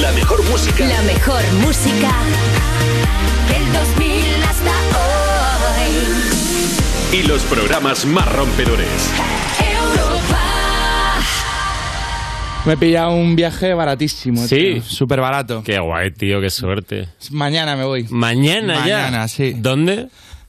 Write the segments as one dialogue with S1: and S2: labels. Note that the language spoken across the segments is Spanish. S1: La mejor música.
S2: La mejor música del 2000 hasta
S1: Y los programas más rompedores.
S2: hoy. Europa.
S3: Me he pillado un viaje baratísimo.
S4: Sí.
S3: tío, Súper barato.
S4: Qué guay, tío, qué suerte.
S3: Mañana me voy.
S4: Mañana, ya.
S3: Mañana, sí.
S4: ¿Dónde?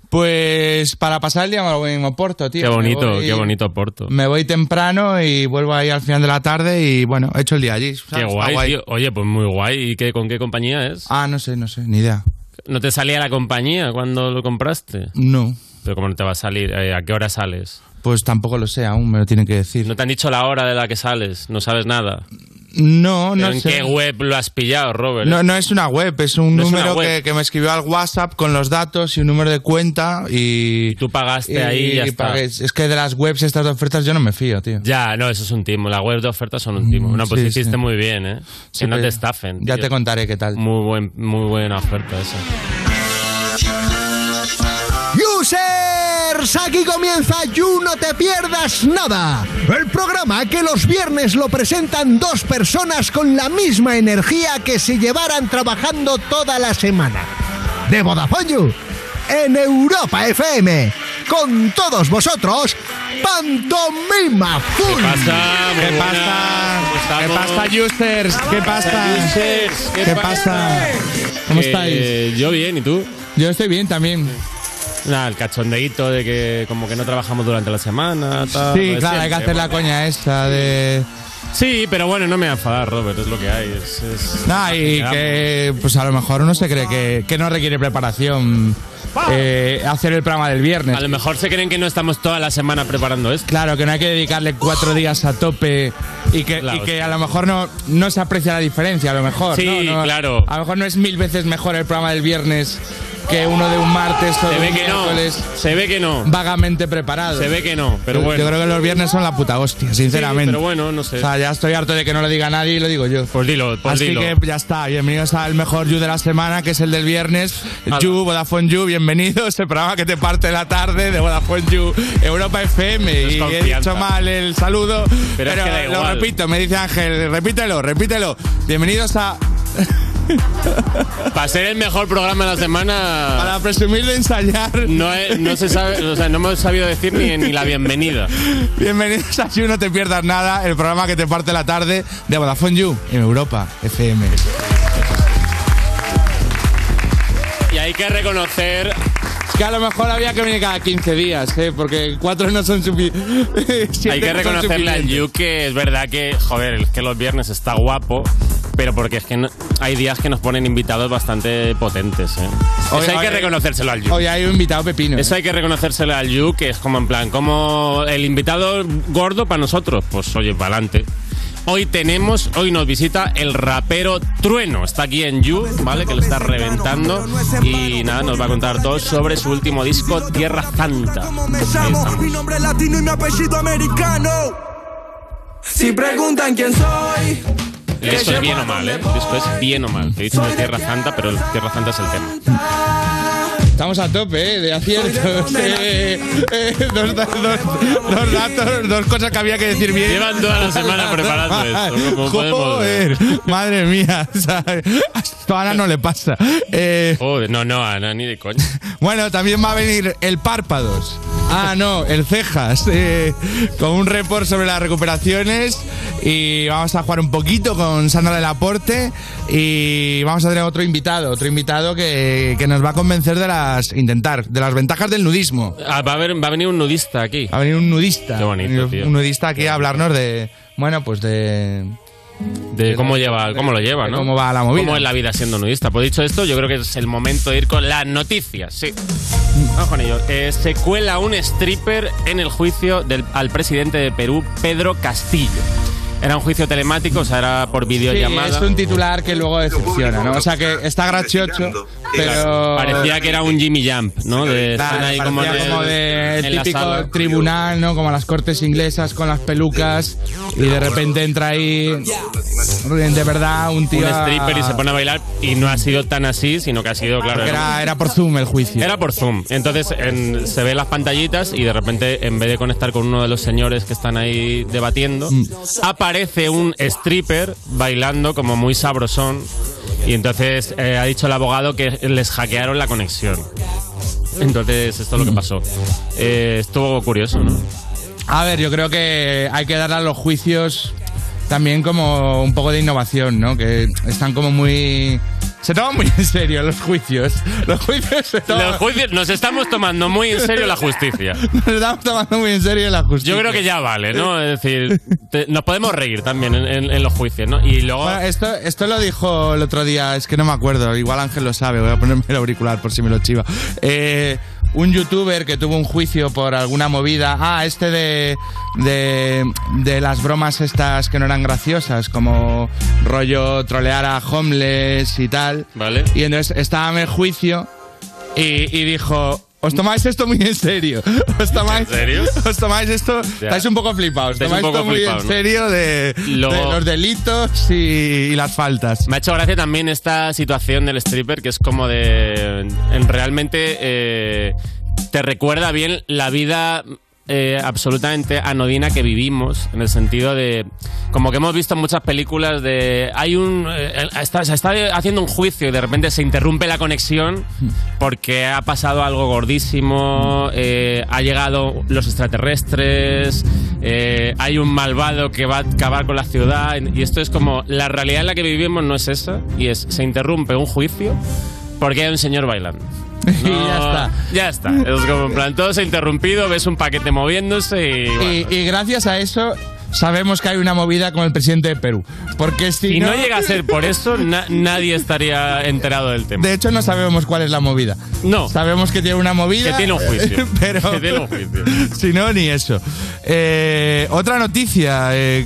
S3: Pues para pasar el día me voy a Oporto, tío.
S4: Qué
S3: Me
S4: bonito,
S3: voy-
S4: qué bonito Porto.
S3: Me voy temprano y vuelvo ahí al final de la tarde y bueno, he hecho el día allí.
S4: Qué
S3: ¿sabes? Está
S4: guay, tío. Oye, pues muy guay. ¿Y qué, con qué compañía es?
S3: Ah, no sé, no sé, ni idea.
S4: ¿No te salía la compañía cuando lo compraste?
S3: No,
S4: Pero cómo no te va a salir, Eh, ¿a qué hora sales?
S3: pues tampoco lo sé, aún me lo tienen que decir.
S4: No te han dicho la hora de la que sales, no sabes nada.
S3: No, no
S4: ¿En
S3: sé.
S4: qué web lo has pillado, Robert?
S3: No, no es una web, es un
S4: No es una
S3: número
S4: web.
S3: que, que me escribió al WhatsApp con los datos y un número de cuenta y...
S4: Tú pagaste ahí y ya está.
S3: pagué. Es que de las webs estas de ofertas yo no me fío, tío.
S4: Ya, no, eso es un timo. Las webs de ofertas son un timo.
S3: Mm,
S4: No, pues
S3: sí,
S4: hiciste
S3: sí.
S4: muy bien, ¿eh? que
S3: Sí,
S4: no
S3: pero
S4: te estafen.
S3: Ya
S4: tío.
S3: te contaré qué tal.
S4: Muy, buen, muy buena oferta esa.
S5: Users, aquí comienza You No Te Pierdas Nada, el programa que los viernes lo presentan dos personas con la misma energía que si llevaran trabajando toda la semana. De Vodafone You, en Europa FM, con todos vosotros, Pantomima Full.
S4: ¿Qué pasa? Muy
S3: ¿Qué
S4: buenas,
S3: pasa?
S4: ¿cómo
S3: ¿Qué
S4: estamos?
S3: pasa, users? ¿Qué pasa?
S4: Users, ¿Qué,
S3: ¿Qué
S4: pa-
S3: pasa? ¿Cómo
S4: Eh,
S3: estáis?
S4: Yo bien, ¿y tú?
S3: Yo estoy bien también.
S4: Nada, el cachondeíto de que como que no trabajamos durante la semana. Tal, lo
S3: Sí,
S4: de
S3: claro, hay
S4: siempre,
S3: que hacer la
S4: bueno.
S3: coña esta de...
S4: Sí, pero bueno, no me voy a enfadar, Robert, es lo que hay. Es, es-
S3: Nah, Ah, y
S4: Digamos.
S3: que pues a lo mejor uno se cree que, que no requiere preparación eh, hacer el programa del viernes.
S4: A lo mejor se creen que no estamos toda la semana preparando esto.
S3: Claro, que no hay que dedicarle cuatro días a tope y que,
S4: La
S3: y que
S4: hostia.
S3: a lo mejor no, no se aprecia la diferencia, a lo mejor.
S4: Sí,
S3: ¿no? No-
S4: claro.
S3: A lo mejor no es mil veces mejor el programa del viernes que uno de un martes
S4: Se
S3: o de
S4: ve
S3: un
S4: que no.
S3: miércoles
S4: Se ve que no.
S3: vagamente preparado.
S4: Se ve que no, pero
S3: Yo-
S4: bueno.
S3: Yo creo que los viernes son la puta hostia,
S4: Sí,
S3: sinceramente.
S4: pero bueno, no sé.
S3: O sea, ya estoy harto de que no lo diga nadie y lo digo yo.
S4: Pues dilo, pues
S3: Así
S4: dilo.
S3: que ya está, bienvenidos al mejor You de la semana, que es el del viernes.
S4: Ala.
S3: You, Vodafone You, bienvenidos. El programa que te parte la tarde de Vodafone You, Europa FM. Y he
S4: confianza.
S3: dicho mal el saludo,
S4: Pero
S3: pero,
S4: es que da
S3: lo
S4: igual.
S3: repito, me dice Ángel, repítelo, repítelo. Bienvenidos a.
S4: Para ser el mejor programa de la semana.
S3: Para presumir de ensayar.
S4: No, he- no se sabe, o sea, no hemos sabido decir ni, ni la bienvenida.
S3: Bienvenidos a You, no te pierdas nada. El programa que te parte la tarde de Vodafone You en Europa FM.
S4: Y hay que reconocer
S3: Es que a lo mejor había que venir cada 15 días, ¿eh? porque cuatro no son suficientes.
S4: Hay que reconocerle al Yu que es verdad que, joder, es que los viernes está guapo, pero porque es que no- hay días que nos ponen invitados bastante potentes, ¿eh?
S3: Oye,
S4: Eso hay que
S3: oye.
S4: reconocérselo al Yu.
S3: Hoy hay un invitado pepino. ¿eh?
S4: Eso hay que reconocérselo al Yu, que es como en plan, como el invitado gordo para nosotros, pues oye, para adelante. Hoy tenemos, hoy nos visita el rapero Trueno. Está aquí en You, ¿vale? Que lo está reventando. Y nada, nos va a contar todo sobre su último disco, Tierra Santa.
S6: ¿Cómo me llamo? Mi nombre es latino y mi apellido americano. Si preguntan quién soy,
S4: El disco es bien o mal, ¿eh? El disco es bien o mal. Te dicen de Tierra Santa, pero el Tierra Santa es el tema.
S3: Estamos a tope, ¿eh? De aciertos. Eh, eh, dos, da- dos- dos datos, dos cosas que había que decir bien.
S4: Llevan toda la semana preparando esto, como podemos ver.
S3: Joder, madre mía. o sea, esto a Ana no le pasa. Eh,
S4: Joder, no, no, Ana, ni de coña.
S3: bueno, también va a venir el párpados. Ah, no, el cejas. eh, con un report sobre las recuperaciones. Y vamos a jugar un poquito con Sandra del Aporte. Y vamos a tener otro invitado. Otro invitado que, que nos va a convencer de las. Intentar, de las ventajas del nudismo.
S4: Ah, va, a haber- va a venir un nudista aquí.
S3: Va a venir un nudista.
S4: Qué bonito,
S3: Va a venir
S4: tío.
S3: Un nudista aquí a hablarnos de. Bueno, pues de.
S4: De cómo, lleva, cómo lo lleva,
S3: de
S4: ¿no?
S3: cómo va la movida.
S4: Cómo es la vida siendo nudista. Pues dicho esto, yo creo que es el momento de ir con las noticias, sí.
S3: Mm.
S4: Vamos con ello. Eh, se cuela un stripper en el juicio del, al presidente de Perú, Pedro Castillo. Era un juicio telemático, o sea, era por
S3: Sí,
S4: videollamada.
S3: es un titular que luego decepciona, ¿no? O sea que está gracioso, pero.
S4: Parecía que era un Jimmy Jump, ¿no? De
S3: Claro,
S4: estar ahí
S3: parecía
S4: como,
S3: como,
S4: en el-
S3: de
S4: en la sala.
S3: típico tribunal, ¿no? Como las cortes inglesas con las pelucas y de repente entra ahí de verdad un tío
S4: un
S3: a-
S4: stripper y se pone a bailar y no ha sido tan así, sino que ha sido, claro,
S3: Porque
S4: era,
S3: era, era por Zoom el juicio.
S4: era por Zoom. Entonces en- se ven las pantallitas y de repente en vez de conectar con uno de los señores que están ahí debatiendo, aparece un stripper bailando como muy sabrosón y entonces eh, ha dicho el abogado que les hackearon la conexión. Entonces esto es lo que pasó. Eh, estuvo curioso, ¿no?
S3: A ver, yo creo que hay que darle a los juicios también como un poco de innovación, ¿no? Que están como muy... Se toman muy en serio los juicios. Los juicios se toman...
S4: Los juicios- nos estamos tomando muy en serio la justicia.
S3: Nos estamos tomando muy en serio la justicia.
S4: Yo creo que ya vale, ¿no? Es decir, te- nos podemos reír también en, en- en los juicios, ¿no? Y luego...
S3: Bueno, esto, esto lo dijo el otro día, es que no me acuerdo, igual Ángel lo sabe, voy a ponerme el auricular por si me lo chiva. Eh, un youtuber que tuvo un juicio por alguna movida, ah, este de, de, de las bromas estas que no eran graciosas, como rollo trolear a homeless y tal.
S4: Vale.
S3: Y entonces estaba en el juicio y, y dijo... Os tomáis esto muy en serio. Os tomáis,
S4: ¿En serio?
S3: Os tomáis esto. Estáis un poco flipados. Os
S4: Estáis un
S3: tomáis
S4: poco
S3: esto muy
S4: flipados,
S3: en
S4: ¿no?
S3: serio de,
S4: Luego-
S3: de los delitos y, y las faltas.
S4: Me ha hecho gracia también esta situación del stripper, que es como de. en- realmente eh, te recuerda bien la vida eh, absolutamente anodina que vivimos, en el sentido de. Como que hemos visto en muchas películas de. Hay un. eh, está- se está haciendo un juicio y de repente se interrumpe la conexión
S3: Hmm.
S4: porque ha pasado algo gordísimo, eh, ha llegado los extraterrestres, eh, hay un malvado que va a acabar con la ciudad. Y esto es como, la realidad en la que vivimos no es esa, y es, se interrumpe un juicio porque hay un señor bailando.
S3: Y ya está.
S4: Ya está. Es como, en plan, todo se ha interrumpido, ves un paquete moviéndose y...
S3: Y,
S4: bueno.
S3: y gracias a eso sabemos que hay una movida con el presidente de Perú. Porque si
S4: Y
S3: no,
S4: no llega a ser por eso, na- nadie estaría enterado del tema.
S3: De hecho, no sabemos cuál es la movida.
S4: No.
S3: Sabemos que tiene una movida.
S4: Que tiene un juicio.
S3: Pero.
S4: Que tiene un juicio.
S3: Si no, ni eso. Eh, otra noticia. eh,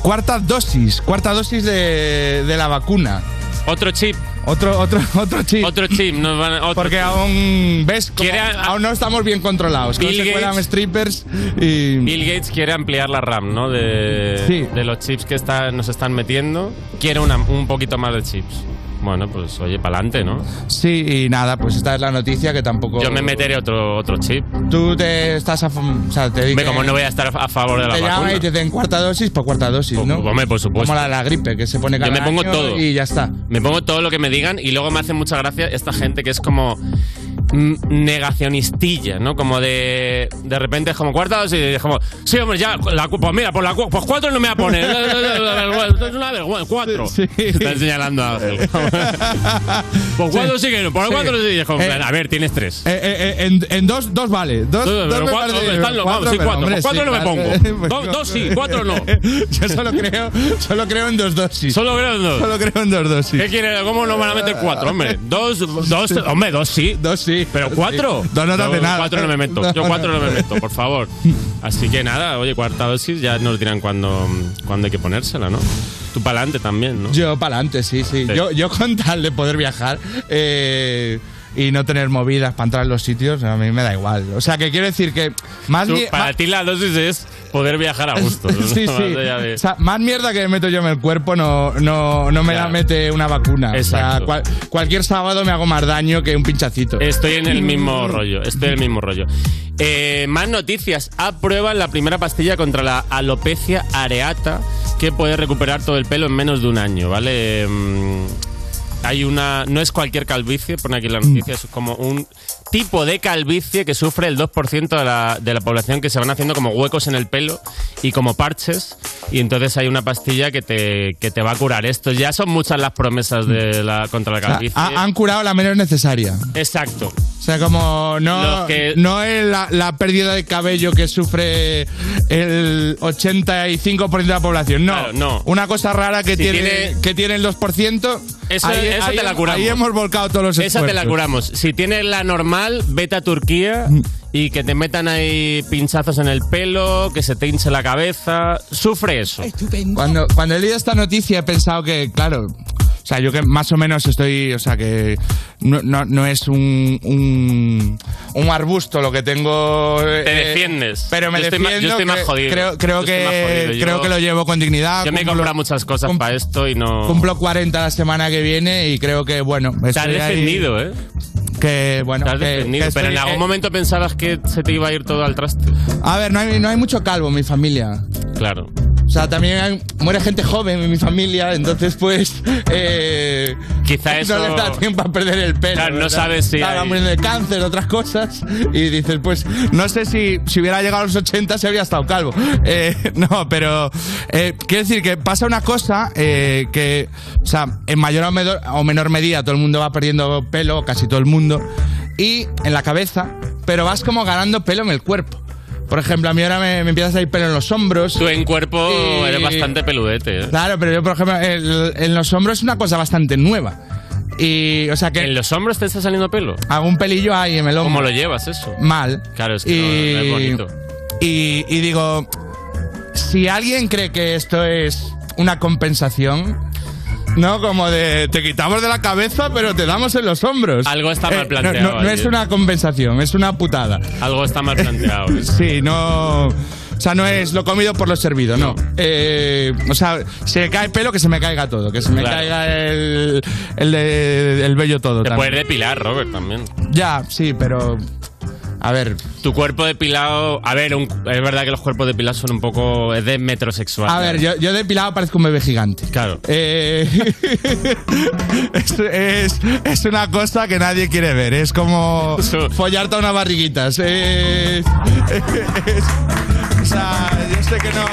S3: cuarta dosis. Cuarta dosis de, de la vacuna.
S4: Otro chip,
S3: Otro, otro, otro chip.
S4: otro chip. nos van a- otro
S3: porque
S4: chip.
S3: aún ves cómo-
S4: Quiere a-
S3: aún no estamos bien controlados. Que no
S4: Bill
S3: se cuelan
S4: Gates-
S3: strippers y.
S4: Bill Gates quiere ampliar la RAM, ¿no? De,
S3: Sí.
S4: de los chips que está- nos están metiendo. Quiere una- un poquito más de chips. Bueno, pues oye, para adelante, ¿no?
S3: Sí, y nada, pues esta es la noticia que tampoco.
S4: Yo me meteré otro, otro chip.
S3: Tú te estás a. fam- O sea, te
S4: Hombre,
S3: dicen.
S4: como no voy a estar a favor de la
S3: Te llaman
S4: vacuna.
S3: y te den cuarta dosis por cuarta dosis,
S4: Pues,
S3: ¿no?
S4: hombre, por supuesto.
S3: Como la de la gripe, que se pone cada
S4: me pongo
S3: año
S4: todo.
S3: Y ya está.
S4: Me pongo todo lo que me digan y luego me hace mucha gracia esta gente que es como mm, negacionistilla, ¿no? Como de de repente es como cuarta dosis y es como, sí, hombre, ya, la, cu- pues mira, por la, cu- pues cuatro no me va a poner. Es una vergüenza, cuatro.
S3: Sí.
S4: Están señalando a Ángel. Pues cuatro sí que no, por
S3: Sí.
S4: cuatro sí. Es como,
S3: Eh.
S4: a ver, tienes tres.
S3: Eh, eh, eh, en, en dos, dos vale. Dos,
S4: Pero
S3: dos
S4: cuatro,
S3: me parece
S4: hombre,
S3: bien.
S4: están los vamos, sí,
S3: pero,
S4: cuatro.
S3: hombre,
S4: Cuatro
S3: sí,
S4: no me
S3: claro.
S4: pongo.
S3: Pues
S4: Dos- dos sí, cuatro no.
S3: Yo solo creo, solo creo en dos dosis.
S4: Solo creo en dos.
S3: Solo creo en dos dosis.
S4: ¿Qué quiere? ¿Cómo no van a meter cuatro, hombre? Dos, dos, hombre, dos sí.
S3: Dos sí.
S4: Pero
S3: dos
S4: cuatro.
S3: sí. Dos no te hace
S4: Yo
S3: nada.
S4: Cuatro no me meto. Yo
S3: No,
S4: cuatro
S3: no.
S4: no me meto, por favor. Así que nada, oye, cuarta dosis ya nos dirán cuándo cuándo hay que ponérsela, ¿no? Tú para adelante también, ¿no?
S3: Yo para adelante, sí, sí.
S4: Sí.
S3: Yo, yo con tal de poder viajar eh, y no tener movidas para entrar en los sitios, a mí me da igual. O sea, que quiero decir que más,
S4: Tú-
S3: mi-
S4: para
S3: más-
S4: ti la dosis es poder viajar a gusto. ¿no?
S3: sí,
S4: Más
S3: sí.
S4: allá de-
S3: O sea, más mierda que me meto yo en el cuerpo no, no, no me la
S4: Claro.
S3: mete una vacuna. O
S4: Exacto.
S3: sea, cual- cualquier sábado me hago más daño que un pinchacito.
S4: Estoy en el mismo rollo, estoy en el mismo rollo. Eh, más noticias. Aprueban la primera pastilla contra la alopecia areata que puede recuperar todo el pelo en menos de un año, ¿vale? Mm, Hay una. No es cualquier calvicie, pone aquí la noticia, es como un tipo de calvicie que sufre el 2% de la, de la población que se van haciendo como huecos en el pelo y como parches. Y entonces hay una pastilla que te, que te va a curar esto. Ya son muchas las promesas de la, contra la
S3: O sea,
S4: calvicie.
S3: ha- han curado la menos necesaria.
S4: Exacto.
S3: O sea, como no,
S4: Los que-
S3: no es la, la pérdida de cabello que sufre el 85% de la población. No,
S4: Claro, no.
S3: Una cosa rara que,
S4: Si
S3: tiene,
S4: tiene-
S3: que tiene el 2%.
S4: Eso- esa te la curamos.
S3: ahí hemos volcado todos los
S4: Esa te la
S3: esfuerzos.
S4: curamos. Si tienes la normal, vete a Turquía y que te metan ahí pinchazos en el pelo, que se te hinche la cabeza. Sufre eso.
S3: Cuando, cuando he leído esta noticia he pensado que, claro, o sea, yo que más o menos estoy, o sea, que no, no- no es un, un, un arbusto lo que tengo. eh,
S4: Te defiendes.
S3: Pero me
S4: Yo estoy ma- yo
S3: defiendo.
S4: estoy más
S3: cre-
S4: jodido.
S3: Creo, creo
S4: Yo
S3: que,
S4: estoy más jodido. Yo-
S3: creo que lo llevo con dignidad.
S4: Yo me he
S3: cumplo-
S4: comprado muchas cosas
S3: cum-
S4: para esto y no.
S3: Cumplo 40 la semana que viene y creo que, bueno,
S4: Te has
S3: estoy ahí,
S4: defendido, ¿eh?
S3: Que, bueno,
S4: Te has
S3: que-
S4: defendido.
S3: que
S4: Pero en
S3: estoy-
S4: algún
S3: eh,
S4: momento pensabas que se te iba a ir todo al traste.
S3: A ver, no hay, no hay mucho calvo en mi familia.
S4: Claro.
S3: O sea, también hay- muere gente joven en mi familia, entonces pues... Eh,
S4: Quizá eso-
S3: No les da tiempo a perder el pelo.
S4: Claro, no
S3: ¿verdad?
S4: sabes si
S3: Claro,
S4: hay-
S3: muriendo de cáncer, otras cosas. Y dices, pues, no sé si, si hubiera llegado a los 80 se habría estado calvo. Eh, no, pero eh, quiero decir que pasa una cosa eh, que, o sea, en mayor o menor, o menor medida todo el mundo va perdiendo pelo, casi todo el mundo, y en la cabeza, pero vas como ganando pelo en el cuerpo. Por ejemplo, a mí ahora me, me empieza a salir pelo en los hombros.
S4: Tú en cuerpo
S3: Sí.
S4: Oh, eres bastante peludete. ¿eh?
S3: Claro, pero yo, por ejemplo, el- en los hombros es una cosa bastante nueva. Y, o sea que
S4: ¿En los hombros te está saliendo pelo?
S3: algún pelillo hay en el hombro.
S4: ¿Cómo lo llevas eso?
S3: mal.
S4: Claro, es que no- no es bonito.
S3: Y, y digo, si alguien cree que esto es una compensación, ¿no? Como de te quitamos de la cabeza, pero te damos en los hombros. Eh,
S4: Algo está mal
S3: no-
S4: planteado eh.
S3: No, no
S4: allí.
S3: es una compensación, es una putada.
S4: Algo está mal planteado.
S3: Sí, no. O sea, no es lo comido por lo servido, no. Eh, o sea, se me cae pelo, que se me caiga todo. Que se me
S4: Claro.
S3: caiga el, el, de- el vello todo.
S4: Te
S3: también.
S4: puedes depilar, Robert, también.
S3: Ya, sí, pero. A ver,
S4: Tu cuerpo depilado. A ver, un- es verdad que los cuerpos depilados son un poco. Es de metrosexual.
S3: A ver, yo, yo depilado parezco un bebé gigante.
S4: Claro.
S3: Eh, es, es- es una cosa que nadie quiere ver. Es como
S4: Eso.
S3: follarte a unas barriguitas. Eh, Es- es- o sea, yo sé que no.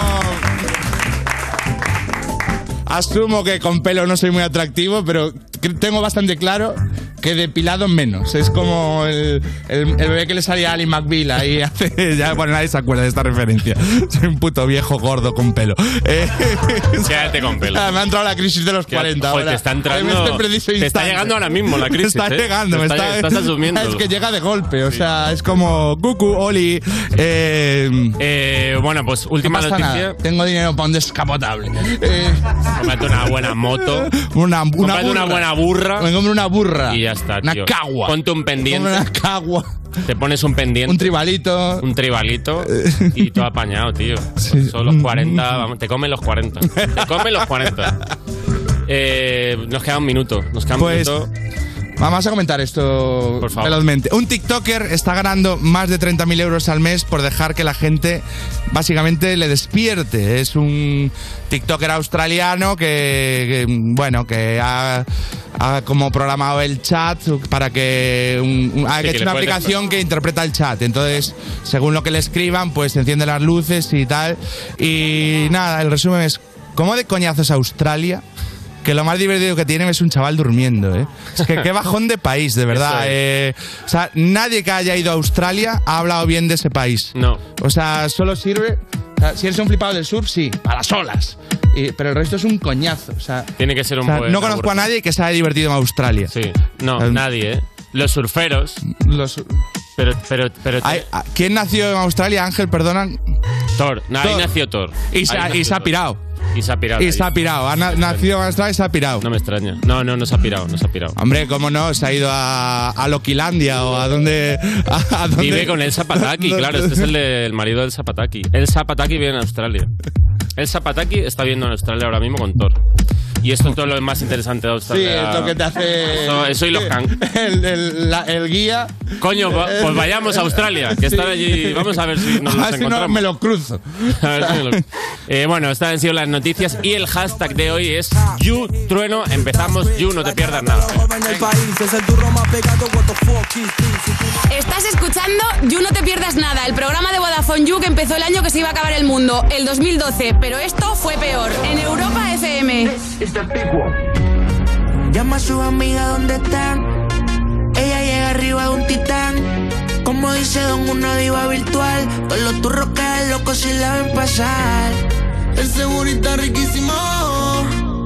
S3: Asumo que con pelo no soy muy atractivo, pero cre- tengo bastante claro que depilado menos. Es como el, el- el bebé que le salía a Ali McBeal ahí hace. Ya, bueno, nadie se acuerda de esta referencia. Soy un puto viejo gordo con pelo. Eh,
S4: Quédate con pelo.
S3: Ah, me ha entrado la crisis de los 40
S4: Joder,
S3: ahora.
S4: te está
S3: En
S4: entrando.
S3: este preciso
S4: te está
S3: instante.
S4: llegando ahora mismo la
S3: Me
S4: crisis.
S3: está
S4: ¿eh?
S3: llegando,
S4: Te
S3: me
S4: está-
S3: está,
S4: estás asumiendo.
S3: Es que llega de golpe, o sea, es como Cucu, Oli. Eh,
S4: Eh, bueno, pues
S3: no
S4: última
S3: pasa
S4: noticia.
S3: nada. Tengo dinero para un descapotable. Eh,
S4: Cómprate una buena moto.
S3: una, una
S4: Cómprate
S3: burra.
S4: una buena burra.
S3: Me compro una burra.
S4: Y ya está,
S3: Una
S4: tío.
S3: cagua.
S4: Ponte un pendiente.
S3: Me compro Una cagua.
S4: Te pones un pendiente.
S3: Un tribalito. Eh.
S4: un tribalito y todo apañado, tío. Son los 40,
S3: Mm.
S4: vamos, te comen los 40. Te comen los 40. Eh, nos queda un minuto, nos queda un
S3: Pues-
S4: minuto.
S3: Vamos a comentar esto
S4: Por favor.
S3: velozmente. Un TikToker está ganando más de 30.000 euros al mes por dejar que la gente básicamente le despierte. Es un TikToker australiano que, que, bueno, que ha, ha como programado el chat para que... un- un- ha
S4: Sí, que
S3: hecho
S4: le
S3: una
S4: puedes
S3: aplicación que interpreta el chat. Entonces, según lo que le escriban, pues enciende las luces y tal. Y nada, el resumen es, ¿cómo de coñazos Australia? Que lo más divertido que tienen es un chaval durmiendo, ¿eh? Es que qué bajón de país, de verdad.
S4: Eso es.
S3: eh. o sea, nadie que haya ido a Australia ha hablado bien de ese país.
S4: No.
S3: O sea, solo sirve... o sea, si eres un flipado del sur, sí, a las olas. Y- pero el resto es un coñazo. O sea,
S4: Tiene que ser
S3: o
S4: un
S3: sea,
S4: buen
S3: no conozco a
S4: aburrido.
S3: nadie que se haya divertido en Australia.
S4: Sí, no,
S3: Um,
S4: nadie, ¿eh? Los surferos,
S3: Los-
S4: pero pero pero
S3: Hay- ah, a- ¿Quién nació en Australia? Ángel, perdonan.
S4: Thor, no, ahí
S3: Thor.
S4: nació Thor.
S3: Y se,
S4: Ahí
S3: ha- y
S4: nació
S3: se ha
S4: Thor.
S3: pirado.
S4: Y se ha pirado.
S3: Y
S4: ahí.
S3: se ha pirado. Ha na- nacido en Australia y se ha pirado.
S4: No me extraña. No, no, no se ha pirado, no se ha pirado.
S3: Hombre, ¿cómo no? Se ha ido a, a Loquilandia o a donde... A, a donde-
S4: Vive con el Zapataki, claro, este es el, de- el marido del Zapataki. El Zapataki vive en Australia. El Zapataki está viviendo en Australia ahora mismo con Thor. Y esto es todo lo más interesante de
S3: Sí,
S4: Australia.
S3: es lo que te hace...
S4: Eso- eso y los can.
S3: El, el- la- el guía...
S4: Coño, va- pues vayamos a Australia, que están allí. Vamos a ver si nos los
S3: A ver si Ah, no
S4: encontramos.
S3: me lo cruzo.
S4: A ver si me lo- Eh, bueno, estas han sido las noticias y el hashtag de hoy es YouTrueno. Empezamos You, no te pierdas nada.
S6: Joven del país, es el turro más pegado what the fuck is this?
S7: Estás escuchando You No Te Pierdas Nada, el programa de Vodafone You que empezó el año que se iba a acabar el mundo, el 2012, pero esto fue peor, en Europa FM.
S8: Llama a sus amigas donde están. Ella llega arriba de un titán. Como dice Don, una diva virtual. Con los turros caen locos si la ven pasar.
S9: El segurita riquísimo,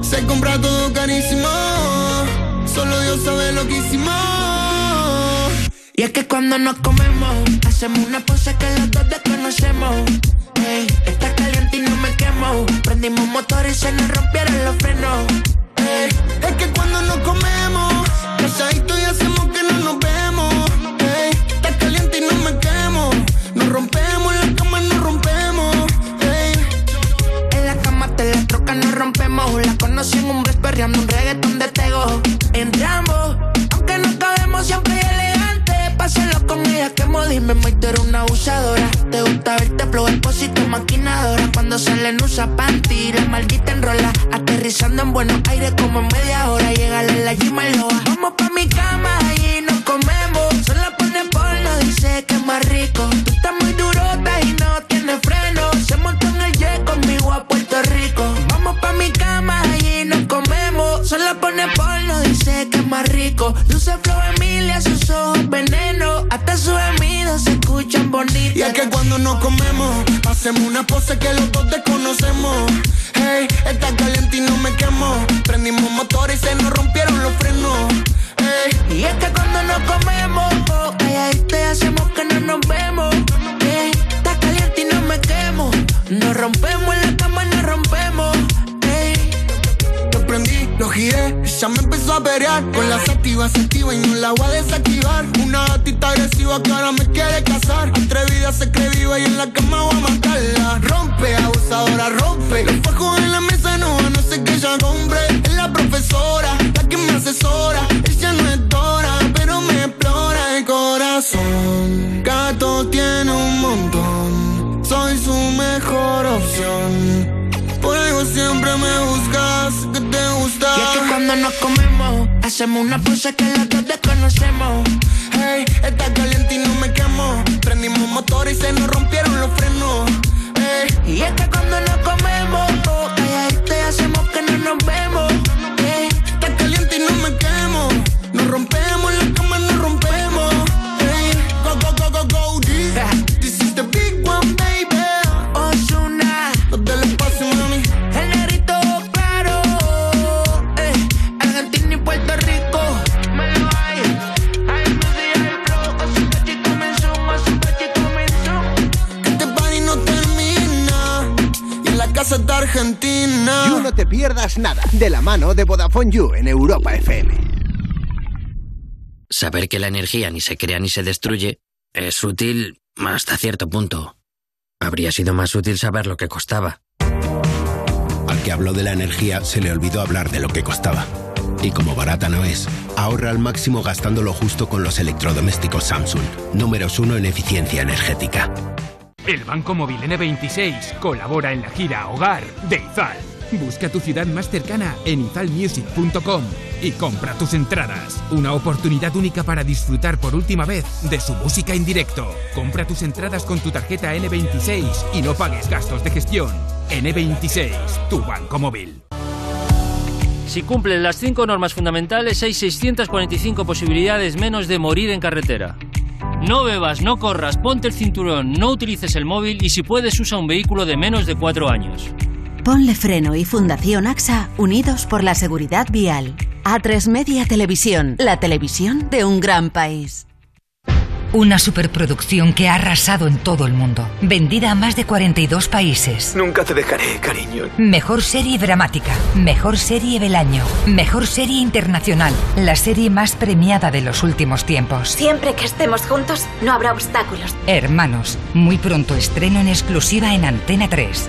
S9: se compra todo carísimo. Solo Dios sabe lo que hicimos.
S8: Y es que cuando nos comemos, hacemos una pose que los dos desconocemos. Ey, está caliente y no me quemo. Prendimos motores y se nos rompieron los frenos.
S9: Ey, es que cuando nos comemos, casadito y hacemos que no nos vemos. Ey, está caliente y no me quemo. Nos rompemos, en la cama nos rompemos. Ey,
S8: En la cama te la troca, nos rompemos. La conocí en un bus perreando un reggaetón de tego. Entramos, aunque no cabemos siempre elegante. Pa' Pásalo con ella que modismo me tú eres una abusadora. Te gusta verte flow expósito, maquinadora. Cuando salen usa panty, la maldita enrola. Aterrizando en buenos aires como en media hora. Llegale en la gym al loa. Vamos pa' mi cama y nos comemos. Solo pone porno, dice que es más rico. Tú estás muy durota y no tienes freno. Se montó en el jet conmigo a Puerto Rico. Vamos pa' mi cama y nos comemos. Solo pone porno, dice que es más rico. Luce flow Emilia, sus ojos veneno. Hasta sus gemidos se escuchan bonitos.
S10: Y es que cuando nos comemos, hacemos una pose que los dos desconocemos. Hey, está caliente y no me quemo. Prendimos motor y se nos rompieron los frenos. Hey,
S8: Y es que cuando nos comemos, oh, calladito y hacemos que no nos vemos. Eh, está caliente y no me quemo. Nos rompemos en la cama, nos rompemos. Eh.
S10: lo prendí, lo giré, ya me empezó a pelear. Con la activa se activa y no la voy a desactivar. Una gatita agresiva que ahora me quiere casar. Atrevida se cree viva y en la cama voy a matarla. Rompe, abusadora, rompe. Los fajos en la mesa no van a hacer que ella compre. Es la profesora, la que me asesora. Ella no es dora, pero me explora el corazón. Gato tiene un montón. Soy su mejor opción. Por algo siempre me buscas, que te gusta.
S8: Y es que cuando nos comemos, hacemos una pose que los dos desconocemos.
S10: Hey, está caliente y no me quemo. Prendimos motor y se nos rompieron los frenos. Hey,
S8: Y es que cuando nos comemos, oh,
S10: este
S8: calladito y hacemos que no nos vemos. Eh.
S10: está caliente y no me quemo. Nos rompemos en la cama, nos rompemos. Hey, go, go, go, go, go, G.
S8: Ja.
S10: This is the big one, baby.
S8: Ozuna,
S10: Los del espacio, mami.
S8: el negrito claro. Eh. Argentina y Puerto Rico, me lo hay. Hay música y flow, con su cachito me sumo, su cachito me sumo.
S10: Este party no termina. Y en la casa está Argentina.
S5: You no te pierdas nada. De la mano de Vodafone You en Europa FM.
S11: Saber que la energía ni se crea ni se destruye es útil hasta cierto punto. Habría sido más útil saber lo que costaba.
S12: Al que habló de la energía se le olvidó hablar de lo que costaba. Y como barata no es, ahorra al máximo gastando lo justo con los electrodomésticos Samsung, números uno en eficiencia energética.
S13: El Banco Móvil N26 colabora en la gira Hogar de Izal. Busca tu ciudad más cercana en izalmusic.com y compra tus entradas. Una oportunidad única para disfrutar por última vez de su música en directo. Compra tus entradas con tu tarjeta N26 y no pagues gastos de gestión. N26, tu banco móvil.
S14: Si cumplen las cinco normas fundamentales, hay 645 posibilidades menos de morir en carretera. No bebas, no corras, ponte el cinturón, no utilices el móvil y si puedes usa un vehículo de menos de cuatro años.
S15: Ponle Freno y Fundación AXA, unidos por la seguridad vial. A3 Media Televisión, la televisión de un gran país.
S16: Una superproducción que ha arrasado en todo el mundo. Vendida a más de 42 países.
S17: Nunca te dejaré, cariño.
S16: Mejor serie dramática. Mejor serie del año. Mejor serie internacional. La serie más premiada de los últimos tiempos.
S18: Siempre que estemos juntos, no habrá obstáculos.
S16: Hermanos. Muy pronto estreno en exclusiva en Antena 3.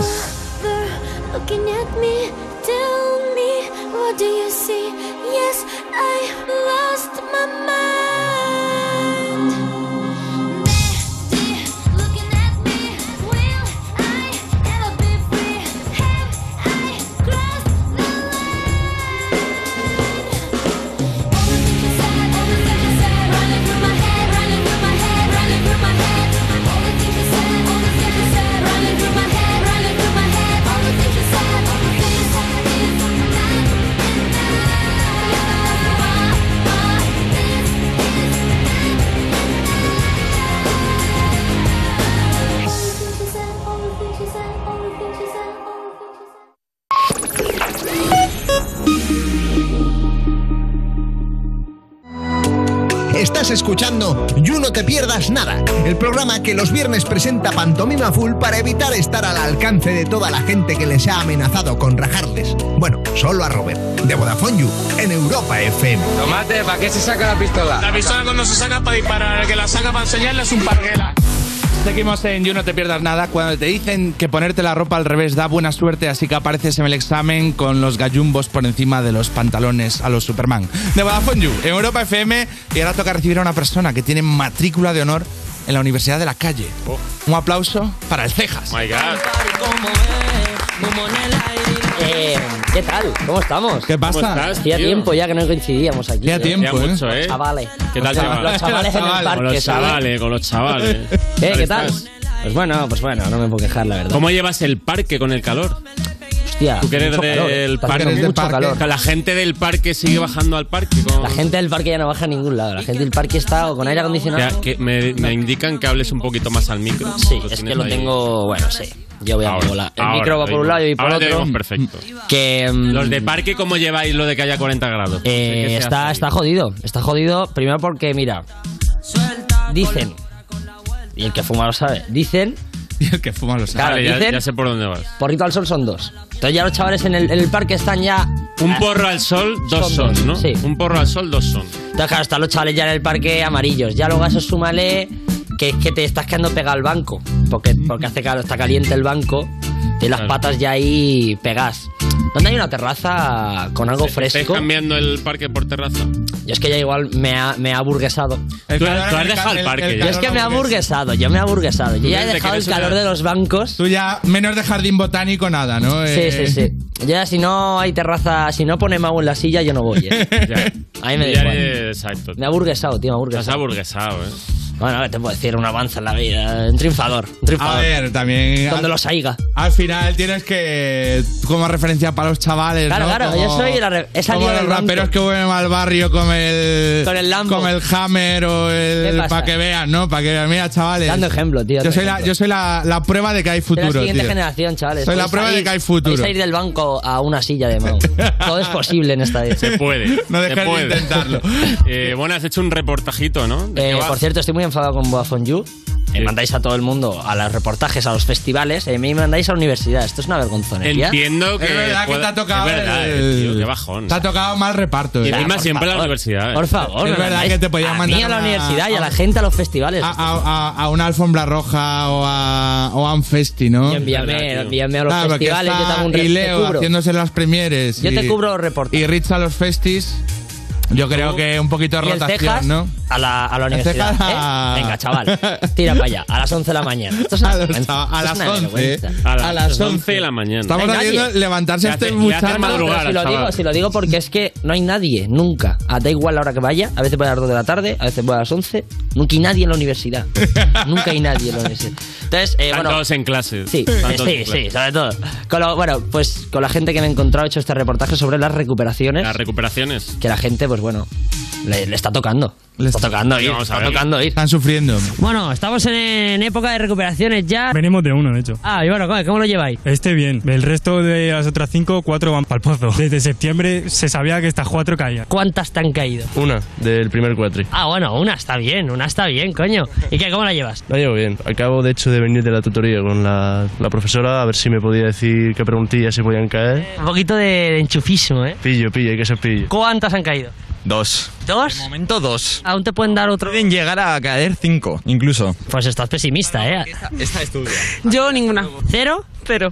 S18: Mother, looking at me, tell me, what do you see? Yes, I lost my mind. Looking at me, will I ever
S5: Estás escuchando You No Te Pierdas Nada, el programa que los viernes presenta Pantomima Full para evitar estar al alcance de toda la gente que les ha amenazado con rajarles. Bueno, solo a Robert, de Vodafone You, en Europa FM.
S15: Tomate, ¿para qué se saca la pistola?
S4: La pistola cuando se saca para disparar, el que la saca para enseñarle es un parguela.
S3: Seguimos en You No Te Pierdas Nada. Cuando te dicen que ponerte la ropa al revés da buena suerte, así que apareces en el examen con los gallumbos por encima de los pantalones a los Superman. De Vodafone You, en Europa FM, y ahora toca recibir a una persona que tiene matrícula de honor en la Universidad de la Calle.
S4: Oh.
S3: Un aplauso para el Cejas.
S4: My God.
S14: Eh, ¿Qué tal? ¿Cómo estamos?
S3: ¿Qué pasa? ¿Cómo estás,
S14: Hacía
S3: tío?
S14: tiempo ya que no coincidíamos aquí.
S3: Hacía tiempo, Hacía ¿eh? mucho, ¿eh?
S14: Chavales.
S4: ¿Qué tal,
S14: Los
S4: chaval?
S14: Los chavales en el parque,
S4: Con los
S14: ¿sabes?
S4: chavales, con los chavales.
S14: Eh,
S4: Ahí
S14: ¿qué tal?
S4: estás.
S14: Pues bueno, pues bueno, no me puedo quejar, la verdad.
S4: ¿Cómo llevas el parque con el calor?
S14: Hostia,
S4: Tú que eres
S14: mucho calor, ¿eh?
S4: del
S14: tú que
S4: parque.
S14: eres del Mucho parque. calor.
S4: La gente del parque sigue bajando al parque. con-
S14: La gente del parque ya no baja a ningún lado. La gente del parque está o con aire acondicionado.
S4: Que- que me, me indican que hables un poquito más al micro. Sí,
S14: es que lo tengo, bueno, sí. Yo voy a volar. El micro va por un lado y por
S4: ahora
S14: otro.
S4: te vemos perfecto.
S14: Que, mm,
S4: Los de parque, ¿cómo lleváis lo de que haya 40 grados?
S14: Eh,
S4: ¿Qué se
S14: está,
S4: hace?
S14: está jodido. Está jodido primero porque, mira, dicen, y el que fuma lo sabe, dicen,
S3: El que fuma los
S14: claro,
S4: Vale, ya-
S14: dicen,
S4: ya sé por dónde vas.
S14: porrito al sol son dos. Entonces ya los chavales en el, en el parque están ya...
S4: Un porro al sol, dos son, ¿no?
S14: Sí.
S4: Un porro al sol, dos son.
S14: Entonces claro, están los chavales ya en el parque amarillos. Ya luego a eso súmale que es que te estás quedando pegado al banco, porque, porque hace calor, está caliente el banco, y las patas ya ahí pegas. ¿Dónde hay una terraza con algo
S4: ¿Estáis
S14: fresco?
S4: cambiando el parque por terraza?
S14: Yo es que ya igual me ha, me ha aburguesado.
S4: Tú- calor tú has americano- dejado el el- parque el ya.
S14: Yo es que
S4: calor
S14: me ha aburguesado, yo me he aburguesado. Yo ya he
S3: desde que
S14: dejado el
S3: eres
S14: calor
S3: una-
S14: de los bancos.
S3: Tú ya, menos de jardín botánico, nada, ¿no? Eh.
S14: Sí, sí, sí. Yo ya si no hay terraza, si no pone mago en la silla, yo no voy. ¿eh? A mí me da
S4: Ya
S14: igual.
S4: eres- Exacto.
S14: Me ha aburguesado, tío, me ha aburguesado.
S4: Estás aburguesado, ¿eh?
S14: Bueno, ¿qué te puedo decir? Un avance en la vida, un triunfador. Un triunfador.
S3: A ver, también.
S14: Donde
S3: al-
S14: los haiga.
S3: Al final tienes que. Como referencia para los chavales.
S14: Claro,
S3: ¿no?
S14: claro,
S3: Como-
S14: yo soy la re- he salido
S3: como los
S14: del banco.
S3: raperos que vuelven al barrio con el.
S14: Con el Lambo.
S3: Con el Hammer o
S14: ¿Qué
S3: el.
S14: pasa?
S3: Para que vean, ¿no? Para que vean, mira, chavales.
S14: Dando ejemplo, tío,
S3: Yo
S14: dando
S3: soy, la,
S14: ejemplo.
S3: yo soy la, la prueba de que hay futuro.
S14: Soy la siguiente
S3: tío.
S14: generación, chavales.
S3: Soy la
S14: Podéis
S3: prueba de
S14: salir-
S3: que hay futuro.
S14: podéis salir del banco a una silla de mago. Todo es posible en esta vida.
S4: Se puede.
S14: No dejes
S4: se
S14: de
S4: puede.
S14: intentarlo.
S4: Eh, bueno, has hecho un reportajito, ¿no? ¿De qué
S14: Eh,
S4: va?
S14: por cierto, estoy muy enfadado con Vodafone You. Me mandáis a todo el mundo, a los reportajes, a los festivales. y a mí me mandáis a la universidad. Esto es una vergonzonería.
S4: Entiendo que.
S3: Es verdad que
S4: pueda-
S3: te ha tocado.
S4: Es verdad,
S3: el-
S4: eh, tío, qué bajón.
S3: Te ha tocado mal reparto.
S4: Y
S3: eh.
S4: encima siempre a la universidad. eh.
S14: Por favor,
S3: Es
S14: me
S3: verdad
S14: mandáis
S3: que te podían
S14: a
S3: mandar
S14: mí a la
S3: una-
S14: universidad y a
S3: a-
S14: la gente a los festivales.
S3: A, a- a- a una alfombra roja o a, o a un festi, ¿no?
S14: Yo envíame-
S3: Verdad, tío.
S14: envíame a los
S3: porque
S14: festivales,
S3: está
S14: yo te hago un re-
S3: Y
S14: te
S3: Leo
S14: cubro.
S3: haciéndose las premieres.
S14: Yo te
S3: y-
S14: cubro los reportajes.
S3: Y Rich a los festis. Yo creo que un poquito de
S14: Y el
S3: rotación,
S14: Cejas
S3: ¿no?
S14: A la, a la
S3: El
S14: universidad.
S3: Cejas
S14: ¿eh?
S3: a-
S14: Venga, chaval. Tira para allá. A las 11 de la mañana. Esto es una
S3: A los
S14: vergüenza,
S3: chava-
S14: esto
S3: a
S14: es
S3: las
S14: una
S3: 11,
S14: vergüenza.
S3: ¿eh? A las 11
S4: de la mañana.
S3: Estamos
S14: No hay
S3: haciendo
S14: nadie.
S3: levantarse
S14: Le
S3: este
S14: hace- le
S3: muchacho.
S14: hace madrugar si
S3: al
S14: lo digo,
S3: chaval.
S14: si lo digo porque es que no hay nadie, nunca. Ah, Da igual la hora que vaya, a veces voy a las 2 de la tarde, a veces voy a las 11. Nunca hay nadie en la universidad. nunca hay nadie en la universidad. Entonces, eh,
S4: Están
S14: bueno,
S4: todos en clase.
S14: Sí,
S4: Están todos
S14: sí,
S4: en clase.
S14: sí, sobre todo. Con lo- bueno, pues con la gente que me he encontrado he hecho este reportaje sobre las recuperaciones.
S4: Las recuperaciones.
S14: Que la gente, pues bueno, le, le está tocando. Le está tocando ir,
S4: Vamos a
S14: está
S4: ver.
S14: tocando ir.
S3: Están sufriendo.
S14: Bueno, estamos en, en época de recuperaciones ya.
S19: Venimos de uno, de hecho.
S14: Ah, y bueno, ¿cómo, cómo lo lleváis?
S19: Este bien. El resto de las otras cinco, cuatro van pa'l pozo. Desde septiembre se sabía que estas cuatro caían.
S14: ¿Cuántas te han caído?
S20: Una, del primer cuatri.
S14: Ah, bueno, una está bien, una está bien, coño. ¿Y qué, cómo la llevas?
S20: La llevo bien. Acabo, de hecho, de venir de la tutoría con la, la profesora a ver si me podía decir qué preguntillas se podían caer.
S14: Un poquito de enchufismo, ¿eh?
S20: Pillo, pillo, hay que ser pillo.
S14: ¿Cuántas han caído?
S20: Dos.
S14: ¿Dos?
S21: momento dos.
S14: Aún te pueden dar otro.
S21: Pueden llegar a caer cinco, incluso.
S14: Pues estás pesimista, ¿eh?
S21: Esta estudia.
S22: Yo ninguna. Cero, pero.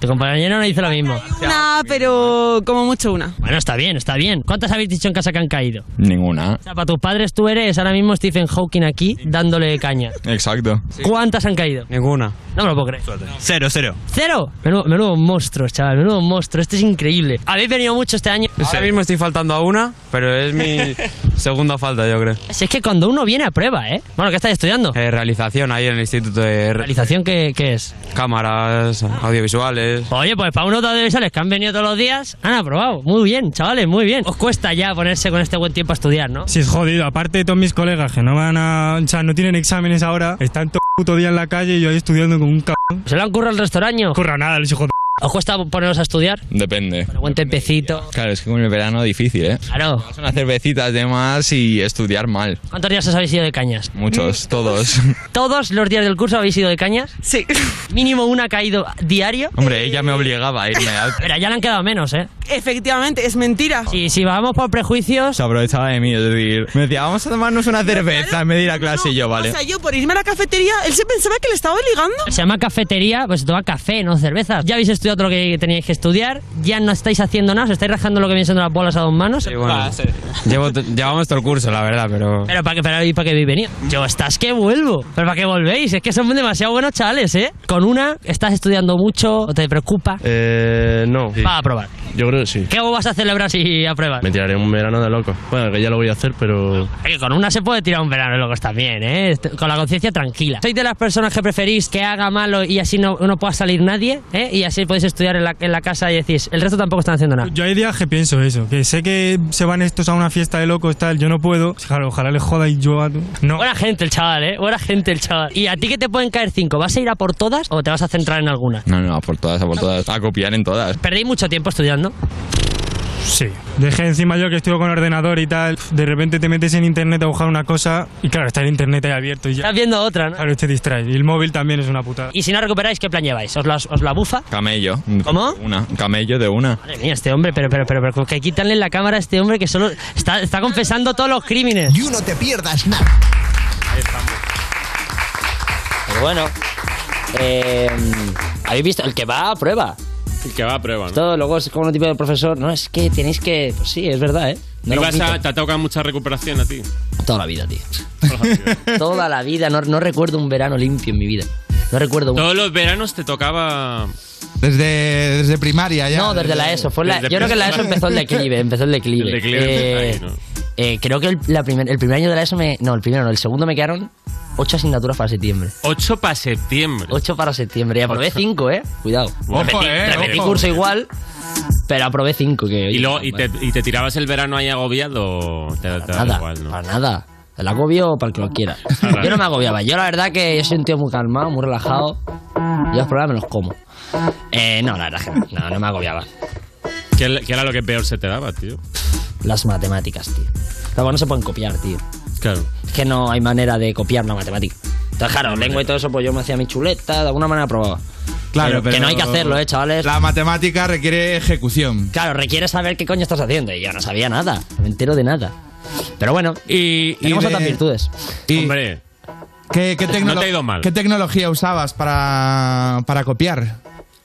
S14: Tu compañero no hizo lo mismo.
S22: Una, pero como mucho una.
S14: Bueno, está bien, está bien. ¿Cuántas habéis dicho en casa que han caído?
S21: Ninguna.
S14: O sea, para tus padres tú eres ahora mismo Stephen Hawking aquí dándole caña.
S21: Exacto.
S14: ¿Cuántas han caído?
S21: Ninguna.
S14: No me lo puedo creer.
S21: Cero, cero.
S14: ¡Cero! Menudo, menudo monstruo, chaval, menudo monstruo. Esto es increíble. ¿Habéis venido mucho este año?
S21: Ahora mismo estoy faltando a una, pero es mi segunda falta, yo creo.
S14: Si es que cuando uno viene a prueba, ¿eh? Bueno, ¿qué estáis estudiando?
S21: Eh, realización ahí en el instituto de...
S14: ¿Realización qué, qué es?
S21: Cámaras, audiovisuales...
S14: Oye, pues para unos audiovisuales que han venido todos los días, han aprobado. Muy bien, chavales, muy bien. Os cuesta ya ponerse con este buen tiempo a estudiar, ¿no?
S19: Si es jodido, aparte de todos mis colegas que no van a. O sea, no tienen exámenes ahora, están todo el puto día en la calle y yo ahí estudiando como un cabrón.
S14: ¿Se lo han currado el restaurante?
S19: Curra nada, los hijos de.
S1: ¿Os cuesta poneros a estudiar?
S6: Depende.
S1: Buen tempecito.
S6: Claro, es que con el verano difícil, ¿eh?
S1: Claro.
S6: Son unas cervecitas de más y estudiar mal.
S1: ¿Cuántos días os habéis ido de cañas?
S14: Mm.
S6: Muchos, todos.
S1: ¿Todos los días del curso habéis ido de cañas?
S22: Sí.
S1: Mínimo una ha caído diario.
S6: Hombre, ella me obligaba a irme al...
S1: Pero ya le han quedado menos, ¿eh?
S22: Efectivamente, es mentira.
S1: Sí, si vamos por prejuicios.
S6: Se aprovechaba de mí, es decir, me decía, vamos a tomarnos una cerveza en vez de ir a clase y yo, vale.
S22: O sea, yo por irme a la cafetería, él se pensaba que le estaba ligando.
S1: Se llama cafetería, pues se toma café, no cervezas. Ya habéis estudiado lo que teníais que estudiar, ya no estáis haciendo nada, os estáis rajando lo que vienen siendo las bolas a dos manos.
S21: Bueno, llevo t- llevamos todo el curso, la verdad, pero.
S1: Pero para qué, para, ¿y para qué habéis venido? Yo, estás que vuelvo. Pero para qué volvéis, es que son demasiado buenos chavales, ¿eh? Con una, estás estudiando mucho, ¿te preocupa?
S20: Eh, no.
S1: Va a probar.
S20: Yo creo que sí.
S1: ¿Qué vas a celebrar si apruebas?
S20: Me tiraré un verano de loco. Bueno, que ya lo voy a hacer, pero.
S1: Oye, con una se puede tirar un verano de locos también, ¿eh? Est- Con la conciencia tranquila. ¿Sois de las personas que preferís que haga malo y así no, no pueda salir nadie? ¿eh? Y así podéis estudiar en la, en la casa y decís, el resto tampoco están haciendo nada.
S19: Yo hay días que pienso eso, que sé que se van estos a una fiesta de locos, tal, yo no puedo. Claro, ojalá le joda y yo a... No.
S1: Buena gente el chaval, ¿eh? Buena gente el chaval. ¿Y a ti que te pueden caer cinco? ¿Vas a ir a por todas o te vas a centrar en alguna?
S6: No, no, a por todas, a por todas. A copiar en todas.
S1: ¿Perdéis mucho tiempo estudiando?
S19: Sí. Dejé encima yo que estuve con ordenador y tal. De repente te metes en internet a buscar una cosa y claro, está el internet ahí abierto y ya.
S1: Estás viendo otra, ¿no?
S19: Claro, te distraes. Y el móvil también es una putada.
S1: Y si no recuperáis, ¿qué plan lleváis? ¿Os la, os la bufa?
S6: Camello.
S1: ¿Cómo?
S6: Una. Camello de una.
S1: Madre mía, este hombre, pero, pero, pero, pero, que quitarle la cámara a este hombre que solo está, está confesando todos los crímenes.
S5: Y no te pierdas nada.
S14: Pero bueno, eh, habéis visto, el que va a prueba.
S4: El que va a prueba, ¿no?
S14: Todo luego es como un tipo de profesor, no, es que tenéis que. Pues sí, es verdad, ¿eh? No
S4: ¿Y
S14: era un
S4: vas a-
S14: mito.
S4: te toca mucha recuperación a ti.
S14: Toda la vida, tío. Toda la vida, no, no recuerdo un verano limpio en mi vida. No recuerdo un.
S4: Todos los veranos te tocaba.
S3: Desde, desde primaria ya.
S14: No, desde la ESO. Fue la- yo creo que en la ESO empezó el declive. Empezó el declive.
S4: El declive
S14: Eh,
S4: empezó ahí,
S14: eh, creo que el, la primer- el primer año de la ESO me. No, el primero no, el segundo me quedaron ocho asignaturas para septiembre.
S4: 8 para septiembre.
S14: 8 para septiembre. Y aprobé 5, ¿eh? Cuidado.
S4: Ojo,
S14: repetí,
S4: eh,
S14: repetí
S4: ojo.
S14: curso igual, pero aprobé 5. Que,
S4: Y, luego, y, te, y te tirabas el verano ahí agobiado. o Te, te daba
S14: nada,
S4: igual, ¿no?
S14: para nada. El agobio para el que lo quiera.
S4: Ahora.
S14: Yo no me agobiaba. Yo la verdad que yo soy un tío muy calmado, muy relajado. Yo los problemas me los como. Eh, no, la verdad que no. no, no me agobiaba.
S4: ¿Qué, qué era lo que peor se te daba, tío?
S14: Las matemáticas, tío. Luego no se pueden copiar, tío.
S4: Claro.
S14: Es que no hay manera de copiar una matemática. Entonces, claro, lengua y todo eso, pues yo me hacía mi chuleta, de alguna manera probaba.
S3: Claro,
S14: Que
S3: pero-
S14: no hay que hacerlo, eh, chavales.
S3: La matemática requiere ejecución.
S14: Claro, requiere saber qué coño estás haciendo. Y yo no sabía nada, no me entero de nada. Pero bueno,
S3: Y,
S14: tenemos otras virtudes.
S4: Hombre.
S3: ¿Qué, qué tecnolo-
S14: No te ha ido mal.
S3: ¿Qué tecnología usabas para, para copiar?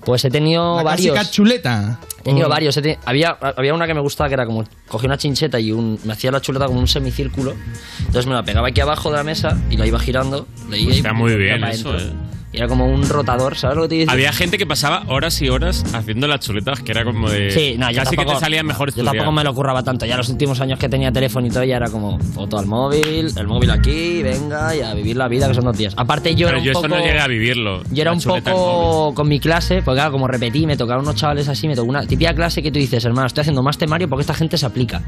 S14: Pues he tenido
S3: La
S14: varios.
S3: clásica chuleta.
S14: He tenido
S3: Mm.
S14: varios. he teni- había, había una que me gustaba que era como. Cogía una chincheta y un, me hacía la chuleta como un semicírculo. Entonces me la pegaba aquí abajo de la mesa y la iba girando. Leía y
S4: Está Pues muy bien
S14: para
S4: eso,
S14: adentro.
S4: eh.
S14: Y era como un rotador, ¿sabes lo que te digo?
S4: Había gente que pasaba horas y horas haciendo las chuletas, que era como de.
S14: Sí, no, yo
S4: casi
S14: tampoco,
S4: que te salía mejor
S14: Yo
S4: estudiar.
S14: tampoco me lo curraba tanto. Ya los últimos años que tenía teléfono y todo, ya era como foto al móvil, el móvil aquí, venga, y a vivir la vida que son dos días. Aparte, yo era
S4: Pero
S14: un
S4: yo
S14: poco.
S4: eso no llegué a vivirlo.
S14: Yo era
S4: la
S14: un
S4: chuleta en
S14: poco con mi clase, porque claro, como repetí, me tocaron unos chavales así, me tocó una típica clase que tú dices, hermano, estoy haciendo más temario porque esta gente se aplica.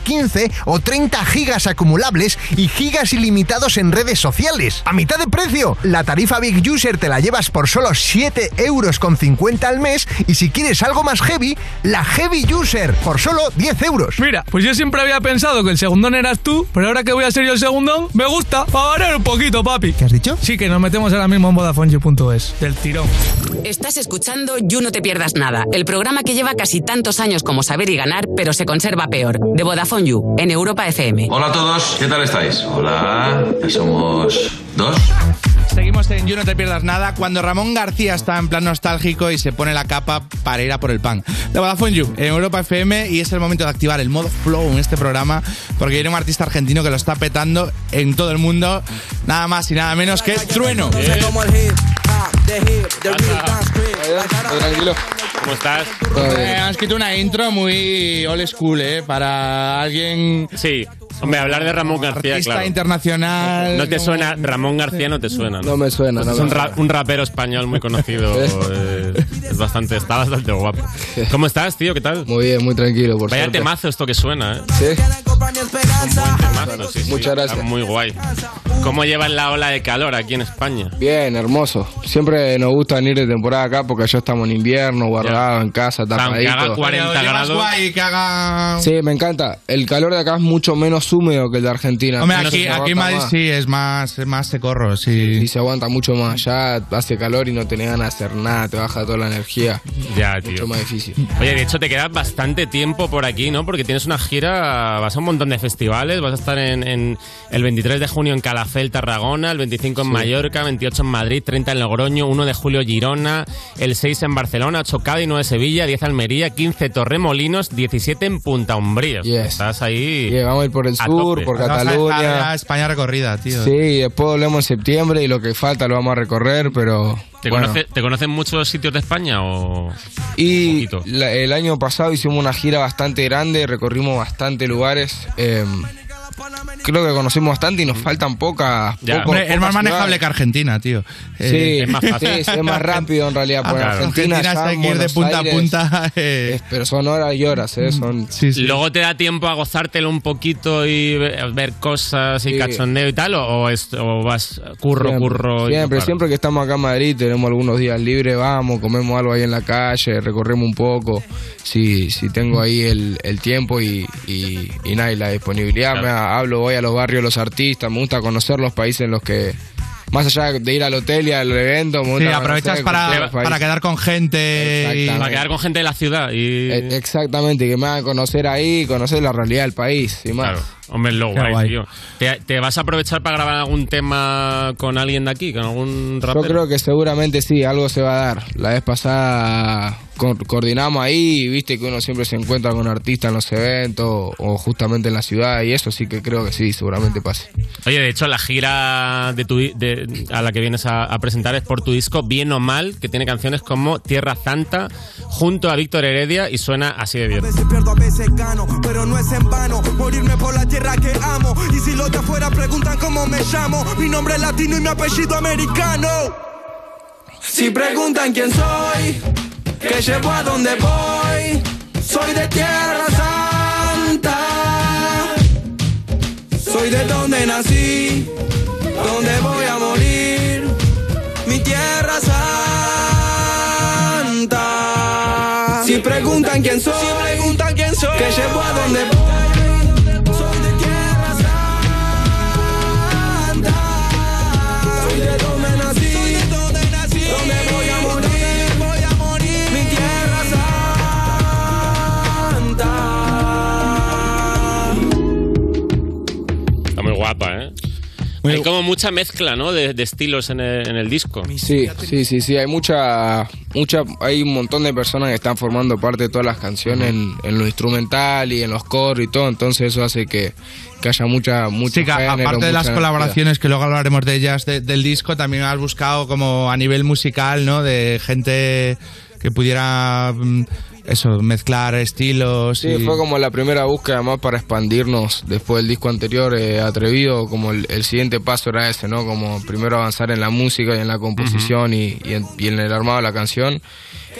S5: 15 o 30 gigas acumulables y gigas ilimitados en redes sociales. ¡A mitad de precio! La tarifa Big User te la llevas por solo 7,50 euros al mes y si quieres algo más heavy, la Heavy User por solo 10 euros.
S3: Mira, pues yo siempre había pensado que el segundón eras tú, pero ahora que voy a ser yo el segundón, me gusta, para variar un poquito, papi. ¿Qué
S5: has dicho?
S3: Sí, que nos metemos ahora mismo en VodafoneYou.es, del tirón.
S7: Estás escuchando You No Te Pierdas Nada, el programa que lleva casi tantos años como saber y ganar, pero se conserva peor, de Vodafone You en Europa FM.
S18: Hola a todos, ¿qué tal estáis? Hola, somos dos.
S23: Seguimos en You No Te Pierdas Nada cuando Ramón García está en plan nostálgico y se pone la capa para ir a por el pan. De Vodafone You en Europa FM y es el momento de activar el modo flow en este programa porque viene un artista argentino que lo está petando en todo el mundo, nada más y nada menos que Trueno.
S4: Eh.
S18: Tranquilo. ¿Cómo estás?
S23: Eh, han escrito una intro muy old school, ¿eh? Para alguien...
S4: Sí, hombre, hablar de Ramón García,
S23: Artista
S4: claro.
S23: internacional...
S4: No te suena, Ramón García no te suena.
S18: No me suena, no
S4: Es
S18: me
S4: un, ra-
S18: suena.
S4: un rapero español muy conocido. eh, Es bastante, está bastante guapo. ¿Cómo estás, tío? ¿Qué tal?
S23: Muy bien, muy tranquilo, por
S4: Vaya
S23: suerte.
S4: temazo esto que suena, ¿eh?
S23: Sí.
S4: Temazo, sí, sí.
S23: Muchas gracias.
S4: Está muy guay. ¿Cómo llevan la ola de calor aquí en España?
S23: Bien, hermoso. Siempre nos gusta venir de temporada acá porque ya estamos en invierno, guardados en casa,
S4: Aunque haga
S23: tapaditos.
S4: 40 grados.
S3: que haga...
S23: Sí, me encanta. El calor de acá es mucho menos húmedo que el de Argentina.
S3: Hombre,
S23: Entonces
S3: aquí,
S23: se
S3: aquí en
S23: aguanta
S3: Madrid
S23: más.
S3: sí es más, es más secorro, sí.
S23: Y se aguanta mucho más. Ya hace calor y no tenés ganas de hacer nada, te baja toda la energía.
S4: Ya, tío.
S23: Mucho más difícil.
S4: Oye, de hecho te quedas bastante tiempo por aquí, ¿no? Porque tienes una gira, vas a un montón de festivales, vas a estar en, en el 23 de junio en Calafel, Tarragona, el 25 en Mallorca, 28 en Madrid, 30 en Logroño, 1 de julio Girona, el 6 en Barcelona, 8 Cádiz, 9 Sevilla, 10 Almería, 15 Torremolinos, 17 en Punta Umbría. Estás ahí...
S23: vamos a ir por el
S4: a
S23: sur,
S4: tope.
S23: por
S4: Vamos a dejar
S23: Cataluña.
S4: la
S3: España recorrida, tío.
S23: Sí, y después volvemos en septiembre y lo que falta lo vamos a recorrer, pero.
S4: ¿Te,
S23: bueno.
S4: conoce- ¿Te conocen muchos sitios de España o...?
S23: Y la- el año pasado hicimos una gira bastante grande, recorrimos bastante lugares. eh, creo que conocemos bastante y nos faltan pocas. pocos-
S3: Hombre, es
S23: pocas
S3: más manejable
S23: ciudades.
S3: que Argentina, tío. Eh,
S23: Sí, sí, sí, es más rápido en realidad. Porque en Argentina, ya
S3: hay que ir de
S23: Buenos
S3: punta
S23: Aires,
S3: a punta. eh.
S23: es- pero son horas y horas, ¿eh? Son,
S4: ¿Luego te da tiempo a gozártelo un poquito y ve- ver cosas y
S23: Sí.
S4: cachondeo y tal? ¿O, o es- o vas curro,
S23: Siempre,
S4: curro? y no
S23: Siempre,
S4: paras?
S23: siempre que estamos acá en Madrid, tenemos algunos días libres, vamos, comemos algo ahí en la calle, recorremos un poco, si, si tengo ahí el, el tiempo y, y, y nada, y la disponibilidad,
S4: Claro.
S23: me ha- hablo, voy a los barrios, los artistas, me gusta conocer los países en los que, más allá de ir al hotel y al evento, me gusta
S3: Sí, aprovechas
S23: conocer, conocer
S3: para,
S23: los países.
S3: para quedar con gente.
S23: Exactamente.
S3: y-
S23: Para quedar
S4: con gente de la ciudad y...
S23: E- Exactamente, que me hagan conocer ahí, conocer la realidad del país y más.
S4: Hombre, es lo
S23: Qué
S4: guay,
S23: guay.
S4: tío. ¿Te, te vas a aprovechar para grabar algún tema con alguien de aquí? ¿Con algún
S23: Yo
S4: rapero?
S23: creo que seguramente sí, algo se va a dar. La vez pasada co- coordinamos ahí, y viste que uno siempre se encuentra con artistas en los eventos o justamente en la ciudad y eso, sí que creo que sí, seguramente pase.
S4: Oye, de hecho, la gira de tu, de- a la que vienes a, a presentar es por tu disco Bien o Mal, que tiene canciones como Tierra Santa, junto a Víctor Heredia y suena así de bien.
S24: veces pierdo, a veces gano, pero no es en vano morirme por la tierra que amo. Y si los de afuera preguntan cómo me llamo, mi nombre es latino y mi apellido americano. Si preguntan quién soy, que llevo a donde voy, soy de tierra santa. Soy de donde nací, donde voy a morir, mi tierra santa. Si preguntan quién soy, si preguntan quién soy, que llevo a donde voy. Soy de tierra santa. Soy de donde nací, donde nací, donde voy a morir, voy a morir, mi tierra santa.
S4: Está muy guapa, ¿eh? Hay como mucha mezcla, ¿no? De, de estilos en el, en el disco.
S23: Sí, sí, sí, sí, hay mucha, mucha, hay un montón de personas que están formando parte de todas las canciones en, en lo instrumental y en los coros y todo, entonces eso hace que, que haya mucha, mucha
S3: Sí, que a- aparte de las colaboraciones, que luego hablaremos de ellas, de- del disco, también has buscado como a nivel musical, ¿no? De gente que pudiera, mm, eso, mezclar estilos.
S23: Sí,
S3: y-
S23: fue como la primera búsqueda más para expandirnos después del disco anterior, eh, Atrevido, como el, el siguiente paso era ese, ¿no? Como primero avanzar en la música y en la composición y, y en, y en el armado de la canción.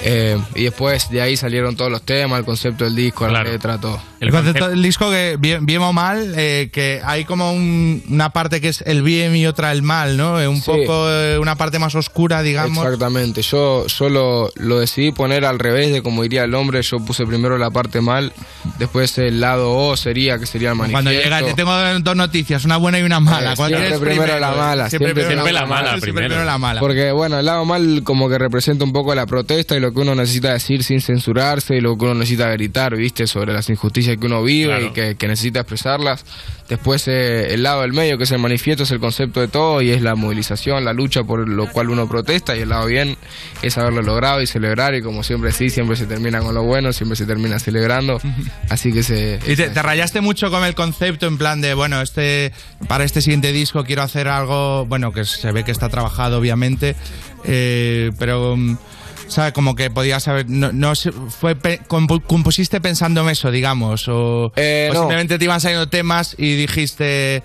S23: Eh, y después de ahí salieron todos los temas, el concepto del disco, la letra, todo.
S3: El concepto del disco que bien, bien o mal, eh, que hay como un- una parte que es el bien y otra el mal, ¿no? Eh, Un poco eh, una parte más oscura, digamos.
S23: Exactamente, yo, yo lo, lo decidí poner al revés de como diría el hombre, yo puse primero la parte mal, después el lado O sería, que sería el manifiesto.
S3: Cuando llega, te tengo dos noticias, una buena y una mala.
S23: Eh,
S3: ¿Cuál
S23: siempre
S3: quieres
S23: primero, la mala. Siempre,
S4: primero la mala,
S3: siempre
S4: primero.
S3: primero la mala.
S23: Porque, bueno, el lado mal como que representa un poco la protesta y lo que uno necesita decir sin censurarse y lo que uno necesita gritar, ¿viste? Sobre las injusticias que uno vive y que, que necesita expresarlas. Después, eh, el lado del medio, que es el manifiesto, es el concepto de todo y es la movilización, la lucha por lo cual uno protesta. Y el lado bien es haberlo logrado y celebrar. Y como siempre, sí, siempre se termina con lo bueno, siempre se termina celebrando. Así que se.
S3: Y te, te rayaste mucho con el concepto en plan de, bueno, este para este siguiente disco quiero hacer algo, bueno, que se ve que está trabajado obviamente, eh, pero, mm, ¿sabes? Como que podías haber, no, no sé, fue, pe- compu- compusiste pensando en eso, digamos, o,
S23: Eh,
S3: o
S23: no.
S3: simplemente te iban saliendo temas y dijiste...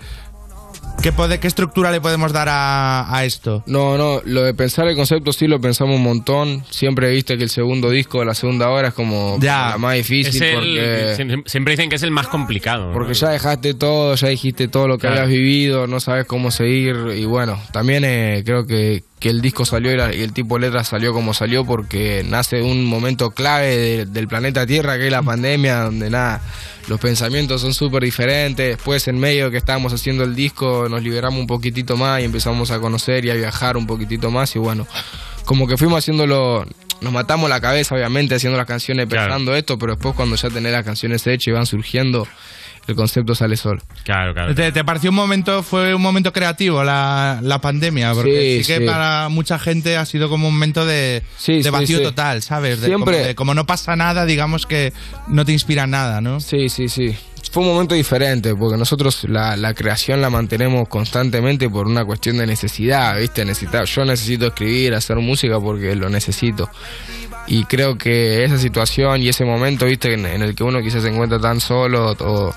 S3: ¿Qué, pode- qué estructura le podemos dar a, a esto?
S23: No, no, lo de pensar el concepto sí lo pensamos un montón. Siempre viste que el segundo disco, la segunda hora, es como la más difícil
S4: Es el-
S23: porque.
S4: siem- Siempre dicen que es el más complicado. ¿no?
S23: Porque ya dejaste todo, ya dijiste todo lo que
S4: Claro.
S23: habías vivido, no sabes cómo seguir. Y bueno, también eh, creo que, que el disco salió y, la- y el tipo de letra salió como salió porque nace de un momento clave de- del planeta Tierra, que es la pandemia, donde nada, los pensamientos son súper diferentes. Después, en medio que estábamos haciendo el disco, nos liberamos un poquitito más y empezamos a conocer y a viajar un poquitito más. Y bueno, como que fuimos haciéndolo. Nos matamos la cabeza, obviamente, haciendo las canciones, pensando esto, pero después cuando ya tenés las canciones hechas y van surgiendo, el concepto sale solo.
S4: Claro, claro.
S3: ¿Te, te pareció un momento, fue un momento creativo la, la pandemia? Porque sí,
S23: Sí,
S3: que
S23: sí.
S3: para mucha gente ha sido como un momento de, de
S23: sí,
S3: vacío
S23: sí.
S3: total, ¿sabes? De
S23: Siempre.
S3: Como, de como no pasa nada, digamos que mm, no te inspira nada, ¿no?
S23: Sí, sí, sí. Fue un momento diferente, porque nosotros la, la creación la mantenemos constantemente por una cuestión de necesidad, ¿viste? Necesita, yo necesito escribir, hacer música porque lo necesito. Y creo que esa situación y ese momento, ¿viste? En, en el que uno quizás se encuentra tan solo o,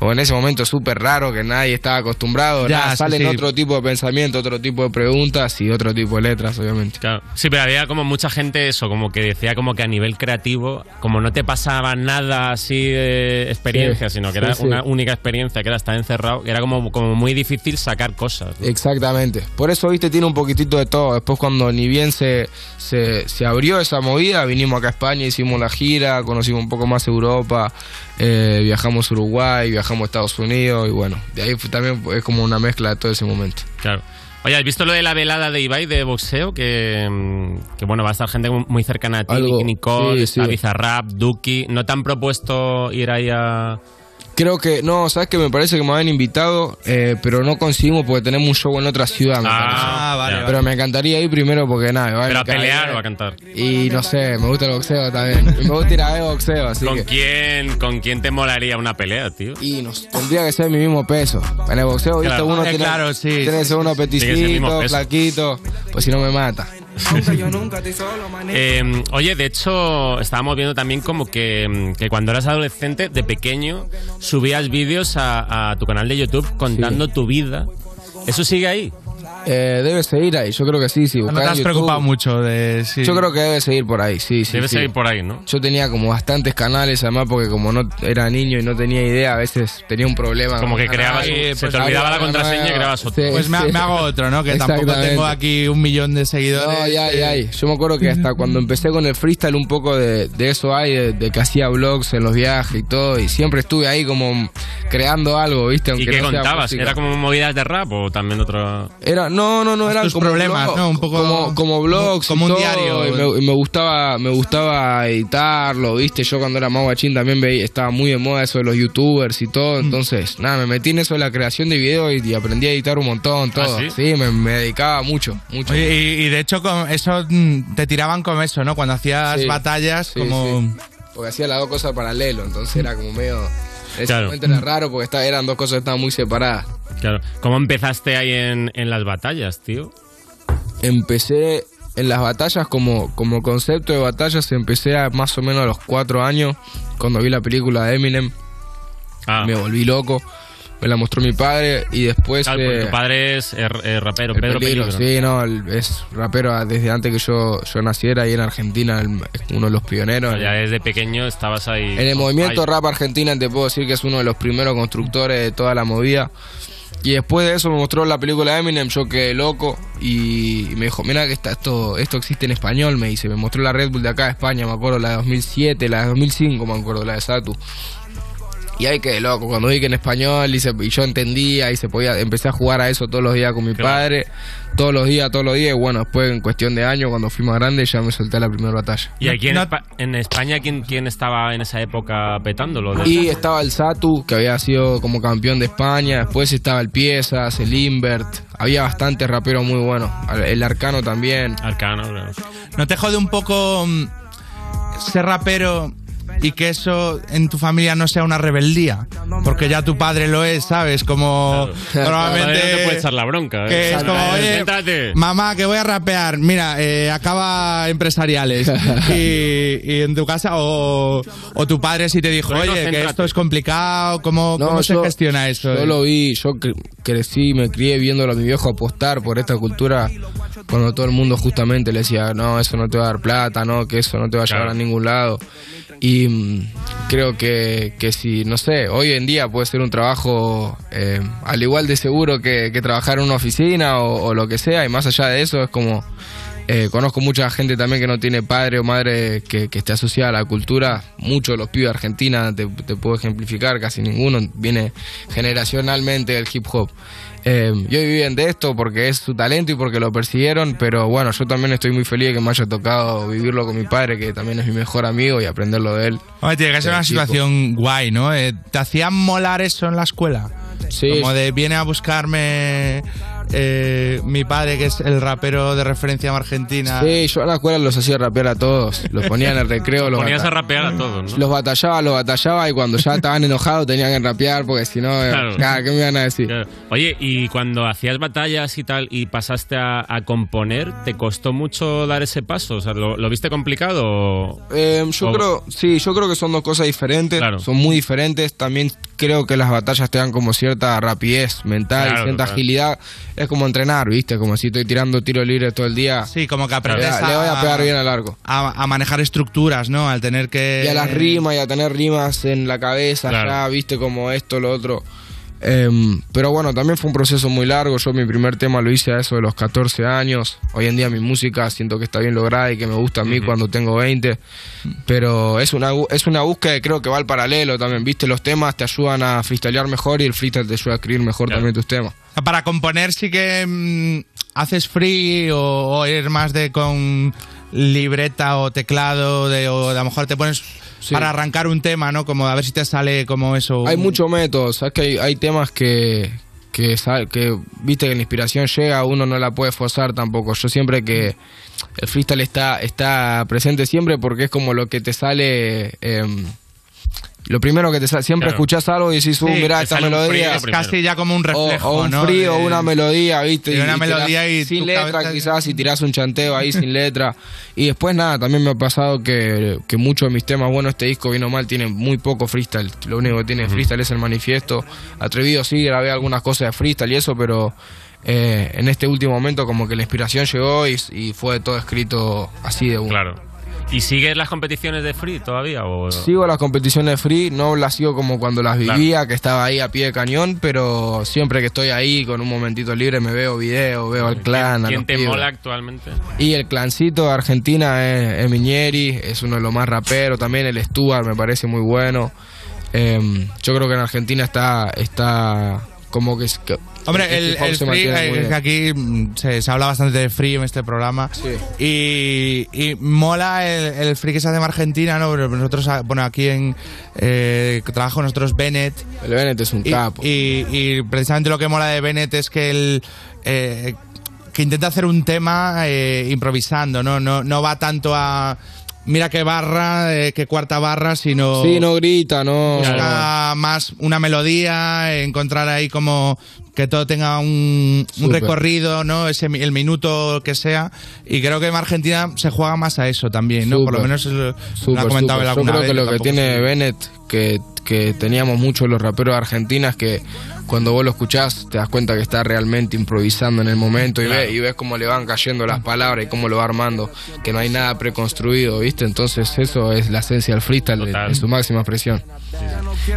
S23: o en ese momento súper raro que nadie estaba acostumbrado,
S4: Ya,
S23: nada,
S4: sí,
S23: salen
S4: sí.
S23: otro tipo de pensamiento, otro tipo de preguntas y otro tipo de letras, obviamente.
S4: Claro. Sí, pero había como mucha gente eso, como que decía como que a nivel creativo, como no te pasaba nada así de experiencia,
S23: Sí,
S4: sino que
S23: sí,
S4: era
S23: sí.
S4: una única experiencia, que era estar encerrado, que era como, como muy difícil sacar cosas.
S23: Exactamente. Por eso, viste, tiene un poquitito de todo. Después, cuando ni bien se, se, se abrió esa movida, vinimos acá a España, hicimos la gira, conocimos un poco más Europa, eh, viajamos a Uruguay, viajamos a Estados Unidos, y bueno, de ahí fue- también es como una mezcla de todo ese momento.
S4: Claro. Oye, ¿has visto lo de la velada de Ibai de boxeo? Que, mm, que bueno, va a estar gente muy cercana a ti,
S23: Algo,
S4: Nicky Nicole,
S23: sí,
S4: está
S23: sí.
S4: Bizarrap, Duki. ¿No te han propuesto ir ahí a...?
S23: Creo que, no, sabes que me parece que me habían invitado, eh, pero no conseguimos porque tenemos un show en otra ciudad. me
S4: Ah,
S23: parece.
S4: vale, vale.
S23: Pero me encantaría ir primero porque nada, me va
S4: ¿Pero a
S23: me cae
S4: pelear
S23: bien.
S4: o a cantar?
S23: Y no sé, me gusta el boxeo también. Me gusta ir a ver boxeo, así
S4: ¿Con
S23: que.
S4: quién, ¿Con quién te molaría una pelea, tío?
S23: Y nos tendría que ser mi mismo peso. En el boxeo, ¿viste?
S4: Claro.
S23: uno
S4: Eh,
S23: tiene,
S4: claro, sí,
S23: tiene
S4: sí,
S23: que ser uno
S4: que ser el mismo
S23: peticito,
S4: peso.
S23: flaquito, pues si no me mata.
S4: Eh, oye, de hecho, estábamos viendo también como que, mm, que cuando eras adolescente, de pequeño, subías vídeos a, a tu canal de YouTube contando tu vida. ¿Eso sigue ahí?
S23: Eh, debe seguir ahí, yo creo que sí, sí.
S4: No te has preocupado
S3: mucho de...
S23: Yo creo que debe seguir por ahí, sí, sí.
S4: Debe
S23: sí.
S4: seguir por ahí, ¿no?
S23: Yo tenía como bastantes canales, además, porque como no era niño y no tenía idea, a veces tenía un problema.
S4: Como que creabas
S23: creaba
S4: un- se te olvidaba la contraseña y creabas otro.
S3: Pues me, me hago otro, ¿no? Que tampoco tengo aquí un millón de seguidores.
S23: No, ya,
S3: eh,
S23: ya, ya. Yo me acuerdo que hasta cuando empecé con el freestyle un poco de, de eso hay, de, de que hacía vlogs en los viajes y todo, y siempre estuve ahí como creando algo, ¿viste?
S4: ¿Y qué
S23: no sea
S4: contabas?
S23: música.
S4: ¿Era como movidas de rap o también otra...?
S23: Era, no, no, no, eran
S4: tus
S23: como
S4: problemas,
S23: blogs,
S4: ¿no? Un poco-
S23: como, como blogs,
S4: como
S23: y
S4: un
S23: todo,
S4: diario.
S23: Y me, y me gustaba, me gustaba editarlo, viste. Yo cuando era más guachín también veía, estaba muy de moda eso de los youtubers y todo.
S4: Mm.
S23: Entonces, nada, me metí en eso de la creación de videos y, y aprendí a editar un montón,
S4: ¿Ah,
S23: todo.
S3: sí?
S23: me, me dedicaba mucho, mucho.
S3: Oye, y, y de hecho con eso mm, te tiraban con eso, ¿no? Cuando hacías
S23: Sí,
S3: batallas,
S23: sí,
S3: como...
S23: sí. Porque hacía las dos cosas paralelo, entonces era como medio. En ese
S4: Claro.
S23: momento era raro porque esta- eran dos cosas que estaban muy separadas.
S4: Claro. ¿Cómo empezaste ahí en, en las batallas, tío?
S23: empecé en las batallas como, como concepto de batallas empecé a más o menos a los cuatro años cuando vi la película de Eminem
S4: Ah.
S23: me volví loco me la mostró mi padre y después
S4: Claro, Ah, porque
S23: eh,
S4: tu padre es eh, eh, rapero,
S23: el
S4: Pedro Peligro.
S23: sí no el- es rapero ah, desde antes que yo yo naciera y en Argentina el- es uno de los
S4: O
S23: pioneros
S4: sea, ya desde pequeño estabas ahí...
S23: en el movimiento
S4: Ahí.
S23: rap argentina te puedo decir que es uno de los primeros constructores de toda la movida. Y después de eso me mostró la película de Eminem, yo quedé loco y me dijo, mira que está, esto, esto existe en español, me dice. Me mostró la Red Bull de acá de España, me acuerdo, la de 2007, la de 2005, me acuerdo, la de Satu. Y ahí quedé loco, cuando vi que en español y, se- y yo entendía y se podía, empecé a jugar a eso todos los días con mi padre, todos los días, todos los días, y bueno, después en cuestión de años, cuando fui más grande, ya me solté a la primera batalla.
S4: ¿Y aquí en, Espa- en España ¿quién, quién estaba en esa época petándolo?
S23: Y estaba el Satu, que había sido como campeón de España. Después estaba el Piezas, el Invert. Había bastantes raperos muy buenos. Al- El Arcano también.
S4: Arcano,
S3: ¿No te jode un poco mm, ser rapero y que eso en tu familia no sea una rebeldía, porque ya tu padre lo es, ¿sabes? Como
S4: Normalmente no te puede
S3: normalmente
S4: echar la bronca. ¿eh?
S3: que es como, oye,
S4: Siéntate.
S3: mamá, que voy a rapear, mira, eh, acaba empresariales y, y en tu casa o, o tu padre si te dijo,
S23: Bueno,
S3: oye, que
S23: céntrate.
S3: esto es complicado, ¿cómo,
S23: No,
S3: cómo se
S23: yo-
S3: gestiona eso?
S23: Yo lo vi, yo cre- crecí, me crié viéndolo a mi viejo apostar por esta cultura cuando todo el mundo justamente le decía, no, eso no te va a dar plata, no, que eso no te va a llevar
S25: Claro.
S23: a ningún lado. Y mm, creo que, que si, no sé, hoy en día puede ser un trabajo eh, al igual de seguro que, que trabajar en una oficina o, o lo que sea, y más allá de eso es como... eh, conozco mucha gente también que no tiene padre o madre que, que esté asociada a la cultura. Muchos de los pibes de Argentina, te, te puedo ejemplificar, casi ninguno viene generacionalmente del hip hop. Eh, y hoy viven de esto porque es su talento y porque lo persiguieron, pero bueno, yo también estoy muy feliz de que me haya tocado vivirlo con mi padre, que también es mi mejor amigo, y aprenderlo de él. Este
S3: Hombre, tiene que ser
S23: Del
S3: una
S23: tipo.
S3: situación guay, ¿no? Eh, ¿Te hacían molar eso en la escuela?
S23: Sí.
S3: Como de viene a buscarme eh, mi padre, que es el rapero de referencia en Argentina.
S23: Sí, yo a la escuela los hacía rapear a todos, los ponía en el recreo, los,
S4: Ponías a
S23: bata-
S4: rapear a todos, ¿no?
S23: los batallaba, los batallaba, y cuando ya estaban enojados tenían que rapear, porque si no, eh,
S4: Claro.
S23: claro, ¿qué me iban a decir?
S4: Oye, y cuando hacías batallas y tal y pasaste a, a componer, ¿te costó mucho dar ese paso? O sea, ¿lo, lo viste complicado? o-
S23: Eh, yo
S4: o-
S23: creo, sí, yo creo que son dos cosas diferentes, son muy diferentes. También creo que las batallas te dan como cierta rapidez mental,
S3: Claro,
S23: cierta
S3: claro.
S23: agilidad. Es como entrenar, ¿viste? Como si estoy tirando tiro libre todo el día.
S3: Sí, como que aprendes
S23: Le- le voy a pegar bien al largo.
S3: A, a manejar estructuras, ¿no? Al tener que...
S23: Y a las rimas y a tener rimas en la cabeza,
S3: Claro.
S23: ya, ¿viste? Como esto, lo otro. Em, pero bueno, también fue un proceso muy largo. Yo mi primer tema lo hice a eso de los 14 años. Hoy en día mi música siento que está bien lograda y que me gusta a mí cuando tengo 20. Pero es una, bu- es una búsqueda que creo que va al paralelo también. Viste, los temas te ayudan a freestylear mejor y el freestyle te ayuda a escribir mejor también tus temas.
S3: Para componer sí que mm, haces free o, o ir más de con libreta o teclado de, o a lo mejor te pones para arrancar un tema, ¿no? Como a ver si te sale como eso.
S23: Hay
S3: un-
S23: muchos métodos, ¿sabes? Que hay, hay temas que, que, sal- que viste que la inspiración llega, uno no la puede forzar tampoco. Yo siempre que el freestyle está, está presente siempre porque es como lo que te sale. em, lo primero que te sale, siempre
S3: Claro.
S23: escuchás algo y decís, uh,
S3: Sí,
S23: mirá,
S3: te
S23: esta
S3: sale un
S23: melodía.
S3: free, es casi ya como un reflejo,
S23: O, o un
S3: ¿no?
S23: free o
S3: De-
S23: una melodía, ¿viste?
S3: de una
S23: tirás
S3: melodía y
S23: Sin
S3: tu
S23: letra,
S3: cabeza-
S23: quizás, y tirás un chanteo ahí sin letra. Y después, nada, también me ha pasado que, que muchos de mis temas, bueno, este disco, bien o mal, tiene muy poco freestyle. Lo único que tiene freestyle es el manifiesto. Atrevido, sí, grabé algunas cosas de freestyle y eso, pero. eh, en este último momento como que la inspiración llegó y, y fue todo escrito así de uno.
S4: Claro. ¿Y sigues las competiciones de Free todavía? O...
S23: Sigo las competiciones free, no las sigo como cuando las
S4: Claro.
S23: vivía, que estaba ahí a pie de cañón, pero siempre que estoy ahí con un momentito libre me veo video, veo al clan. a
S4: ¿Quién
S23: los
S4: te
S23: pibes.
S4: mola actualmente?
S23: Y el clancito de Argentina es, es Miñeri, es uno de los más raperos, también el Stuart me parece muy bueno. Em, yo creo que en Argentina está, está como que... es- que-
S3: Hombre, el,
S23: hip hop
S3: el
S23: se
S3: free,
S23: mantiene
S3: eh,
S23: muy bien.
S3: que aquí mm, se, se habla bastante de free en este programa. Y, y mola el, el free que se hace en Argentina, ¿no? Pero Nosotros, ah, bueno, aquí en. Eh, que trabajo nosotros Bennett.
S23: El Bennett es un
S3: y,
S23: capo.
S3: Y, y precisamente lo que mola de Bennett es que él. eh, que intenta hacer un tema eh, improvisando, ¿no? ¿no? No va tanto a. Mira qué barra, eh, qué cuarta barra, sino.
S23: Sí, no grita, no...
S3: Busca más una melodía, encontrar ahí como que todo tenga un, un
S23: Súper.
S3: recorrido, ¿no? Ese, mi- el minuto que sea. Y creo que en Argentina se juega más a eso también, ¿no? Por lo
S23: Súper.
S3: menos es lo, lo
S23: Súper,
S3: ha comentado
S23: súper.
S3: él
S23: Yo
S3: alguna
S23: creo
S3: vez,
S23: que
S3: yo
S23: lo que
S3: tampoco
S23: tiene este
S3: sé.
S23: Bennett, que, que teníamos muchos los raperos argentinos, que cuando vos lo escuchás te das cuenta que está realmente improvisando en el momento y,
S4: Claro.
S23: ves, y ves cómo le van cayendo las palabras y cómo lo va armando, que no hay nada preconstruido, ¿viste? Entonces eso es la esencia del freestyle en- en su máxima expresión.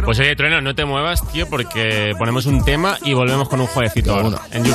S4: Pues oye, Trueno, no te muevas, tío, porque ponemos un tema y volvemos con un jueguecito ahora. En You.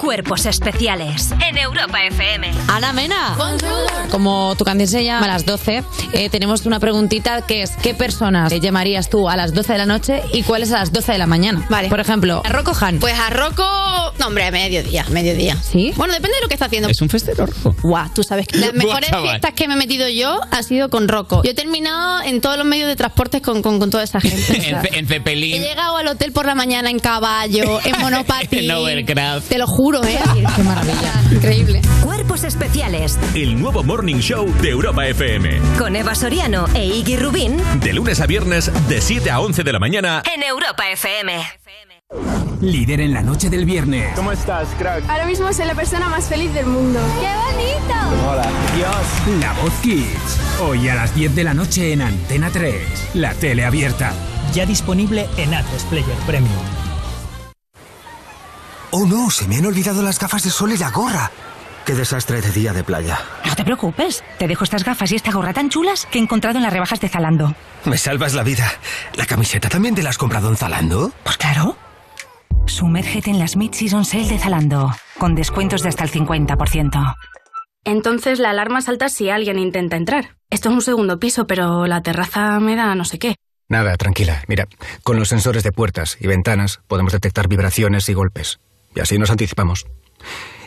S2: Cuerpos especiales.
S15: En Europa FM.
S2: Ana Mena. Como tu canción se llama a las 12, eh, tenemos una preguntita que es ¿qué personas eh, llamarías tú a las 12 de la noche y cuáles a las 12 de la mañana? Vale. Por ejemplo, a Rocco Han.
S15: Pues a Rocco. No, hombre, mediodía, mediodía.
S2: ¿Sí?
S15: Bueno, depende de lo que está haciendo.
S2: Es un festero rojo.
S15: Guau, tú sabes que las
S2: Buah,
S15: mejores
S2: chaval.
S15: fiestas que me he metido yo ha sido con Rocco. Yo he terminado en todos los medios de transportes con, con, con toda esa gente. o sea.
S2: En, ce- en
S15: He
S2: Cepelín.
S15: llegado al hotel por la mañana en caballo, en monopatín.
S2: En Overcraft.
S15: Te lo juro, ¿eh? Qué maravilla. Increíble.
S2: Cuerpos especiales.
S13: El nuevo Morning Show de Europa FM.
S2: Con Eva Soriano e Iggy Rubín.
S13: De lunes a viernes, de 7 a 11 de la mañana.
S2: En Europa FM.
S13: Líder en la noche del viernes.
S26: ¿Cómo estás, crack?
S27: Ahora mismo soy la persona más feliz del mundo. ¡Qué bonito!
S26: Hola.
S13: Dios. La Voz Kids. Hoy a las 10 de la noche en Antena 3. La tele abierta.
S28: Ya disponible en Atresplayer Player Premium.
S29: Oh no, se me han olvidado las gafas de sol y la gorra. Qué desastre de día de playa.
S16: No te preocupes, te dejo estas gafas y esta gorra tan chulas que he encontrado en las rebajas de Zalando.
S29: Me salvas la vida. ¿La camiseta también te la has comprado en Zalando?
S16: Pues claro. Sumérgete en las Mid-Season Sale de Zalando, con descuentos de hasta el 50%.
S27: Entonces la alarma salta si alguien intenta entrar. Esto es un segundo piso, pero la terraza me da no sé qué.
S29: Nada, tranquila. Mira, con los sensores de puertas y ventanas podemos detectar vibraciones y golpes. Y así nos anticipamos.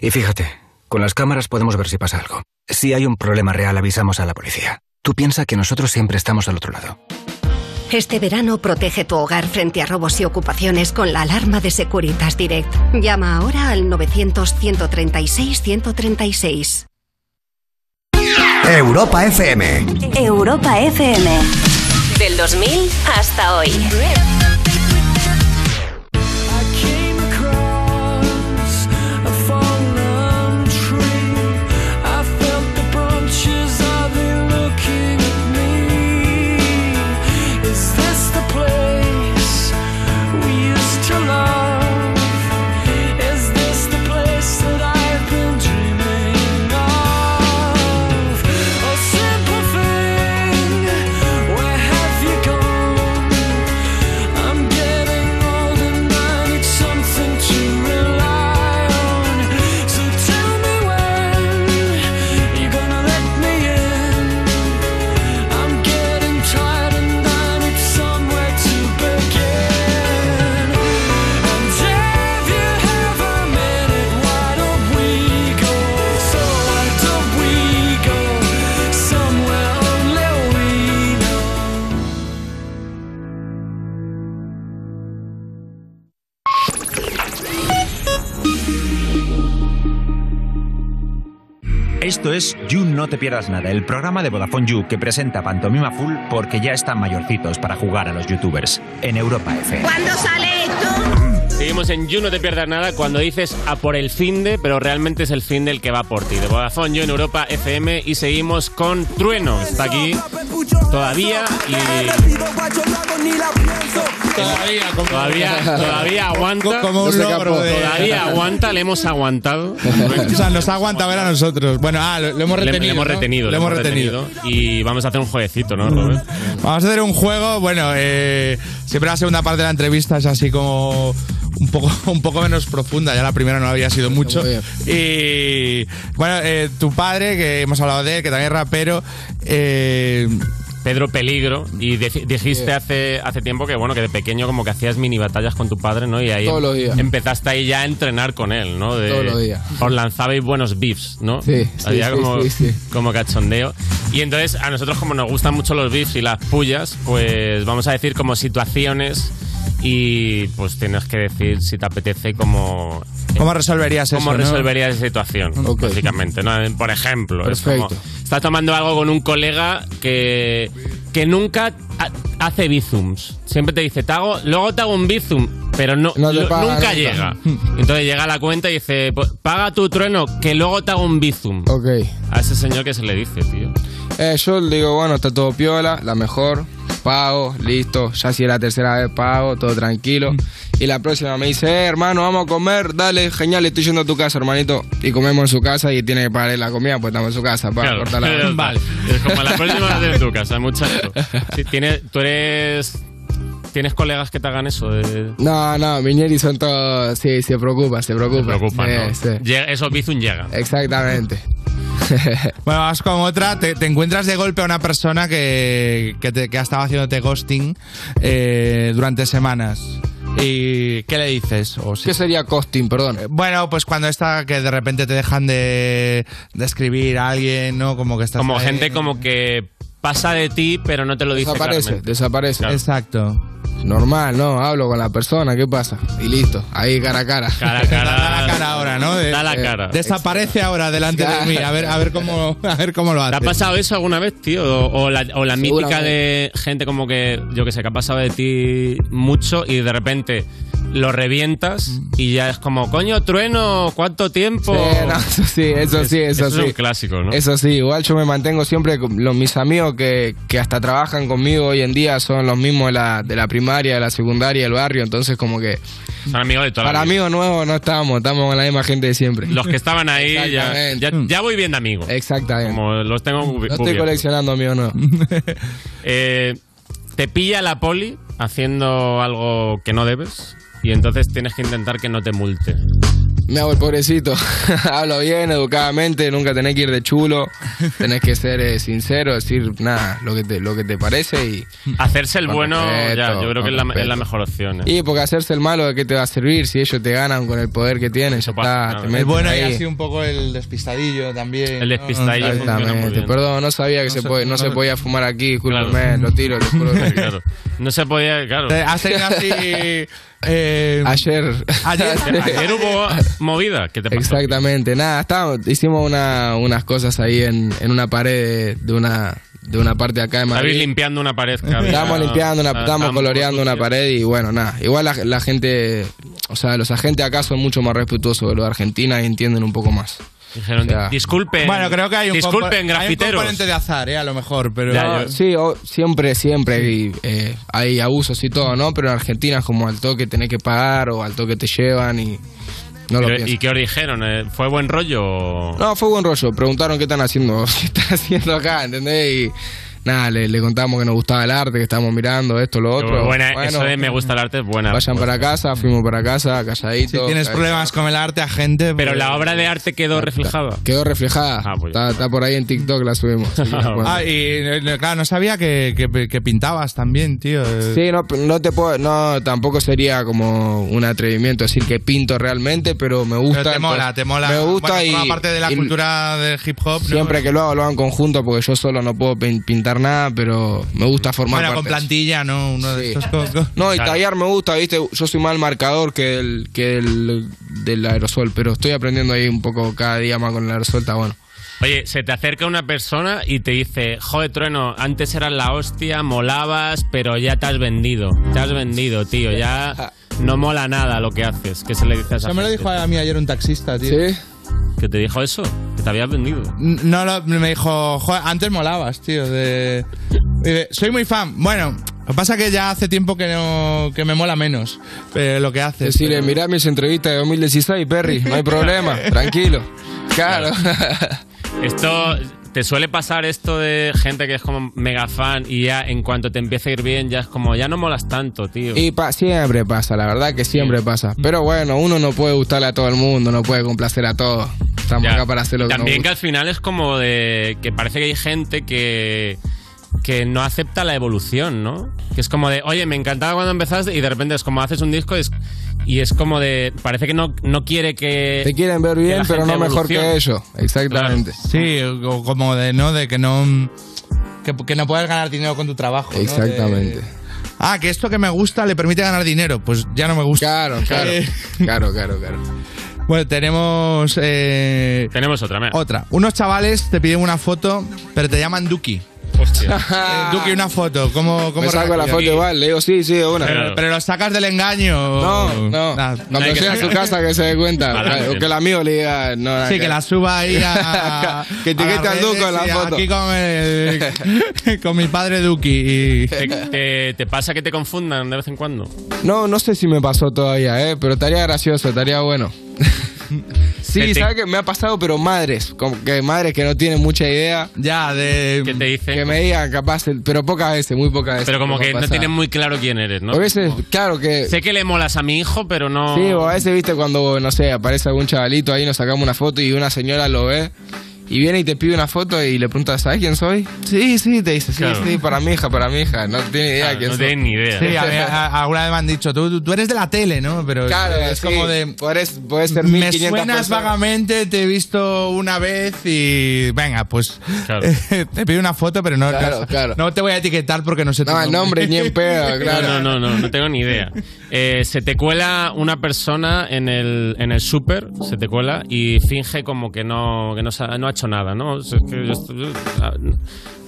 S29: Y fíjate, con las cámaras podemos ver si pasa algo. Si hay un problema real, avisamos a la policía. Tú piensa que nosotros siempre estamos al otro lado.
S18: Este verano protege tu hogar frente a robos y ocupaciones con la alarma de Securitas Direct. Llama ahora al 900-136-136. Europa FM. Europa FM.
S2: Del 2000 hasta hoy.
S18: Where have you gone? I'm getting old and I need something to rely on. So tell me when you're gonna let me in. I'm getting tired and I need somewhere to begin. And if you have a minute, why don't we go? So why don't we go somewhere only we know?
S12: Esto es You No Te Pierdas Nada, el programa de Vodafone You que presenta Pantomima Full porque ya están mayorcitos para jugar a los youtubers en Europa FM.
S16: sale esto?
S4: Seguimos en You, no te pierdas nada cuando dices a por el fin de, pero realmente es el fin del que va por ti. De Vodafone, yo en Europa FM y seguimos con Trueno. Está aquí todavía y
S3: Todavía, como-
S4: todavía, todavía aguanta.
S3: Como un logro de-
S4: Todavía aguanta, le hemos aguantado.
S3: O sea, nos ha aguantado ver a nosotros. Bueno, ah, lo, lo hemos
S4: Le-
S3: retenido.
S4: le hemos
S3: ¿no?
S4: retenido,
S3: Lo hemos retenido. Mm.
S4: Y vamos a hacer un jueguecito, ¿no, Robert?
S3: Vamos a hacer un juego, bueno, eh, siempre la segunda parte de la entrevista es así como un poco, un poco menos profunda, ya la primera no había sido mucho. Y bueno, eh, tu padre, que hemos hablado de él, que también es rapero, eh,
S4: Pedro Peligro. Y deci- dijiste hace, hace tiempo que, bueno, que de pequeño como que hacías mini batallas con tu padre, ¿no? Y ahí
S23: Todos los días.
S4: empezaste ahí ya a entrenar con él, ¿no? De-
S23: Todos los días.
S4: Os lanzabais buenos beefs, ¿no?
S23: Sí, sí,
S4: Había
S23: sí,
S4: como,
S23: sí, sí.
S4: como cachondeo. Y entonces a nosotros como nos gustan mucho los beefs y las pullas, pues vamos a decir como situaciones y pues tienes que decir si te apetece como...
S3: ¿Cómo resolverías
S4: ¿Cómo
S3: eso, no?
S4: resolverías esa situación? Básicamente, ¿no? Por ejemplo, es
S3: Perfecto.
S4: como- estás tomando algo con un colega que, que nunca ha- hace bizums. Siempre te dice, te hago- luego te hago un bizum, pero no,
S23: No te
S4: lo-
S23: paga
S4: nunca
S23: nunca.
S4: llega. Entonces llega a la cuenta y dice, "Pues, paga tu trueno, que luego te hago un bizum.
S23: Ok.
S4: A ese señor que se le dice, tío.
S23: Eh, yo le digo, bueno, está todo piola, la mejor, pago, listo. Ya si es la tercera vez pago, todo tranquilo. Y la próxima me dice, eh, hermano, vamos a comer, dale, genial, estoy yendo a tu casa, hermanito. Y comemos en su casa y tiene que pagar él la comida, pues estamos en su casa para
S4: Claro,
S23: cortar
S4: ya
S23: la
S4: está. Es como la próxima la de tu casa, muchacho. Sí, tiene- tú eres... ¿Tienes colegas que te hagan eso? De...
S23: No, no, Miñeri son todos. Sí, se preocupa, se preocupa.
S4: Te preocupa, ¿no?
S23: Sí, sí.
S4: Llega- Eso Bizum llega.
S23: Exactamente.
S3: Bueno, vas con otra, te, te encuentras de golpe a una persona que, que, te- que ha estado haciéndote ghosting eh, durante semanas. ¿Y qué le dices? O ¿Qué
S23: sería ghosting, perdón?
S3: Bueno, pues cuando está que de repente te dejan de, de escribir a alguien, ¿no? Como que estás
S4: Como
S3: ahí.
S4: gente como que pasa de ti, pero no te lo dice
S23: Desaparece,
S4: claramente.
S23: desaparece.
S3: Exacto.
S23: Normal, ¿no? Hablo con la persona, ¿qué pasa? Y listo, ahí cara a cara.
S4: Cara a cara.
S3: Da la cara ahora, ¿no? De-
S4: Da la
S3: eh,
S4: cara.
S3: Desaparece ahora delante de mí. A ver, a ver cómo, a ver cómo lo hace.
S4: ¿Te ha pasado eso alguna vez, tío? O, o la, o la mítica de
S3: Seguramente.
S4: gente como que, yo que sé, que ha pasado de ti mucho y de repente lo revientas y ya es como, coño, trueno, ¿cuánto tiempo?
S23: Sí, no, eso sí, eso sí, eso,
S4: Eso
S23: sí.
S4: es un clásico, ¿no?
S23: Eso sí, igual yo me mantengo siempre con los, mis amigos que, que hasta trabajan conmigo hoy en día, son los mismos de la, de la primaria, de la secundaria, del barrio, entonces como que
S4: Son amigos de toda la
S23: para
S4: vida.
S23: amigos nuevos no estamos, estamos con la misma gente de siempre.
S4: Los que estaban ahí ya,
S23: Exactamente.
S4: ya, ya voy bien de amigos.
S23: Exactamente.
S4: Como los tengo cubi-
S23: No estoy
S4: cubiertos.
S23: coleccionando amigos nuevos.
S4: Eh, te pilla la poli haciendo algo que no debes y entonces tienes que intentar que no te multe.
S23: Me hago el pobrecito. Hablo bien, educadamente, nunca tenés que ir de chulo. Tenés que ser eh, sincero, decir nada, lo que te, lo que te parece y.
S4: Hacerse el
S23: Con
S4: bueno, ya,
S23: respeto,
S4: yo creo que
S23: con
S4: es la, es la
S23: respeto.
S4: mejor opción. ¿eh?
S23: Y porque hacerse el malo, ¿de qué te va a servir? Si ellos te ganan con el poder que tienen, ya está, te
S3: El
S23: meten
S3: bueno y
S23: ahí.
S3: así un poco el despistadillo también.
S23: El
S3: despistadillo
S23: Exactamente, perdón, no sabía que se, puede- no se podía fumar aquí, discúlpame, lo tiro, lo juro.
S4: Claro. No se podía, claro.
S23: Te hacen así,
S3: Eh,
S23: Ayer.
S4: Ayer, ayer hubo movida. ¿Qué te pasó?
S23: Exactamente, nada, estábamos- hicimos una- unas cosas ahí en, en una pared de, de una, de una parte de acá de
S4: Estabais
S23: Madrid.
S4: limpiando una pared. que había-
S23: Estábamos limpiando, una,
S4: Ah,
S23: estábamos coloreando una pared y bueno, nada. Igual la, la gente, o sea, los agentes acá son mucho más respetuosos de los de Argentina y entienden un poco más.
S4: Dijeron,
S23: O sea,
S4: disculpen.
S23: Bueno, creo que hay un
S4: Disculpen,
S23: compo- hay un
S4: grafiteros.
S23: componente
S3: de azar, ¿eh? A lo mejor, pero...
S23: No, Sí, o- siempre, siempre y, eh, hay abusos y todo, ¿no? Pero en Argentina es como al toque tenés que pagar o al toque te llevan y no lo
S4: Pero,
S23: piensan.
S4: ¿Y qué os dijeron? eh? ¿Fue buen rollo? o-
S23: No, fue buen rollo. Preguntaron qué están haciendo, qué están haciendo acá, ¿entendés? Y nada, le, le contamos que nos gustaba el arte, que estábamos mirando esto, lo otro.
S4: Buena-
S23: Bueno,
S4: eso de me gusta el arte es buena.
S23: Vayan para casa, fuimos para casa, calladitos.
S4: Si tienes problemas
S3: con el arte, a gente. pues,
S4: Pero la obra de arte quedó reflejada.
S23: Quedó reflejada. está, está por ahí en TikTok, la subimos. Sí, bueno.
S3: Ah, y eh, claro, no sabía que, que- que pintabas también, tío.
S23: Sí, no, no te puedo, no, tampoco sería como un atrevimiento decir que pinto realmente, pero me gusta.
S3: Pero te mola,
S23: entonces-
S3: te mola.
S23: Me gusta
S3: Bueno,
S23: y.
S3: forma parte de la
S23: y
S3: cultura del hip hop. ¿no?
S23: Siempre que lo hago, lo hago en conjunto porque yo solo no puedo pin- pintar nada, pero me gusta formar
S3: Bueno,
S23: parte
S3: con
S23: de eso.
S3: plantilla, ¿no? Uno de estos con- con-
S23: No, y
S3: Claro.
S23: tallar me gusta, viste. Yo soy mal marcador que el, que el del aerosol, pero estoy aprendiendo ahí un poco cada día más con el aerosol, está bueno.
S4: Oye, se te acerca una persona y te dice, joder, trueno, antes eras la hostia, molabas, pero ya te has vendido. Te has vendido, tío. Ya no mola nada lo que haces. ¿Qué se le dice a esa
S3: Eso me lo
S4: gente?
S3: dijo a mí ayer un taxista, tío.
S23: ¿Sí?
S4: ¿Que te dijo eso? Que te habías vendido.
S3: No, lo- me dijo, "Joder, antes molabas, tío. de- y de- soy muy fan. Bueno, lo que pasa es que ya hace tiempo que, no, que me mola menos eh, lo que haces.
S23: Decirle,
S3: pero-
S23: mirá mis entrevistas de 2016, Perry, no hay problema, tranquilo. Claro.
S4: Esto, ¿te suele pasar esto de gente que es como mega fan y ya en cuanto te empieza a ir bien, ya es como, ya no molas tanto, tío?
S23: Y pa- siempre pasa, la verdad que siempre pasa. Pero bueno, uno no puede gustarle a todo el mundo, no puede complacer a todos. Estamos acá para hacer lo que
S4: También
S23: nos
S4: que al final es como de que parece que hay gente que que no acepta la evolución, ¿no? Que es como de, oye, me encantaba cuando empezaste y de repente es como haces un disco y es, y es como de, parece que no, no quiere que...
S23: Te quieren ver
S4: que
S23: bien,
S4: la
S23: pero
S4: gente
S23: no mejor que
S4: evolucione.
S23: ellos. Exactamente.
S3: Sí, o como de, ¿no? De que no... Que, que no puedes ganar dinero con tu trabajo. ¿no? De-
S23: Exactamente.
S3: ah, que esto que me gusta le permite ganar dinero. Pues ya no me gusta.
S23: Claro, claro.
S3: Eh,
S23: Claro, claro, claro.
S3: Bueno, tenemos... eh,
S4: Tenemos otra, mira.
S3: Otra. Unos chavales te piden una foto, pero te llaman Duki.
S4: Hostia.
S3: Eh, Duki, una foto. ¿Cómo, cómo
S23: Ah. Me saco la
S3: reaccionas?
S23: foto igual, le digo sí, sí, de una.
S3: Pero, pero lo sacas del engaño.
S23: No, no.
S3: Nah.
S23: Cuando llegue a su casa que se dé cuenta.
S3: Vale.
S23: O que el amigo le diga. No, nada
S3: Sí, que la suba ahí a.
S23: que etiquete
S3: a
S23: al
S3: las
S23: duco en la
S3: redes y
S23: foto.
S3: Aquí con, el- con mi padre Duki. y-
S4: ¿Te, te- te pasa que te confundan de vez en cuando?
S23: No, no sé si me pasó todavía, eh, pero estaría gracioso, estaría bueno. Sí, ¿sabes qué? Me ha pasado, pero madres. Como que madres que no tienen mucha idea.
S3: Ya, de.
S23: ¿Qué te dicen? Que me digan, capaz, pero pocas veces, muy pocas veces.
S4: Pero como
S23: me
S4: que
S23: ha
S4: no
S23: pasado.
S4: tienes muy claro quién eres, ¿no?
S23: A veces, claro que.
S4: Sé que le molas a mi hijo, pero no.
S23: Sí, o a veces, viste, cuando, no sé, aparece algún chavalito ahí, nos sacamos una foto y una señora lo ve. Y viene y te pide una foto y le pregunta, ¿sabes quién soy? Sí, sí, te dice, sí,
S3: Claro.
S23: sí, para mi hija, para mi hija. No tiene idea quién soy.
S3: Sí, a ver, a- alguna vez me han dicho, tú, tú eres de la tele, ¿no? Pero
S23: Claro,
S3: es
S23: sí,
S3: como de.
S23: Puedes, puedes ser
S3: Me
S23: 1500
S3: suenas
S23: personas.
S3: vagamente, te he visto una vez y. Venga, pues. te pido una foto, pero no,
S23: Claro,
S3: no, no te voy a etiquetar porque no sé tu
S23: No, el nombre ni en pedo, claro.
S4: No, no, no, no, no tengo ni idea. Eh, se te cuela una persona en el, en el súper, se te cuela y finge como que no, que no, se ha- no ha hecho nada, ¿no? Es que yo estoy- yo- ah,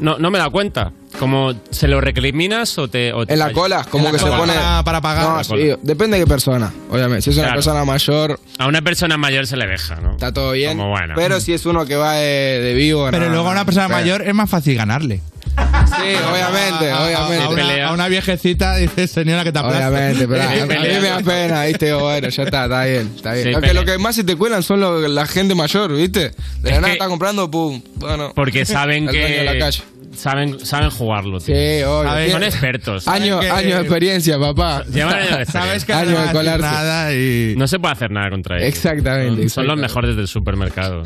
S4: no, no me da cuenta. Como se lo recriminas o te... o te
S23: En la
S4: callas.
S23: cola, como que se pone. No, sí,
S4: En la cola.
S23: depende de qué persona, obviamente. Si es una
S4: Claro.
S23: persona mayor,
S4: A una persona mayor se le deja, ¿no? Está
S23: todo bien.
S4: Como bueno.
S23: pero si es uno que va de, de vivo.
S3: Pero
S23: no,
S3: luego a una persona
S23: sí. Ah,
S3: mayor es más fácil ganarle.
S23: Sí, obviamente, obviamente.
S3: A una, a una viejecita dices, señora, que te aplasta.
S23: Obviamente, pero a, a mí me da pena, ¿viste? Digo, Bueno, ya está, está bien, está bien.
S3: Sí,
S23: Aunque
S3: pelea.
S23: lo que más se te cuelan son lo- la gente mayor, ¿viste? De la nada está comprando, pum, bueno.
S4: Porque saben
S23: al dueño de
S4: que...
S23: la calle.
S4: Saben, saben jugarlo, tío.
S23: Sí, obvio.
S4: Saben- Son
S23: Tiene-
S4: expertos.
S23: Años años de experiencia, papá.
S4: Llevan años de
S23: Sabes que
S4: experiencia.
S23: Años no de van a decir colarse. nada
S4: No se puede hacer nada contra ellos.
S23: Exactamente,
S4: Son, son los mejores del supermercado.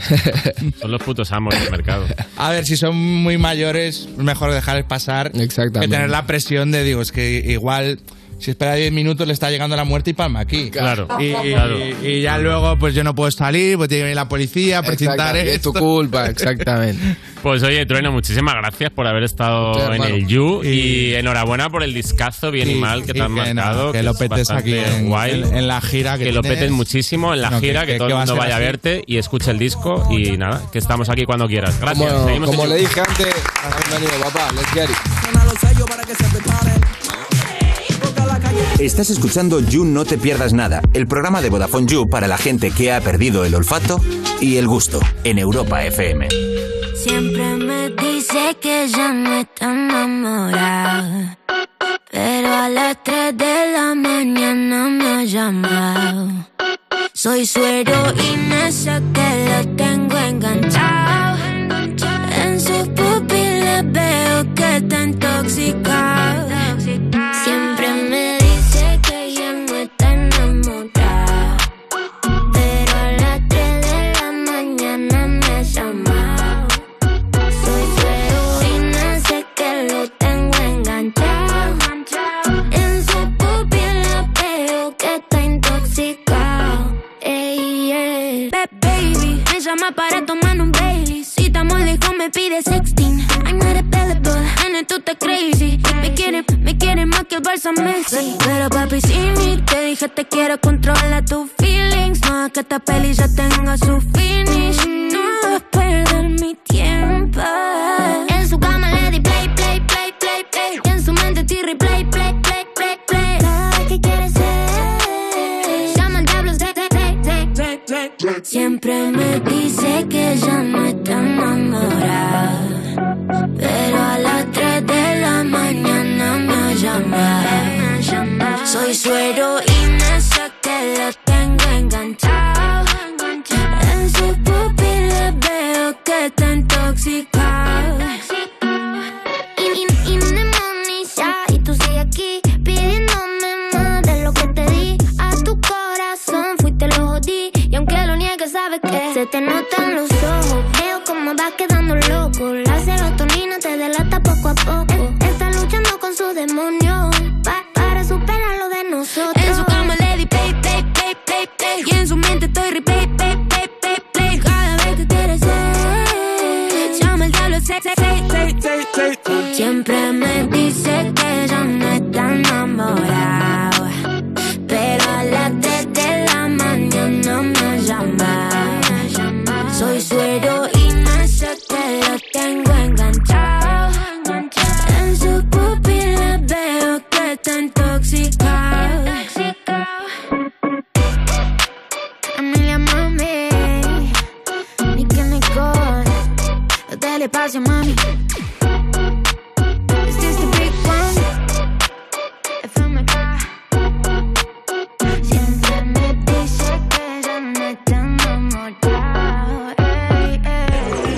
S4: son los putos amos del mercado.
S3: A ver, si son muy mayores, mejor dejarles pasar. Que tener la presión de, digo, es que igual, si espera 10 minutos, le está llegando la muerte y palma aquí.
S4: Claro,
S3: Y, y-
S4: claro.
S3: y- y ya luego, pues yo no puedo salir, pues tiene que venir la policía, presentar
S23: Exactamente, es tu culpa, exactamente.
S4: Pues oye, Trueno, muchísimas gracias por haber estado
S23: Usted,
S4: en
S23: hermano.
S4: el You y, enhorabuena por el discazo bien y,
S3: Y-
S4: mal que te
S3: y
S4: han
S3: que nada,
S4: marcado.
S3: que lo
S4: es
S3: petes
S4: bastante
S3: aquí en-
S4: guay.
S3: en- en la gira que
S4: lo
S3: tienes.
S4: petes muchísimo en la
S3: No, que-
S4: gira, que,
S3: que-
S4: todo
S3: que
S4: el
S3: va a
S4: mundo
S3: ser
S4: vaya a
S3: así.
S4: verte y escuche el disco y nada, que estamos aquí cuando quieras. Gracias.
S23: Como,
S4: Seguimos en
S23: como
S4: You.
S23: le dije antes, bienvenido, papá. Let's get it.
S12: Estás escuchando You No Te Pierdas Nada, el programa de Vodafone You para la gente que ha perdido el olfato y el gusto en Europa FM.
S1: Siempre me dice que ya no está enamorada. Pero a las 3 de la mañana me ha llamado. Soy su heroína, sé que lo tengo enganchado. En sus pupilas veo que está intoxicado. Siempre me dice que ya no está enamorada. Pero a las 3 de la mañana me ha llamado. Soy su heroína, sé que lo tengo enganchado. En su pupila veo que está intoxicado. Ey, ey. Ba- baby, me llama para tomar un Bailey. Si estamos lejos me pide sexting. I'm not available, Ana, tú estás crazy. Me quiere, me quiere más que el Barça Messi. Pero papi, si ni te dije te quiero, controla tus feelings. No es que esta peli ya tenga su finish. No es perder mi tiempo. En su cama le di play, play, play, play, play. Y en su mente ti replay, play, play, play, play. Nada que quieres ser. Llaman diablos, de, Siempre me dice que ya no está enamorada. Pero a las 3 de la mañana me ha llamado. Soy su heroína, sé que la tengo enganchado. En su pupila veo que está intoxicado. Y- y- y Indemonizada, y tú sigues aquí pidiéndome más de lo que te di. A tu corazón fui, te lo jodí. Y aunque lo niegues, sabes que se te notan los ojos. Veo cómo vas quedando loco. La serotonina te delata poco a poco. E, Está luchando con su demonio pa- para superar lo de nosotros. En su cama le di play, play, play, play, play. Y en su mente estoy replay, play, play, play, play. Cada vez que quieres ser, llama al diablo, say, say, say, say, say, say, say. Siempre me dice que ya no está enamorado. Pero a las 3 de la mañana me llama. Soy su heroína, sé que lo tengo enganchado. En su pupila veo que está intoxicado. Emilia, mami. Nicki Nicole. Dale paso, mami. Is this the big one? I feel my car. Siempre me dice que ya no está enamorada.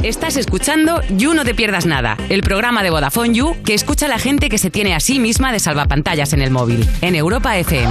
S7: Estás escuchando You No Te Pierdas Nada, el programa de Vodafone You que escucha a la gente que se tiene a sí misma de salvapantallas en el móvil, en Europa FM.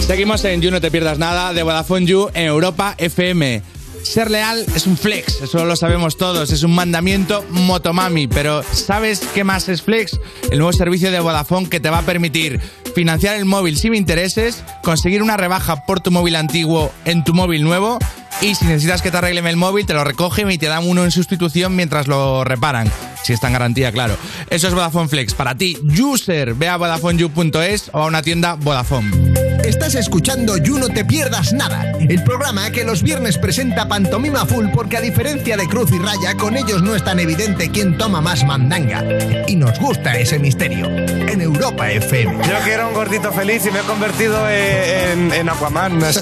S3: Seguimos en You No Te Pierdas Nada de Vodafone You en Europa FM. Ser leal es un flex, eso lo sabemos todos, es un mandamiento motomami, pero ¿sabes qué más es flex? El nuevo servicio de Vodafone que te va a permitir financiar el móvil sin intereses, conseguir una rebaja por tu móvil antiguo en tu móvil nuevo y si necesitas que te arreglen el móvil te lo recogen y te dan uno en sustitución mientras lo reparan. Si está en garantía, claro. Eso es Vodafone Flex. Para ti, user, ve a vodafoneyou.es o a una tienda Vodafone.
S5: Estás escuchando You No Te Pierdas Nada, el programa que los viernes presenta Pantomima Full porque a diferencia de Cruz y Raya, con ellos no es tan evidente quién toma más mandanga. Y nos gusta ese misterio. En Europa FM.
S6: Yo que era un gordito feliz y me he convertido en, en- en Aquaman. así.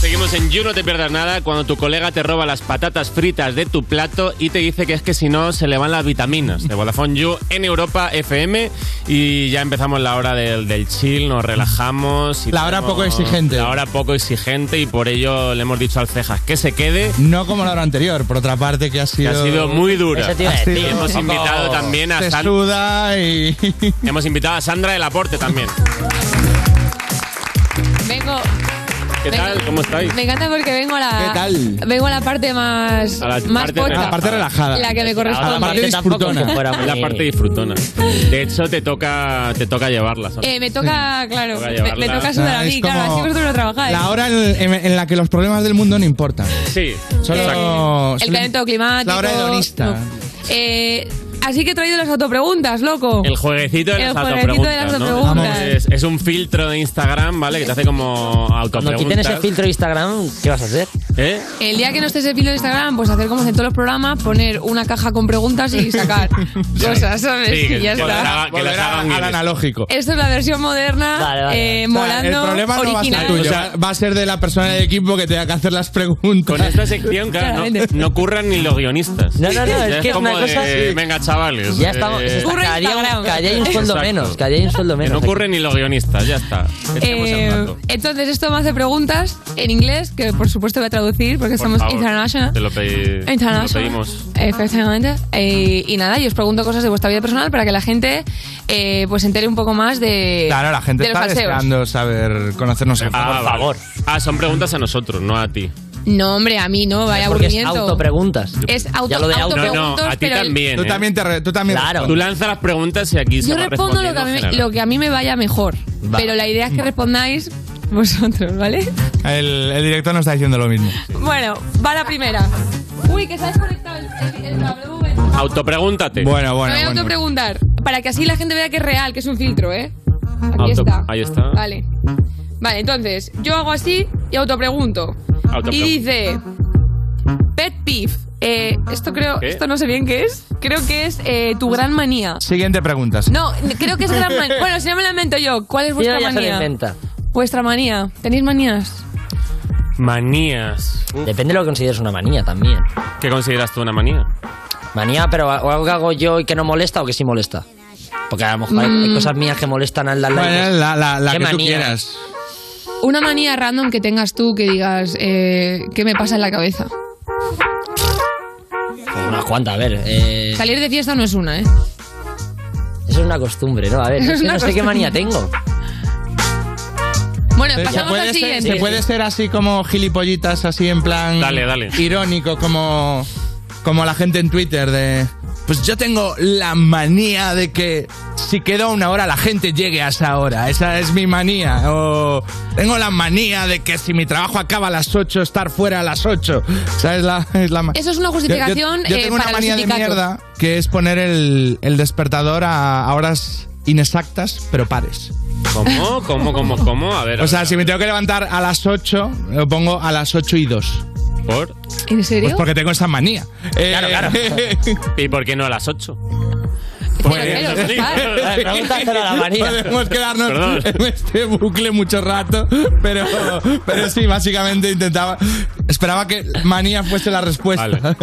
S4: Seguimos en You, no te pierdas nada cuando tu colega te roba las patatas fritas de tu plato y te dice que es que si no se le van las vitaminas. De Vodafone You en Europa FM y ya empezamos la hora del, del chill, nos relajamos.
S3: La hora poco exigente.
S4: La hora poco exigente y por ello le hemos dicho al Cejas que se quede.
S3: No como la hora anterior, por otra parte, que ha
S4: Que
S3: sido.
S4: ha sido muy dura.
S3: Ha sido
S4: Y hemos
S3: un poco
S4: invitado también a San-
S3: sesuda y.
S4: Hemos invitado a Sandra del Aporte también.
S9: Vengo,
S4: ¿Qué tal? ¿Cómo estáis?
S9: me encanta porque vengo a la.
S4: ¿Qué tal?
S9: Vengo a la parte más.
S4: A la
S9: más
S4: parte
S9: pocha.
S4: relajada. La parte relajada.
S9: La que me corresponde.
S4: La parte disfrutona. De hecho, te toca, te toca llevarla. Sandra.
S9: Eh, me toca, claro.
S4: Toca
S9: Me,
S4: llevarla.
S9: me toca sudar a
S4: Ah, es
S9: mí, claro.
S4: como
S9: Así vosotros no trabajáis.
S3: La hora en, en- en la que los problemas del mundo no importan.
S4: Sí.
S3: Solo.
S9: El
S3: solo-
S9: calentamiento climático.
S3: la hora hedonista.
S9: Eh, así que he traído las autopreguntas, loco.
S4: El jueguecito de
S9: El
S4: las
S9: jueguecito de
S4: autopreguntas.
S9: las
S4: ¿no?
S9: autopreguntas.
S4: Es, es un filtro de Instagram, ¿vale? Que te hace como autopreguntas.
S16: quiten ese filtro
S4: de Instagram, ¿qué vas a hacer? ¿Eh?
S9: El día que no estés de filo en Instagram, pues hacer como en todos los programas, poner una caja con preguntas y sacar cosas, ¿sabes?
S3: Sí,
S9: y ya
S3: que
S9: está.
S3: las haga- que las hagan al analógico.
S9: Esto es la versión moderna, eh,
S3: O sea,
S9: molando,
S3: el problema no va a
S9: original.
S3: ser tuyo, va a ser de la persona del equipo que tenga que hacer las preguntas.
S4: Con esta sección, claro, no, no curran ni los guionistas.
S16: No, no, no,
S4: Ya
S16: es que es
S4: como
S16: una cosa-
S4: de,
S16: sí.
S4: Venga, chavales.
S16: Ya estamos-
S4: eh,
S16: se está- Curra que haría un- Instagram. que haría un sueldo menos, que
S4: un sueldo menos. no curren ni los guionistas, ya está. Echemos el
S9: Eh,
S4: rato.
S9: entonces, esto me hace preguntas en inglés, que por supuesto voy a traducir porque
S4: Por
S9: somos
S4: favor,
S9: international.
S4: Te lo, pedí- te lo
S9: International.
S4: pedimos.
S9: Efectivamente. Eh, y nada, yo os pregunto cosas de vuestra vida personal para que la gente eh, pues se entere un poco más de,
S3: Claro, la gente
S9: Eh, de los
S3: está
S9: falseos.
S3: deseando saber conocernos en
S4: Ah,
S3: fondo.
S4: vale. Ah, son preguntas a nosotros, no a ti.
S9: No, hombre, a mí no, vaya
S4: Porque es
S9: aburrimiento.
S4: autopreguntas.
S9: Es auto,
S4: Ya lo de auto-
S9: autopreguntos,
S4: No, no, a ti
S9: pero el-
S4: también. ¿eh?
S3: Tú también te tú también Claro.
S4: Tú lanzas las preguntas y aquí se
S9: Yo
S4: va
S9: respondo lo que, a mí,
S4: respondiendo en
S9: lo que a mí me vaya mejor.
S3: Va.
S9: Pero la idea es que respondáis vosotros, ¿vale?
S3: El, el director nos está diciendo lo mismo.
S9: Bueno, va la primera. Uy, que se ha desconectado el, el, el W.
S4: general. Autopregúntate.
S3: Bueno,
S9: Me voy a autopreguntar. Para que así la gente vea que es real, que es un filtro, ¿eh? Aquí
S4: Auto-
S9: está.
S4: ahí está.
S9: Vale. Vale, entonces, yo hago así y autopregunto.
S4: Autopregun-
S9: Y dice. Pet peeve. Eh, esto creo.
S3: ¿Qué?
S9: Esto no sé bien qué es. Creo que es eh, tu gran manía.
S3: Siguiente pregunta. sí.
S9: No, creo que es gran manía. Bueno, si no me la invento yo, ¿cuál es vuestra manía? Vuestra manía. ¿Tenéis manías?
S4: Manías.
S16: Depende de lo que consideres una manía también.
S4: ¿Qué consideras tú una manía?
S16: Manía, pero a- o algo que hago yo y que no molesta o que sí molesta. Porque a lo mejor hay- hay,
S9: Mm.
S16: cosas mías que molestan al de al lado.
S3: Bueno, la- la- la
S16: ¿Qué
S3: que tú
S16: manía?
S3: quieras.
S9: Una manía random que tengas tú que digas, eh, ¿qué me pasa en la cabeza?
S16: Pues unas cuantas, a ver. eh,
S9: Salir de fiesta no es una, ¿eh?
S16: eso es una costumbre, ¿no? A ver,
S9: Es
S16: es que
S9: una
S16: no sé qué
S9: costumbre.
S16: manía tengo.
S9: Bueno,
S3: Eh, Se- se
S9: pasamos
S3: puede,
S9: al
S3: ser,
S9: siguiente.
S3: se puede ser así como gilipollitas, así en plan
S4: Dale, dale.
S3: irónico, como, como la gente en Twitter de... Pues yo tengo la manía de que si quedo una hora la gente llegue a esa hora. Esa es mi manía. O tengo la manía de que si mi trabajo acaba a las 8, estar fuera a las 8. O sea, es la, es la ma-
S9: Eso es una
S3: Yo- yo-
S9: justificación,
S3: Yo,
S9: eh,
S3: tengo una
S9: para los
S3: manía de
S9: sindicatos.
S3: mierda que es poner el, el despertador a, a horas inexactas, pero pares.
S4: ¿Cómo? ¿Cómo? ¿Cómo? ¿Cómo? A ver. a
S3: O sea,
S4: ver.
S3: si me tengo que levantar a las 8, lo pongo a las 8 y 2.
S4: ¿Por?
S9: ¿En
S4: Eh,
S3: Pues porque tengo esa manía.
S9: Pues,
S4: Claro, claro. ¿Y por qué no a las 8?
S3: Bueno, Pues, Podemos quedarnos en este bucle mucho rato, pero, pero sí, básicamente intentaba. Esperaba que manía fuese la respuesta.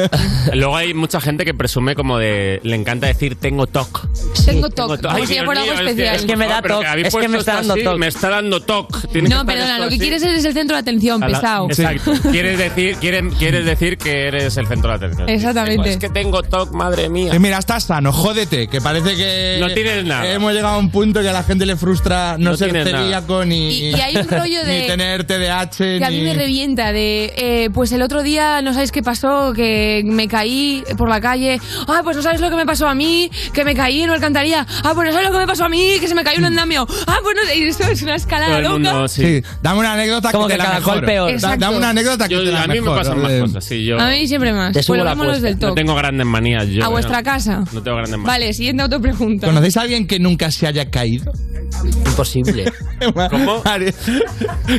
S4: Luego hay mucha gente que presume como de. Le encanta decir tengo TOC.
S9: Tengo TOC. Como si
S4: Dios
S9: fuera algo
S4: mío, que-
S9: especial.
S4: por favor, Ah, pero habéis puesto esto así, Me está dando TOC. Tiene
S9: No,
S4: que estar
S9: perdona,
S4: esto
S9: lo que
S4: así.
S9: quieres es el centro de atención,
S4: A la-
S9: pesado.
S4: Exacto. Quieres decir, quieren- quieres decir que eres el centro de atención.
S9: Exactamente.
S4: Es que tengo TOC, madre mía.
S3: Eh, mira, estás sano, jódete, que parece que.
S4: No tienes nada.
S3: Hemos llegado a un punto que a la gente le frustra no,
S4: No
S3: ser
S4: tienes nada.
S3: celíaco ni.
S9: Y- y hay un rollo de-
S3: Ni tener TDAH,
S9: Que a mí
S3: ni.
S9: me revienta de, eh, pues el otro día no sabéis qué pasó, que me caí por la calle, ah, pues no sabes lo que me pasó a mí, que me caí en una alcantarilla, ah, pues no sabes lo que me pasó a mí, que se me
S4: Mm.
S9: cayó un andamio, ah, pues no sé, y esto es una escalada loca.
S3: sí. Dame una anécdota
S16: Como
S3: que, te
S16: que
S3: la
S16: cada cual
S3: mejoro.
S16: peor.
S3: Da-
S9: Exacto.
S3: Dame una anécdota que
S4: Yo-
S3: te la
S4: a mí me
S3: mejoro,
S4: pasan más
S3: eh.
S4: cosas. Sí, yo
S9: A mí siempre más.
S4: Te subo la
S9: Volvamos a los
S4: apuesta.
S9: del
S4: No
S9: top.
S4: tengo grandes manías yo. eh,
S9: a
S4: no.
S9: vuestra casa.
S4: No tengo grandes manías.
S9: Vale, siguiente autopregunta.
S3: ¿Conocéis a alguien que nunca se haya caído?
S16: Imposible.
S3: ¿Cómo?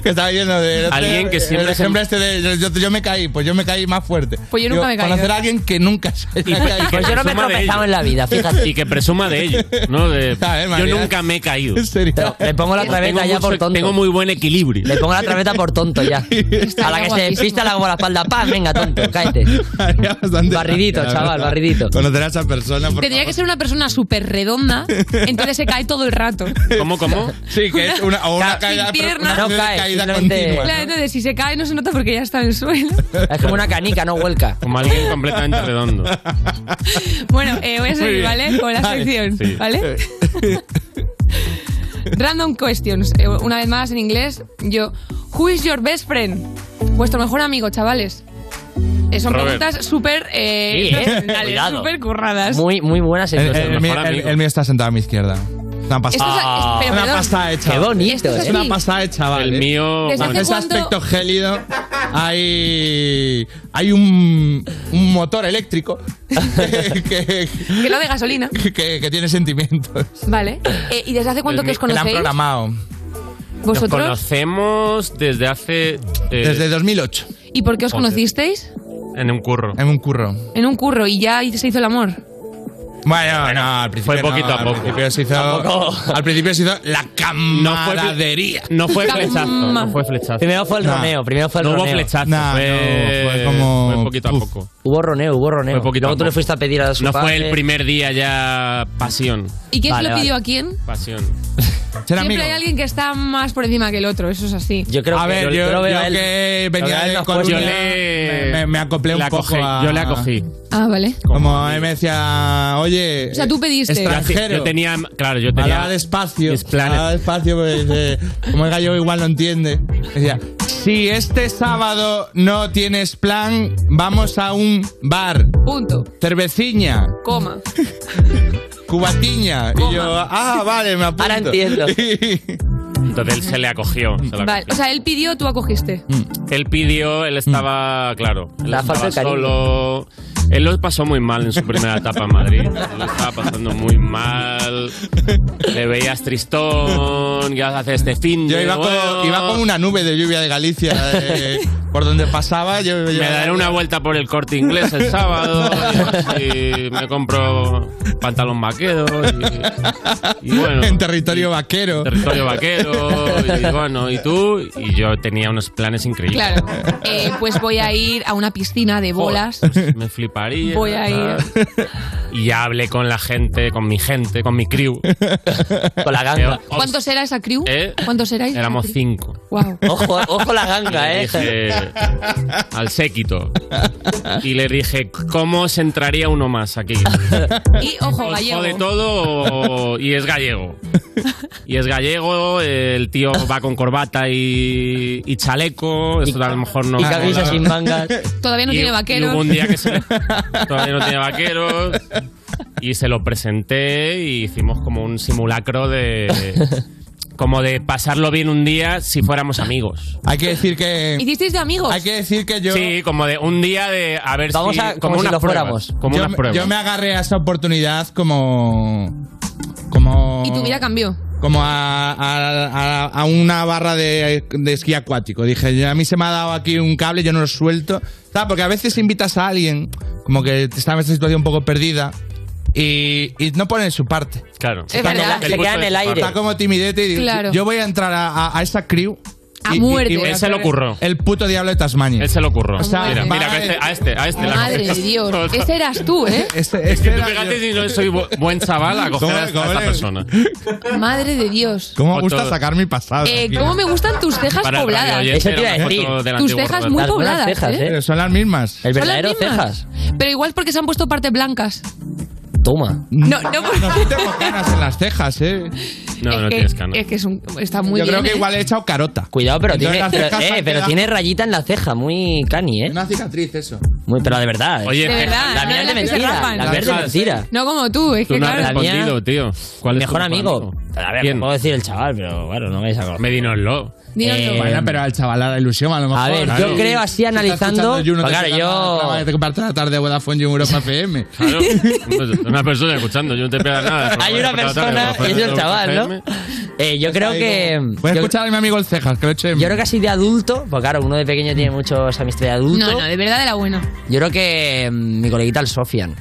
S3: que estaba viendo de.
S4: Alguien que siempre
S3: El
S4: se-
S3: ejemplo este de. Yo, yo- yo me caí, pues yo me caí más fuerte.
S9: Pues yo nunca me he caído.
S3: Conocer a alguien que nunca se haya caído.
S16: Pues
S4: que presuma de ello. Y que presuma de ello. ¿no? De- yo
S3: María?
S4: nunca me he caído.
S3: ¿En serio?
S16: Pero Le pongo la
S4: Tengo
S16: traveta ya
S4: mucho-
S16: por tonto.
S4: tengo muy buen equilibrio.
S16: Le pongo la traveta por tonto ya. A la que se
S9: guapísimo.
S16: despista la hago a la espalda. ¡Pam! Venga, tonto, cállate. Barridito,
S3: gracia, la
S16: chaval,
S3: verdad.
S16: barridito.
S3: Conocer a esa persona. por
S9: Tendría que ser una persona súper redonda, entonces se cae todo el rato.
S4: ¿Cómo, cómo?
S3: Sí, que es una, o una
S16: Ca- sin
S3: caída, pero
S9: piernas.
S3: una
S16: No cae,
S3: caída
S16: simplemente-
S3: continua.
S9: Claro, entonces si se cae no se nota porque ya está en el suelo.
S16: Es como una canica, no vuelca.
S4: Como alguien completamente redondo.
S9: Bueno, eh, voy a
S4: Muy
S9: seguir,
S4: bien.
S9: ¿vale? Con la
S4: Vale.
S9: sección,
S4: Sí.
S9: ¿vale?
S16: Eh.
S9: Random questions. Eh, Una vez más en inglés, yo. Who is your best friend? Vuestro mejor amigo, chavales. Eh, son
S16: Robert.
S9: preguntas súper eh,
S16: Sí, ¿eh?
S9: profesionales,
S16: Cuidado.
S9: súper curradas.
S16: Muy, muy
S9: Ah,
S4: Eh,
S16: buena
S3: El, el-
S9: pues
S16: sensación.
S3: el mío- el- el mío está sentado a mi izquierda. Una
S9: Esto es-
S3: pasada.
S9: es- pero
S3: una
S9: perdón.
S3: pasada hecha.
S16: Qué bonito,
S3: Es
S16: ¿eh?
S3: una pasada hecha, vale.
S4: El mío.
S9: ¿Desde
S3: Con
S9: hace
S3: ese
S9: cuánto-
S3: aspecto gélido hay, hay un, un motor eléctrico que,
S9: Que no de gasolina.
S3: que- que- que tiene sentimientos.
S9: Vale. Eh, ¿Y desde hace cuánto que os
S3: Que la han
S9: conocéis?
S3: programado
S4: Nos
S9: ¿Vosotros?
S4: conocemos desde hace. eh,
S3: desde 2008
S9: ¿Y por qué os conocisteis?
S4: En un curro.
S3: en un curro.
S9: En un curro y ya se hizo el amor.
S3: Bueno, no, al principio
S4: fue poquito
S3: no,
S4: a
S3: al
S4: poco.
S3: Principio se hizo,
S4: Tampoco.
S3: al principio se hizo la camaradería.
S4: No fue
S9: Cam-
S4: flechazo. No fue flechazo.
S16: Primero fue el
S3: Nah.
S16: roneo, primero fue el
S4: No hubo
S16: roneo.
S4: flechazo.
S3: Nah,
S4: fue,
S3: no, fue como-
S4: fue poquito a
S3: Uf.
S4: poco.
S16: Hubo roneo, hubo roneo.
S4: Fue poquito
S16: Luego
S4: a
S16: tú le
S4: poco.
S16: fuiste a pedir a su
S4: No fue
S16: padre.
S4: el primer día ya pasión.
S9: ¿Y quién se
S16: Vale,
S9: lo
S16: vale.
S9: pidió a quién?
S4: Pasión.
S3: ¿Será
S9: Siempre
S3: amigo?
S9: hay alguien que está más por encima que el otro, eso es así.
S16: Yo creo
S3: a
S16: que
S3: ver,
S16: lo-
S3: yo,
S16: lo veo
S3: yo
S16: a él-
S3: que
S16: lo veo
S3: venía
S16: a él
S3: de
S16: los
S3: Coruña,
S16: puestos.
S4: le-
S3: me, me acoplé un
S4: la
S3: poco
S4: cogí,
S3: a-
S4: Yo la cogí.
S9: Ah, vale.
S3: Como él me decía, oye,
S9: O sea, tú pediste.
S3: extranjero.
S4: Yo tenía. Claro, yo
S3: Hablaba
S4: tenía.
S3: despacio.
S4: Mis planes.
S3: Hablaba despacio porque dice, como el gallo igual no entiende. Decía, si este sábado no tienes plan, vamos a un bar.
S9: Punto.
S3: Cerveciña,
S9: Coma.
S3: cubatiña. Y yo, ah, vale, me apunto.
S16: Ahora entiendo.
S4: Entonces él se le acogió. se la
S9: Vale.
S4: acogió.
S9: O sea, él pidió, tú acogiste.
S4: Él pidió, él estaba, claro, él
S16: La falta
S4: estaba
S16: de cariño.
S4: solo. Él lo pasó muy mal en su primera etapa en Madrid. Lo estaba pasando muy mal. Le veías tristón, ya hace este fin
S3: Yo
S4: de
S3: iba como,
S4: bueno,
S3: iba como una nube de lluvia de Galicia eh, por donde pasaba. Yo,
S4: Me
S3: yo-
S4: daré una vuelta por el corte inglés el sábado y me compro pantalón vaquero y, y bueno,
S3: en territorio vaquero.
S4: territorio vaquero y bueno, y tú y yo tenía unos planes increíbles.
S9: Claro. Eh, pues voy a ir a una piscina de bolas.
S4: Pues me fliparía.
S9: Voy a
S4: tal. Y ya hablé con la gente, con mi gente, con mi crew.
S16: Con la
S4: Que,
S16: ganga.
S4: os-
S9: ¿Cuántos era esa crew?
S4: eh,
S9: ¿Cuántos erais?
S4: Éramos cinco.
S9: Wow.
S16: Ojo, ojo la ganga,
S4: Le
S16: eh.
S4: dije al séquito. Y le dije, ¿cómo se entraría uno más aquí?
S9: Y ojo,
S4: ¿Os
S9: gallego.
S4: jode todo o- y es gallego? Y es gallego, el tío va con corbata y, y chaleco, eso a lo mejor no...
S16: Y
S4: mola.
S16: camisa sin mangas.
S9: Todavía no
S4: Y-
S9: tiene
S4: Y hubo
S9: vaqueros.
S4: un día que se le- todavía no tiene vaqueros. Y se lo presenté y hicimos como un simulacro de. Como de pasarlo bien un día si fuéramos amigos.
S3: Hay que decir que.
S9: ¿Hicisteis de amigos?
S3: Hay que decir que yo.
S4: Sí, como de un día de a ver
S16: Vamos
S4: si.
S16: a- como si
S4: unas
S16: lo
S4: pruebas,
S16: fuéramos.
S4: Como
S3: yo,
S4: unas pruebas.
S3: yo me agarré a esa oportunidad como. Como.
S9: Y tu vida cambió.
S3: Como a, a- a- a una barra de, de esquí acuático. Dije, "Ya a mí se me ha dado aquí un cable, yo no lo suelto. ¿Sabes? Porque a veces invitas a alguien, como que está en esta situación un poco perdida, y, y no ponen su parte.
S4: Claro.
S16: Es verdad, se queda en el aire.
S3: Está como timidete y digo,
S16: Claro.
S3: yo voy a entrar a, a- a esa crew.
S4: A muerte. Él se lo curró.
S3: El puto diablo de Tasmania. Él
S4: se lo curró.
S3: O sea,
S4: mira,
S3: va-
S4: mira, a este, a este, a este. la
S9: Madre de
S4: coges.
S9: Dios. Ese eras tú, ¿eh?
S3: Este,
S4: es que tú fíjate si no soy bu- buen chaval a coger a esta, a esta persona.
S9: Madre de Dios.
S3: ¿Cómo me
S4: Foto-
S3: gusta sacar mi pasado?
S9: Eh,
S3: aquí.
S9: ¿Cómo me gustan tus cejas
S3: Para el radio
S9: pobladas?
S3: oyente, Eso te iba a una decir. foto del
S9: Tus
S3: antiguo
S9: cejas
S3: Roberto.
S9: muy
S3: Las buenas
S9: pobladas,
S3: cejas, ¿eh?
S9: ¿eh?
S3: Pero son las mismas.
S16: El
S9: Son las mismas. Pero igual porque se han puesto partes blancas.
S16: Toma.
S9: No, no, por-
S3: No tengo canas en las cejas, ¿eh.
S4: No,
S9: Eh, Es que es un, está muy
S3: Yo
S9: bien.
S3: creo que
S9: ¿eh?
S3: igual he echado carota.
S16: Cuidado, pero,
S3: Entonces
S16: tiene,
S3: las
S16: pero,
S3: cejas
S16: eh,
S3: han
S16: pero
S3: quedado-
S16: tiene rayita en la ceja, muy cani, ¿eh?
S3: Una cicatriz, eso.
S16: Muy, pero de verdad.
S4: Oye, eh, De
S9: verdad,
S16: la mía es de
S9: las que se
S16: mentira.
S9: rapan.
S16: La verde
S4: Las-
S16: mentira.
S9: No como tú, es
S4: Tú
S9: que
S4: no has
S9: claro.
S4: respondido, tío. ¿Cuál es tu
S16: Mejor
S4: mejor
S16: amigo. A ver, puedo decir el chaval, pero bueno, no me vais a conocer.
S4: Medinoslo.
S9: Dínoslo.
S3: Bueno, pero al chaval la ilusión, a lo mejor.
S16: eh, A ver, yo creo así
S3: Si está
S16: analizando-
S3: escuchando, no
S16: Pues
S3: te
S16: claro,
S3: saca
S16: yo-
S3: nada, acaba de compartir la tarde de Vodafone y en Europa FM.
S4: Claro. Una persona escuchando, yo no te pega nada.
S16: Hay una persona y es el chaval, ¿no? Eh, yo creo que.
S3: Voy a escuchar a mi amigo el Cejas, que lo eche.
S16: Yo creo que así de adulto, pues claro, uno de pequeño tiene muchos amistades de adulto.
S9: No, no, de verdad de la buena.
S16: Yo creo que mm, mi coleguita el Sofian.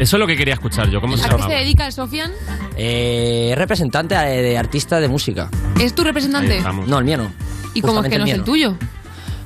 S4: Eso es lo que quería escuchar yo. ¿Cómo se
S9: ¿A qué
S4: llama?
S9: se dedica el Sofian?
S16: Eh, es representante de, de artista de música.
S9: ¿Es tu representante?
S16: No, el mío no.
S9: ¿Y cómo es
S16: Justamente
S9: que no es
S16: mío
S9: el tuyo?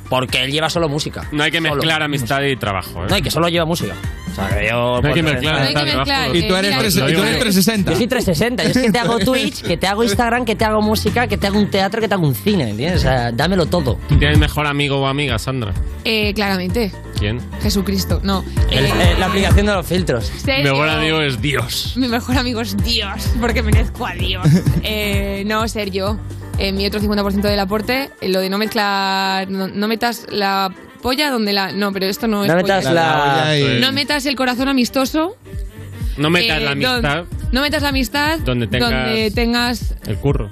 S16: Porque él lleva solo música.
S4: No hay que mezclar amistad y trabajo. ¿eh?
S16: No, y que solo lleva música. O sea, que yo. pues, eh,
S4: No hay que
S16: por-
S4: mezclar. No hay que mezclar,
S3: Y tú eres tres- y tú eres 360.
S16: Yo soy 360. Yo es que te hago Twitch, que te hago Instagram, que te hago música, que te hago un teatro, que te hago un cine, ¿entiendes? O sea, dámelo todo.
S4: ¿Tú tienes mejor amigo o amiga, Sandra?
S9: Eh, claramente.
S4: ¿Quién?
S9: Jesucristo. No.
S16: El- eh, la aplicación de los filtros.
S9: Sergio.
S4: Mi buen amigo es Dios.
S9: Mi mejor amigo es Dios, porque merezco a Dios. Eh, no, ser yo. Eh, mi otro 50% del aporte, eh, lo de no mezclar. No, no metas la polla donde la. No, pero esto no, es.
S16: No metas
S9: polla.
S16: la.
S9: No metas el corazón amistoso.
S4: No metas
S9: eh,
S4: la
S9: don-
S4: amistad,
S9: no metas la amistad.
S4: Donde tengas-
S9: donde tengas-
S4: el curro.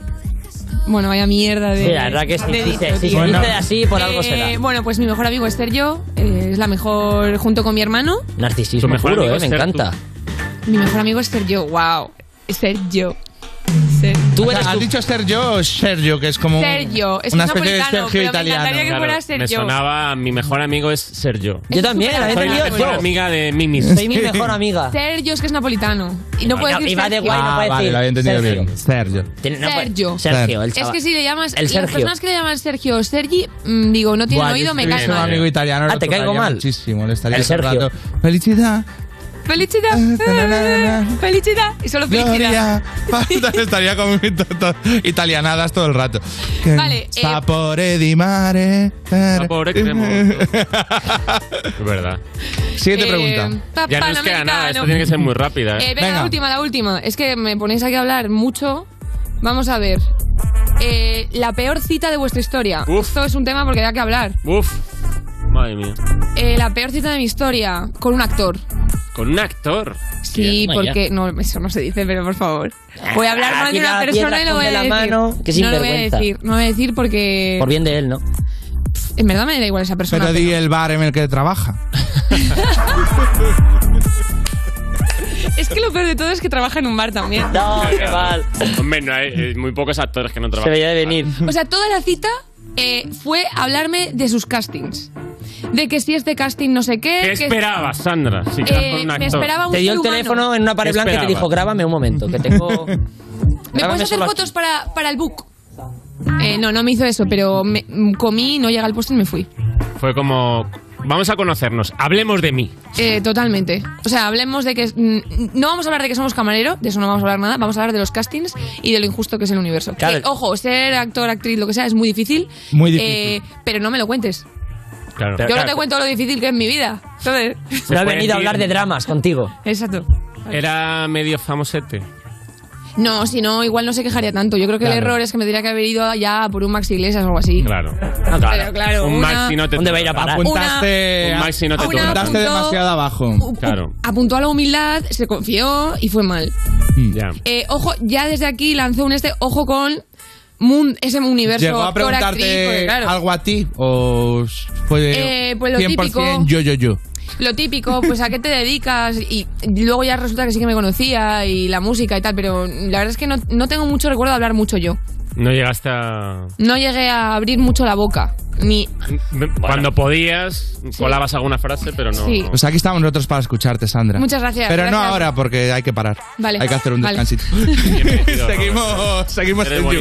S9: Bueno, vaya mierda de.
S16: Sí, la verdad que si
S9: de
S16: dice-
S9: disco,
S16: si
S9: tío.
S16: se dice así, por algo
S9: Eh,
S16: será.
S9: Bueno, pues mi mejor amigo es Sergio. eh, es la mejor junto con mi hermano.
S16: Narcisismo
S4: mejor
S16: puro,
S4: amigo
S16: ¿eh?
S4: es
S16: Me
S4: ser
S16: encanta.
S9: Mi mejor amigo es Sergio. ¡Wow! Sergio.
S3: O sea, ¿Has dicho Sergio o Sergio, que es como un-
S9: Sergio, es
S3: una
S9: un
S3: especie de
S9: napolitano,
S3: Sergio
S9: pero me
S3: italiano?
S9: encantaría que fuera Sergio.
S4: Me sonaba, mi mejor amigo es ser yo.
S16: Yo también, a
S4: Soy
S16: veces
S4: la
S16: digo
S4: mejor
S16: yo.
S4: amiga de Mimis.
S16: Soy mi mejor amiga.
S9: Sergio es que es napolitano. Y no puede
S16: no,
S9: decir
S16: y va de
S9: Sergio.
S16: guay, no
S3: Ah,
S16: puede
S3: vale,
S16: decir
S3: lo había entendido
S16: Sergio.
S3: bien. Sergio.
S16: Tiene- no puede-
S9: Sergio.
S16: Sergio, el
S9: Es
S16: chaval.
S9: que si le llamas.
S16: El
S9: Las
S16: Sergio.
S9: personas que le llaman Sergio o Sergi, mm, digo, no tienen
S3: Buah, yo
S9: oído, me
S3: si tuviese
S9: cae
S3: un
S9: mal.
S3: amigo italiano.
S16: Ah,
S3: lo
S16: te caigo
S3: tocaría
S16: mal.
S3: Muchísimo, le estaría
S16: El
S3: todo
S16: Sergio.
S3: rato, Felicidad.
S9: Felicidad. Felicidad. Y solo felicidad.
S3: Gloria. estaría con to- to- italianadas todo el rato. Que
S9: Vale, eh,
S3: sapore di mare. eh.
S4: Sapore cremoso. Es verdad.
S3: Siguiente
S9: Eh,
S3: pregunta.
S9: pa-
S4: Ya no os queda nada, esto
S9: panamericano.
S4: tiene que ser muy rápida.
S9: Eh, venga, la última, la última. Es que me ponéis aquí a hablar mucho. Vamos a ver. Eh, la peor cita de vuestra historia. Esto es un tema porque da que hablar.
S4: Uf, madre mía.
S9: Eh, la peor cita de mi historia con un actor.
S4: Con un actor.
S9: Sí,
S4: Bien.
S9: porque. No, eso no se dice, pero por favor. Voy a hablar
S16: Ah,
S9: mal
S16: aquí
S9: de una
S16: cada quien
S9: persona y lo voy a
S16: la
S9: decir.
S16: mano, que
S9: no lo voy a
S16: sinvergüenza.
S9: decir. No lo voy a decir porque.
S16: Por bien de él, ¿no?
S9: En verdad me da igual esa persona.
S3: Pero di el bar en el que trabaja.
S9: Es que lo peor de todo es que trabaja en un bar también.
S16: No,
S4: qué mal. Hombre, no hay, eh, muy pocos actores que no trabajan.
S16: veía venir.
S9: O sea, toda la cita eh, fue hablarme de sus castings. De que si este casting no sé qué.
S4: ¿Qué
S9: que-
S4: esperabas, Sandra? Si
S9: Eh,
S4: quedas con un
S9: me
S4: actor.
S9: esperaba un
S16: Te dio
S9: ser
S16: el
S9: humano.
S16: teléfono en una pared
S4: ¿Qué
S16: blanca y te
S4: esperabas?
S16: dijo, grábame un momento, que tengo...
S9: ¿Me puedes hacer fotos para, para el book? Eh, no, no me hizo eso, pero me- mm, comí, no llegué al puesto y me fui.
S4: Fue como, vamos a conocernos, hablemos de mí.
S9: Eh, totalmente. O sea, hablemos de que. mm, No vamos a hablar de que somos camarero, de eso no vamos a hablar nada. Vamos a hablar de los castings y de lo injusto que es el universo.
S4: Claro.
S9: Que, ojo, ser actor, actriz, lo que sea, es muy difícil.
S4: Muy difícil.
S9: eh, pero no me lo cuentes.
S4: Claro.
S9: Yo no te cuento lo difícil que es mi vida. ¿sabes?
S16: Me ha venido a hablar de dramas contigo.
S9: Exacto.
S4: Era medio famosete.
S9: No, si no, igual no se quejaría tanto. Yo creo que el
S4: Claro.
S9: error es que me tendría que haber ido ya por un Max Iglesias o algo así.
S4: Claro.
S9: Pero claro,
S4: un
S9: una-
S4: maxi no te
S16: ¿Dónde va a ir a parar?
S3: Apuntaste,
S4: Un maxi no te
S9: una
S4: toca.
S3: apuntaste
S9: apuntó-
S3: demasiado abajo.
S4: Claro.
S9: Apuntó a la humildad, se confió y fue mal.
S4: Ya.
S3: Mm.
S9: Eh, ojo, ya desde aquí lanzó un este ojo con mun- ese universo
S3: ¿Llegó a
S9: actor, actriz,
S3: preguntarte
S9: porque, claro.
S3: algo a ti? ¿O fue
S9: Eh, pues lo
S3: 100%
S9: típico.
S3: yo, yo, yo?
S9: Lo típico, pues a qué te dedicas y luego ya resulta que sí que me conocía y la música y tal, pero la verdad es que no, no tengo mucho recuerdo de hablar mucho yo.
S4: No llegaste a...
S9: No llegué a abrir mucho la boca. Ni.
S4: Cuando podías, colabas alguna frase, pero no...
S9: Sí.
S3: Pues aquí estamos nosotros para escucharte, Sandra.
S9: Muchas gracias,
S3: Pero no
S9: gracias.
S3: ahora, porque hay que parar.
S9: Vale,
S3: Hay que hacer un
S9: vale.
S3: descansito. seguimos, seguimos en You.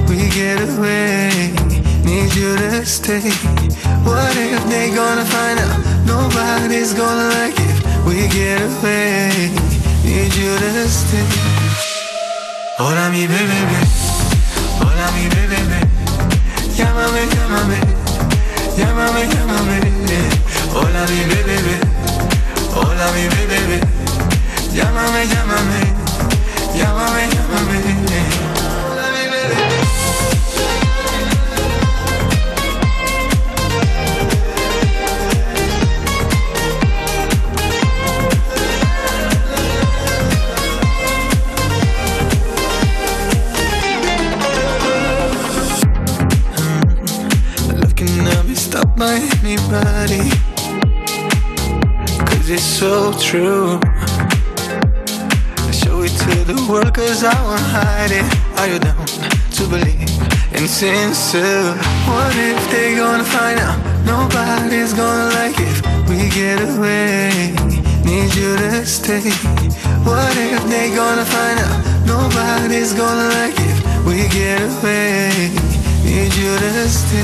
S30: we get away. Need you to stay. What if they gonna find out? Nobody's gonna like if we get away. Need you to stay. Hola mi bebé, hola mi bebé, llámame, llámame, llámame, llámame. Hola mi bebé, hola mi bebé, llámame, llámame, llámame, llámame. Hola mi bebé. Love cannot be stopped by anybody. Cause it's so true. I show it to the world cause I won't hide it. Are you down to believe in sincere? What if they gonna find out? Nobody's gonna like if we get away. Need you to stay. What if they gonna find out? Nobody's gonna like if we get away. Need you to stay.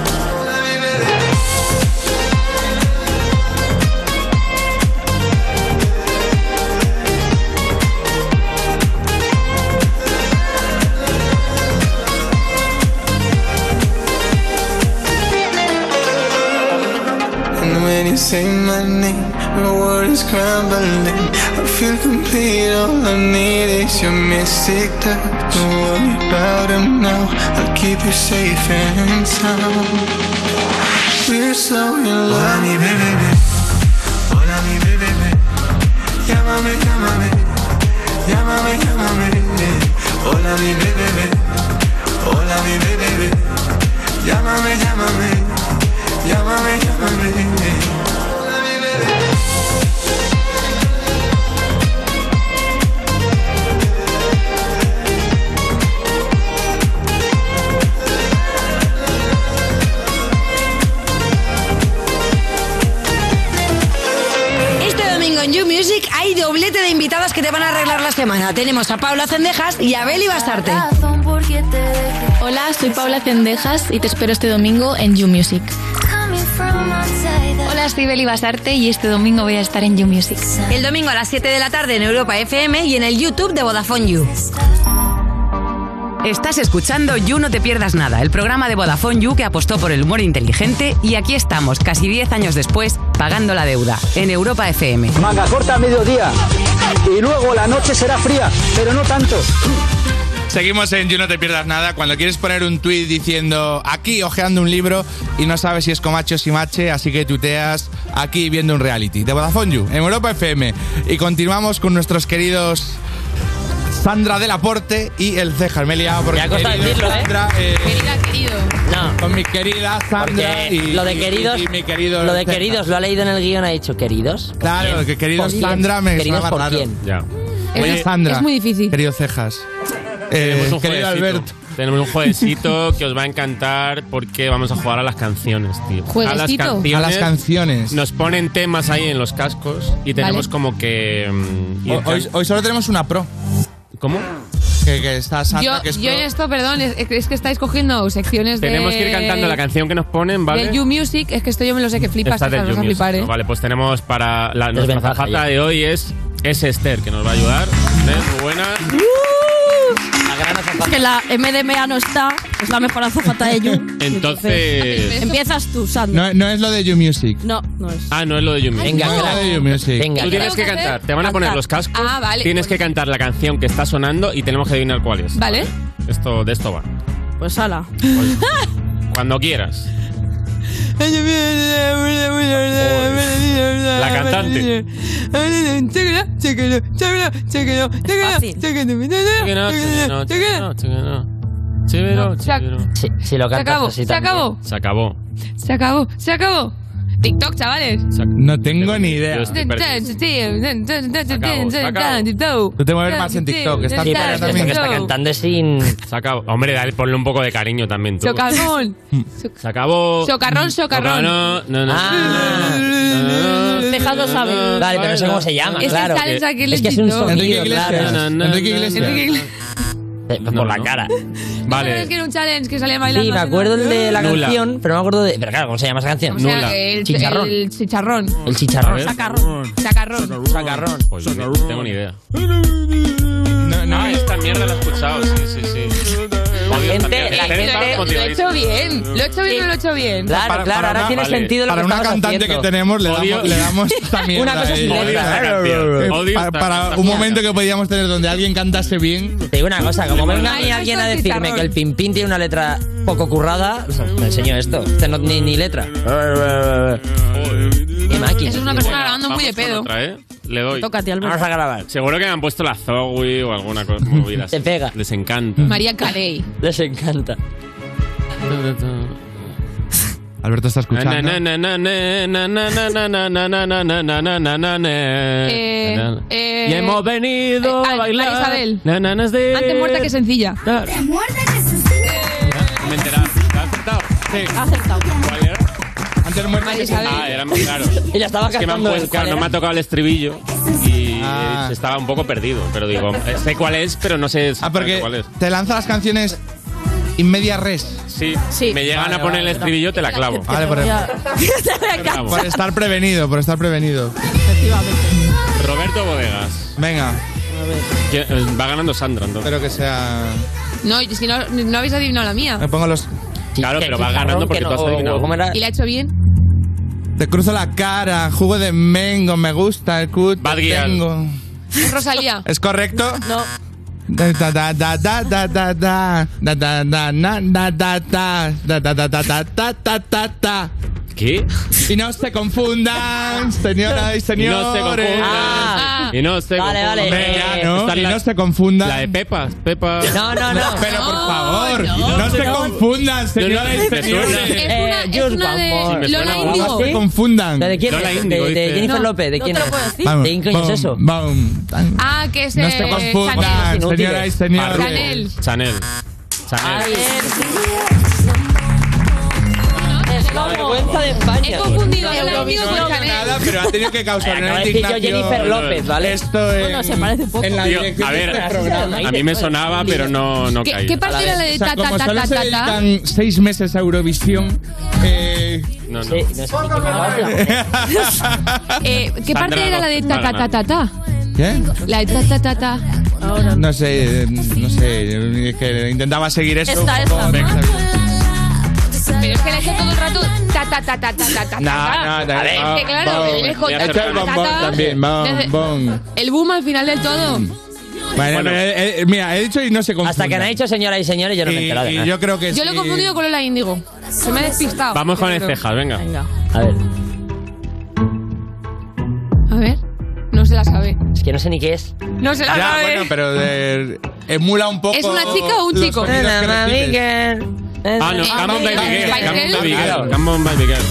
S30: Hola mi bebé. And when you say my name, my world is crumbling. I feel complete, all I need is your mystic touch. Don't worry about him now, I'll keep you safe and sound. We're so in love. Hola mi bebé, hola mi bebé, llámame, llámame, llámame, llámame. Hola mi bebé, hola mi bebé, llámame, llámame. Llámame, llámame. Hola, mi bebé.
S8: Este domingo en You Music hay doblete de invitadas que te van a arreglar la semana. Tenemos a Paula Cendejas y a Beli Bastarte.
S15: Hola, soy Paula Cendejas y te espero este domingo en You Music. Hola, soy Beli Basarte y este domingo voy a estar en You Music.
S8: El domingo a las 7 de la tarde en Europa FM y en el YouTube de Vodafone You.
S11: Estás escuchando You No Te Pierdas Nada, el programa de Vodafone You que apostó por el humor inteligente y aquí estamos, casi 10 años después, pagando la deuda, en Europa FM.
S14: Manga corta a mediodía. Y luego la noche será fría, pero no tanto.
S3: Seguimos en You No Te Pierdas Nada. Cuando quieres poner un tuit diciendo aquí ojeando un libro y no sabes si es comacho o simache, así que tuteas aquí viendo un reality. De Vodafone You, en Europa FM. Y continuamos con nuestros queridos Sandra del Aporte y el Cejas. Me he liado porque
S16: Me ha costado
S3: querido
S16: decirlo, ¿eh?
S3: Sandra, eh,
S16: querido. No.
S3: con mi querida Sandra
S16: Porque
S3: y,
S16: lo de
S3: y-
S16: queridos,
S3: y mi querido
S16: lo de
S3: Cejas.
S16: queridos, lo ha leído en el guión, ha dicho queridos.
S3: Claro, que queridos Sandra me
S16: queridos
S3: sonaba
S16: por
S3: raro.
S16: quién.
S3: Oye,
S16: Es-
S3: Sandra,
S16: es muy
S9: difícil.
S3: Querido Cejas. Eh,
S4: Tenemos un
S3: querido
S4: jueguecito.
S3: Albert.
S4: Tenemos un jueguecito que os va a encantar porque vamos a jugar a las canciones, tío. A las
S3: Jueguecito.
S4: canciones.
S3: A las canciones.
S4: Nos ponen temas ahí en los cascos y tenemos
S3: Vale.
S4: como que. mm, ir
S3: Hoy, hoy- hoy solo tenemos una pro.
S4: ¿Cómo?
S3: Que, que está Sandra,
S9: Yo,
S3: que es
S9: yo
S3: pro.
S9: en esto, perdón, es, es que estáis cogiendo secciones de.
S4: Tenemos que ir cantando la canción que nos ponen, ¿vale?
S9: De You Music, es que esto yo me lo sé que flipas,
S4: Esta
S9: César,
S4: del
S9: vas a
S4: Jumius.
S9: flipar, ¿eh?
S4: Vale, pues tenemos para la nuestra
S16: Desventaja
S4: zapata
S16: ya.
S4: de hoy es es Esther que nos va a ayudar. ¿eh? Buenas. ¡Uh!
S15: La Es que la MDMA no está, pues es la mejor azafata de Jung.
S4: Entonces.
S15: Empiezas tú, Sandra.
S3: No, no es lo de You Music.
S15: No, no es.
S4: Ah, no es lo de You Music.
S3: Venga, No, claro. es lo de You Music. Venga,
S4: Tú tienes
S15: claro. ¿Tengo
S4: que
S15: que
S4: cantar.
S15: hacer?
S4: Te van a poner
S15: Cantar.
S4: los cascos.
S15: Ah, vale.
S4: Tienes que cantar la canción que está sonando y tenemos que adivinar cuál es.
S15: Vale,
S4: Esto, de esto va.
S15: pues ala.
S4: Cuando quieras. La cantante.
S9: Se
S14: Si lo cantas
S9: acabó,
S14: así
S9: se
S14: también.
S9: acabó,
S4: Se acabó.
S9: se acabó, se acabó. TikTok, chavales.
S3: No tengo ni idea.
S4: Tú te mueves más en TikTok, estás
S9: Sí,
S4: por allá
S9: pero
S4: también.
S9: esto que está
S14: cantando sin.
S4: Se acabó. Hombre, dale, ponle un poco de cariño también. Tú.
S9: Socarrón,
S4: Se acabó.
S9: socarrón, socarrón.
S4: No, no, no.
S9: Tejado sabe.
S14: Vale, pero no sé cómo se llama,
S9: Es que
S14: claro.
S9: sale Jack
S14: es que es un
S9: Lechito.
S14: sonido,
S9: Enrique Iglesias.
S14: claro.
S9: Enrique Iglesias. Enrique Iglesias.
S14: Eh, Por la cara.
S9: ¿Sabes que era un challenge que salía bailando?
S14: Sí, me
S9: así?
S14: acuerdo el de la
S9: Nula.
S14: canción, pero no me acuerdo de. Pero claro, ¿cómo se llama esa canción?
S9: O sea, el
S14: Chicharrón.
S9: El chicharrón.
S14: El chicharrón.
S9: Sacarrón. Sacarrón.
S14: Sacarrón.
S4: Pues yo no tengo ni idea. No, no, esta mierda la he escuchado. Sí, sí, sí. La
S14: gente- la gente-
S9: Lo he hecho bien. Lo he hecho bien o lo he hecho bien.
S14: Claro, claro, ahora tiene sentido lo
S3: Para
S14: que
S3: una
S14: estamos
S3: cantante
S14: haciendo.
S3: que tenemos, le damos, le damos esta mierda
S14: Una cosa
S3: a
S14: sin
S3: ella.
S14: letra.
S3: Eh,
S14: Odio
S3: para,
S14: esta-
S3: para
S14: esta
S3: un
S14: mierda.
S3: momento que podíamos tener donde alguien cantase bien.
S14: Te digo una cosa, como venga a mí alguien a decirme que el Pimpín tiene una letra poco currada, pues, o sea, me enseñó esto. Este no ni, ni letra. Qué máquina.
S9: Es una persona grabando muy de
S4: Vamos con
S9: pedo.
S4: otra, ¿eh? Le doy.
S9: Tócate, Alberto.
S14: Vamos a grabar.
S4: Seguro que me han puesto la Zoe o alguna cosa movida. Te
S14: pega.
S4: Les encanta.
S9: María Carey.
S14: Les encanta.
S3: Alberto está escuchando.
S9: Eh, eh,
S4: Y hemos venido
S9: eh,
S4: a
S9: Al-
S4: bailar.
S9: Isabel.
S4: Nananas de.
S9: Antes muerta que sencilla.
S4: Antes
S9: muerta que
S4: Me he enterado. ¿Lo has acertado? ¿Cuál era?
S3: Antes muerta
S9: que Isabel.
S4: Ah, era más claro.
S14: Ella estaba
S4: Es que me han
S14: cantando ¿eh?
S4: puesto-
S14: el
S4: claro,
S14: cuál
S4: no me
S14: era.
S4: ha tocado el estribillo y eh, se estaba un poco perdido. Pero digo, eh, sé cuál es, pero no sé exactamente cuál es.
S3: Te lanza las canciones in media res.
S4: Sí, me llegan
S3: Vale,
S4: a poner
S3: vale.
S4: el estribillo, te la clavo.
S3: Vale, por,
S4: Vamos.
S3: por estar prevenido, por estar prevenido.
S4: Roberto Bodegas.
S3: Venga.
S4: Que, eh, Va ganando Sandra, entonces.
S3: Espero que sea.
S9: No, y si no, no habéis adivinado la mía.
S3: Me pongo los.
S4: Claro, pero va ganando porque tú has adivinado.
S3: Ah.
S9: ¿Y la ha hecho bien?
S3: Te cruzo la cara, jugo de mengo, me gusta el cut. Bad tengo.
S9: Es Rosalía.
S3: ¿Es correcto?
S9: No.
S3: Da da da da da da da da da da da na, da da da da da da da da da da da da
S4: ¿Qué?
S3: Y no se confundan, señoras y señores.
S4: No se confundan. Y no se
S3: Vale,
S4: confundan.
S3: vale.
S4: Hombre, ya, ¿no?
S3: Está
S4: Y
S3: la-
S4: no se
S3: confundan.
S4: La de Pepas, Pepa.
S14: No, no, no.
S3: Pero por favor, no, se confundan, señoras y
S4: Me suena.
S3: señores.
S4: Es una-
S14: Eh, Just
S4: una
S14: One
S4: de
S14: More.
S4: Lola
S14: ¿Sí?
S4: Índigo.
S3: No se confundan.
S14: ¿De quién
S4: Lola
S14: es? De,
S4: Índigo,
S14: de
S4: dice.
S14: Jennifer
S4: No,
S14: López. ¿De
S4: no
S14: quién
S4: te
S14: es?
S4: lo puedo decir.
S14: ¿De quién coño es eso?
S9: Ah, que es
S3: No
S9: eh,
S3: se confundan,
S9: Chanel.
S3: señoras y señores.
S9: Chanel.
S4: Chanel. Chanel.
S9: eh.
S14: La vergüenza de España.
S9: He confundido a Lola Índigo
S3: No,
S9: con
S3: no, nada,
S9: Chanel.
S3: pero ha tenido que causar
S14: Acabo de
S3: una
S14: decir yo
S3: indignación.
S14: Jennifer López, ¿vale?
S3: Esto es.
S14: Bueno, se parece poco.
S3: En la
S4: Tío,
S3: dirección
S4: a
S3: de
S4: ver,
S3: este programa.
S4: a mí me sonaba, pero no, no
S9: ¿Qué-
S4: caí.
S9: qué parte era la de
S3: O sea,
S9: ta, ta,
S3: como
S9: ta,
S3: solo
S9: ta,
S3: se
S9: ta, ta?
S3: dedican seis meses a Eurovisión, eh,
S4: No, Ah, no.
S9: Eh, ¿Qué
S3: Sandra
S9: parte era
S3: no-
S9: la de ta, ta, ta, ta, ta?
S3: ¿Qué?
S9: La de ta, ta, ta, ta.
S3: ¿Eh? No sé, eh, no sé, es que intentaba seguir eso.
S9: Esta,
S3: un poco-
S9: Pero es que la he hecho todo el rato ta, ta, ta, ta, ta, ta, ta.
S3: No, no, no.
S9: A ver, es que claro,
S3: bon,
S9: es con-
S3: he hecho el bombón
S9: ta, ta.
S3: también, bon,
S9: Desde-
S3: bon.
S9: El boom al final del todo.
S3: Bueno, eh, eh, mira, he dicho y no se confunde.
S14: Hasta que han dicho señoras y señores, yo no me he
S3: Y-
S14: enterado de
S3: y
S14: nada.
S3: yo creo que
S9: Yo lo he confundido con Lola Índigo. Se me ha despistado.
S4: Vamos con el
S9: Pero-
S4: cejas, venga.
S14: A ver,
S9: A ver. No se la sabe.
S14: es que no sé ni qué es.
S9: No se la
S3: Ya,
S9: sabe.
S4: eh.
S3: bueno, pero de- emula un poco.
S9: ¿Es una chica o un
S3: los
S9: chico?
S3: sonidos que recibes.
S4: Ah, no,
S9: Eh,
S4: Come on,
S9: eh,
S4: baby girl. Come
S9: Spice
S4: on,
S9: Girl.
S4: baby girl. Come on, baby girl.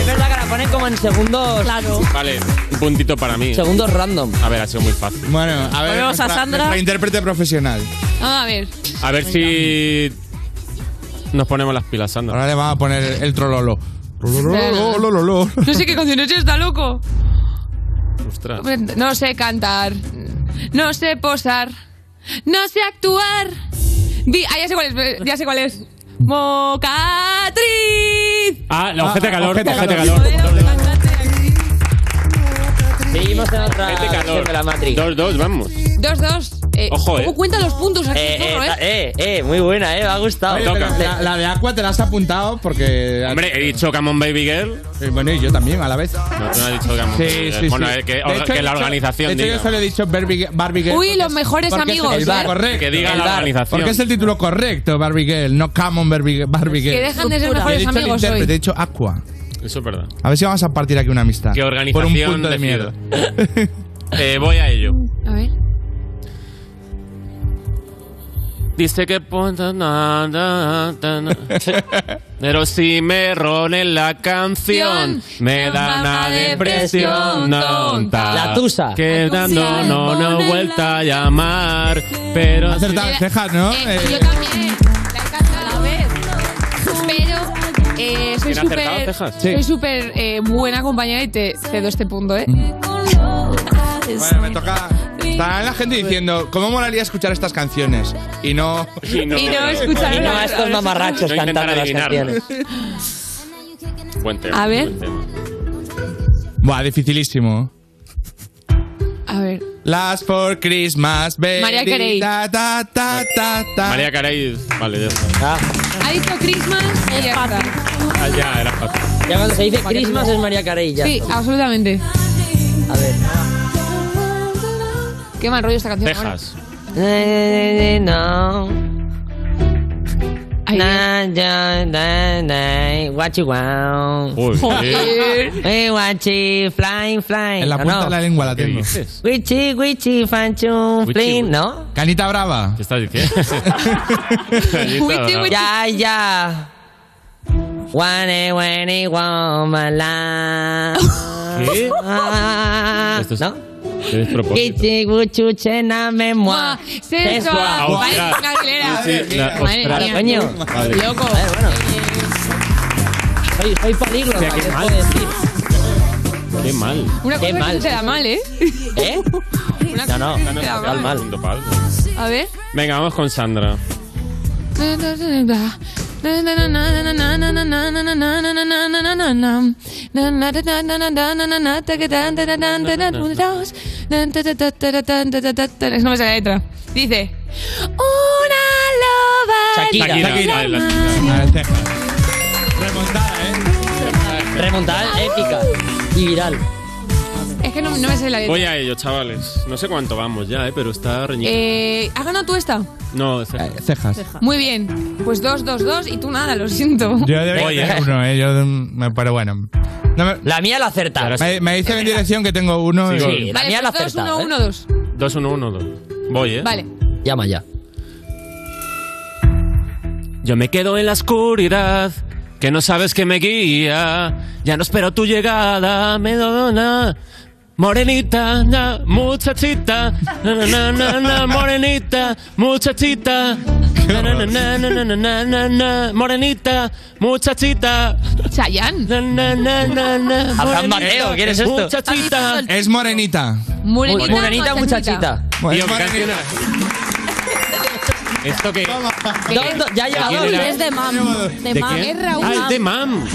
S14: Es verdad que la ponen como en segundos. Claro.
S4: Vale, un puntito para mí. ¿eh?
S14: Segundos random.
S4: A ver, ha sido muy fácil.
S3: Bueno, a ver.
S9: Volvemos a
S3: nuestra-
S9: Sandra.
S3: nuestra intérprete profesional.
S9: Ah, a ver.
S4: A ver si nos ponemos las pilas, Sandra.
S3: Ahora le vamos a poner el trololo. Trololololololo.
S9: No sé qué canción es esta, loco.
S4: Ostras.
S9: No sé cantar. No sé posar. No sé actuar. Vi- ah, ya sé cuál es. Ya sé cuál es. Mocatriz.
S4: Ah, la ojete calor,
S3: ojete
S4: ojete
S3: calor.
S4: calor.
S14: Seguimos en otra
S4: Mete
S14: sección
S4: Este calor.
S14: de la Matrix.
S4: Dos, dos, vamos.
S9: Dos, dos. Eh,
S14: Ojo, eh.
S9: ¿Cómo cuentan los puntos aquí?
S14: Eh, eh,
S9: zorro,
S14: ta- eh, eh, muy buena, eh, me ha gustado.
S3: Oye, pero la, la de Aqua te la has apuntado porque.
S4: Hombre, he dicho Camon Baby Girl.
S3: bueno, y yo también a la vez.
S4: No, tú no has dicho Camon
S3: Sí,
S4: Baby Girl.
S3: sí,
S4: bueno,
S3: sí.
S4: eh, que,
S3: De
S4: orga-
S3: hecho,
S4: que
S3: he
S4: la
S3: dicho-
S4: organización
S3: De hecho, yo
S4: diga.
S3: solo he dicho Barbie, Girl- Barbie Girl.
S9: Uy, los mejores
S3: porque es
S9: amigos.
S3: el
S9: ¿eh?
S3: correcto.
S4: Que diga El la bar. organización.
S3: Porque es el título correcto, Barbie Girl, no Common Barbie, Girl- Barbie Girl.
S9: Que dejan de ser
S3: Y he
S9: mejores
S3: dicho el
S9: amigos
S3: intérprete,
S9: hoy.
S3: He dicho Aqua.
S4: Eso es verdad.
S3: A ver si vamos a partir aquí una amistad.
S4: Que
S3: Ah.
S4: organización
S3: Por un punto de
S4: decido.
S3: miedo.
S4: Eh, voy a ello.
S9: A ver.
S4: Dice que ponta na, na, na, na. Pero si me rolen la canción Me da una depresión tonta
S14: La tusa.
S4: Que
S14: La tusa.
S4: dando no, no he vuelto a llamar Pero
S3: Acertado, cejas, ¿no? Eh,
S9: también. La vez. Pero eh, soy
S4: ¿Quién ha acertado,
S9: súper
S4: Cejas? Sí.
S9: soy súper, eh, buena compañera y te cedo este punto, ¿eh?
S3: Bueno, me toca. Está la gente diciendo, ¿cómo molaría escuchar estas canciones? Y no.
S4: Y no- Y no escuchar
S14: Y no a estos mamarrachos
S3: No intentar
S14: cantando las
S3: adivinarlo.
S14: canciones.
S4: Buen tema,
S9: A ver.
S4: buen tema.
S3: Buah, dificilísimo.
S9: A ver.
S3: Last for Christmas, baby.
S9: María Carey.
S3: Ta, ta, ta, ta, ta. Ah.
S4: María Carey Vale, ya está
S9: Ha dicho Christmas y ya está.
S4: Ah, ya, era fácil
S14: Ya cuando se dice Christmas es María Carey, ya.
S9: Sí, absolutamente.
S14: A ver.
S9: Qué mal rollo esta canción.
S4: Cejas
S14: Eh, No.
S9: Ay,
S14: Na, ya, na, na, What you want.
S4: Uy,
S9: Joder.
S14: We want you flying, flying.
S3: En la
S14: ¿o
S3: punta
S14: no?
S3: de la lengua la tengo.
S14: Wichi, wichi, fanchun, flin, ¿no?
S3: Canita brava.
S4: ¿Qué estás diciendo?
S14: Ya, ya. One, one, woman, la.
S4: ¿Qué?
S14: Ah,
S4: Esto es-
S14: ¿No?
S4: Qué despropósito.
S14: Wichi, guchu, chena, memoa.
S9: Sensual.
S4: Ostras.
S9: Vale, Gabriela.
S4: ah, Sí, sí, la-
S9: Madre
S4: ostras.
S9: mía.
S14: Coño.
S4: Vale.
S9: Loco.
S14: Soy, soy políglota,
S4: O sea, qué
S14: ¿qué
S4: mal.
S14: puedo decir?
S4: Qué mal
S9: Una
S14: Qué
S9: cosa que
S14: mal.
S9: se te da mal, ¿eh?
S14: ¿Eh?
S9: Una
S14: No, no,
S9: te da
S14: mal, mal.
S4: Punto para algo.
S9: A ver.
S4: Venga, vamos con Sandra
S9: No me sale la letra. Dice: Una loba.
S14: Shakira.
S4: Shakira,
S14: Shakira.
S4: la- la-
S3: A ver, cejas. Remontada, ¿eh?
S14: Remontada épica y viral.
S9: Es que no, no me sale la letra.
S4: Voy a ello, chavales. No sé cuánto vamos ya, eh, pero está reñido.
S9: Eh, ¿Has ganado tú esta?
S4: no,
S3: Eh,
S4: cejas.
S3: Cejas.
S9: Muy bien. Pues dos, dos, dos y tú nada, lo siento.
S3: Yo debería
S4: Oye.
S3: tener uno, ¿eh? Yo, mm, pero bueno. No me,
S14: La mía la acerta.
S4: Ahora sí.
S3: me, me dice mi dirección que tengo uno.
S4: Sí,
S3: y-
S4: sí.
S14: La mía
S9: Vale,
S14: la
S9: pues dos,
S14: acerta.
S9: uno,
S14: ¿eh?
S9: uno, dos.
S4: 2, 1, 1, 2. Voy, eh.
S9: Vale.
S14: Llama ya.
S4: Yo me quedo en la oscuridad, que no sabes que me guía. Ya no espero tu llegada, me dona. Morenita, na, muchachita, na, na, na, na, na, morenita, muchachita, na, na, na, na, na, na, na, na, na, morenita, muchachita,
S9: Chayanne.
S4: na, na, na, na, na,
S14: A Fran
S4: morenita,
S14: Mateo, ¿quieres esto?
S4: Muchachita.
S3: Es morenita.
S9: Morenita,
S14: Morenita, muchachita.
S3: Bueno,
S4: Tío,
S3: es
S4: ¿qué
S3: morenita.
S4: canción era? ¿Esto qué?
S14: Dos, dos, ya lleva
S4: ¿De
S14: dos.
S4: quién era?
S7: Es de mam. De
S4: ¿De
S7: mam.
S4: quién?
S7: Es Raúl.
S4: Ah, es de Mam.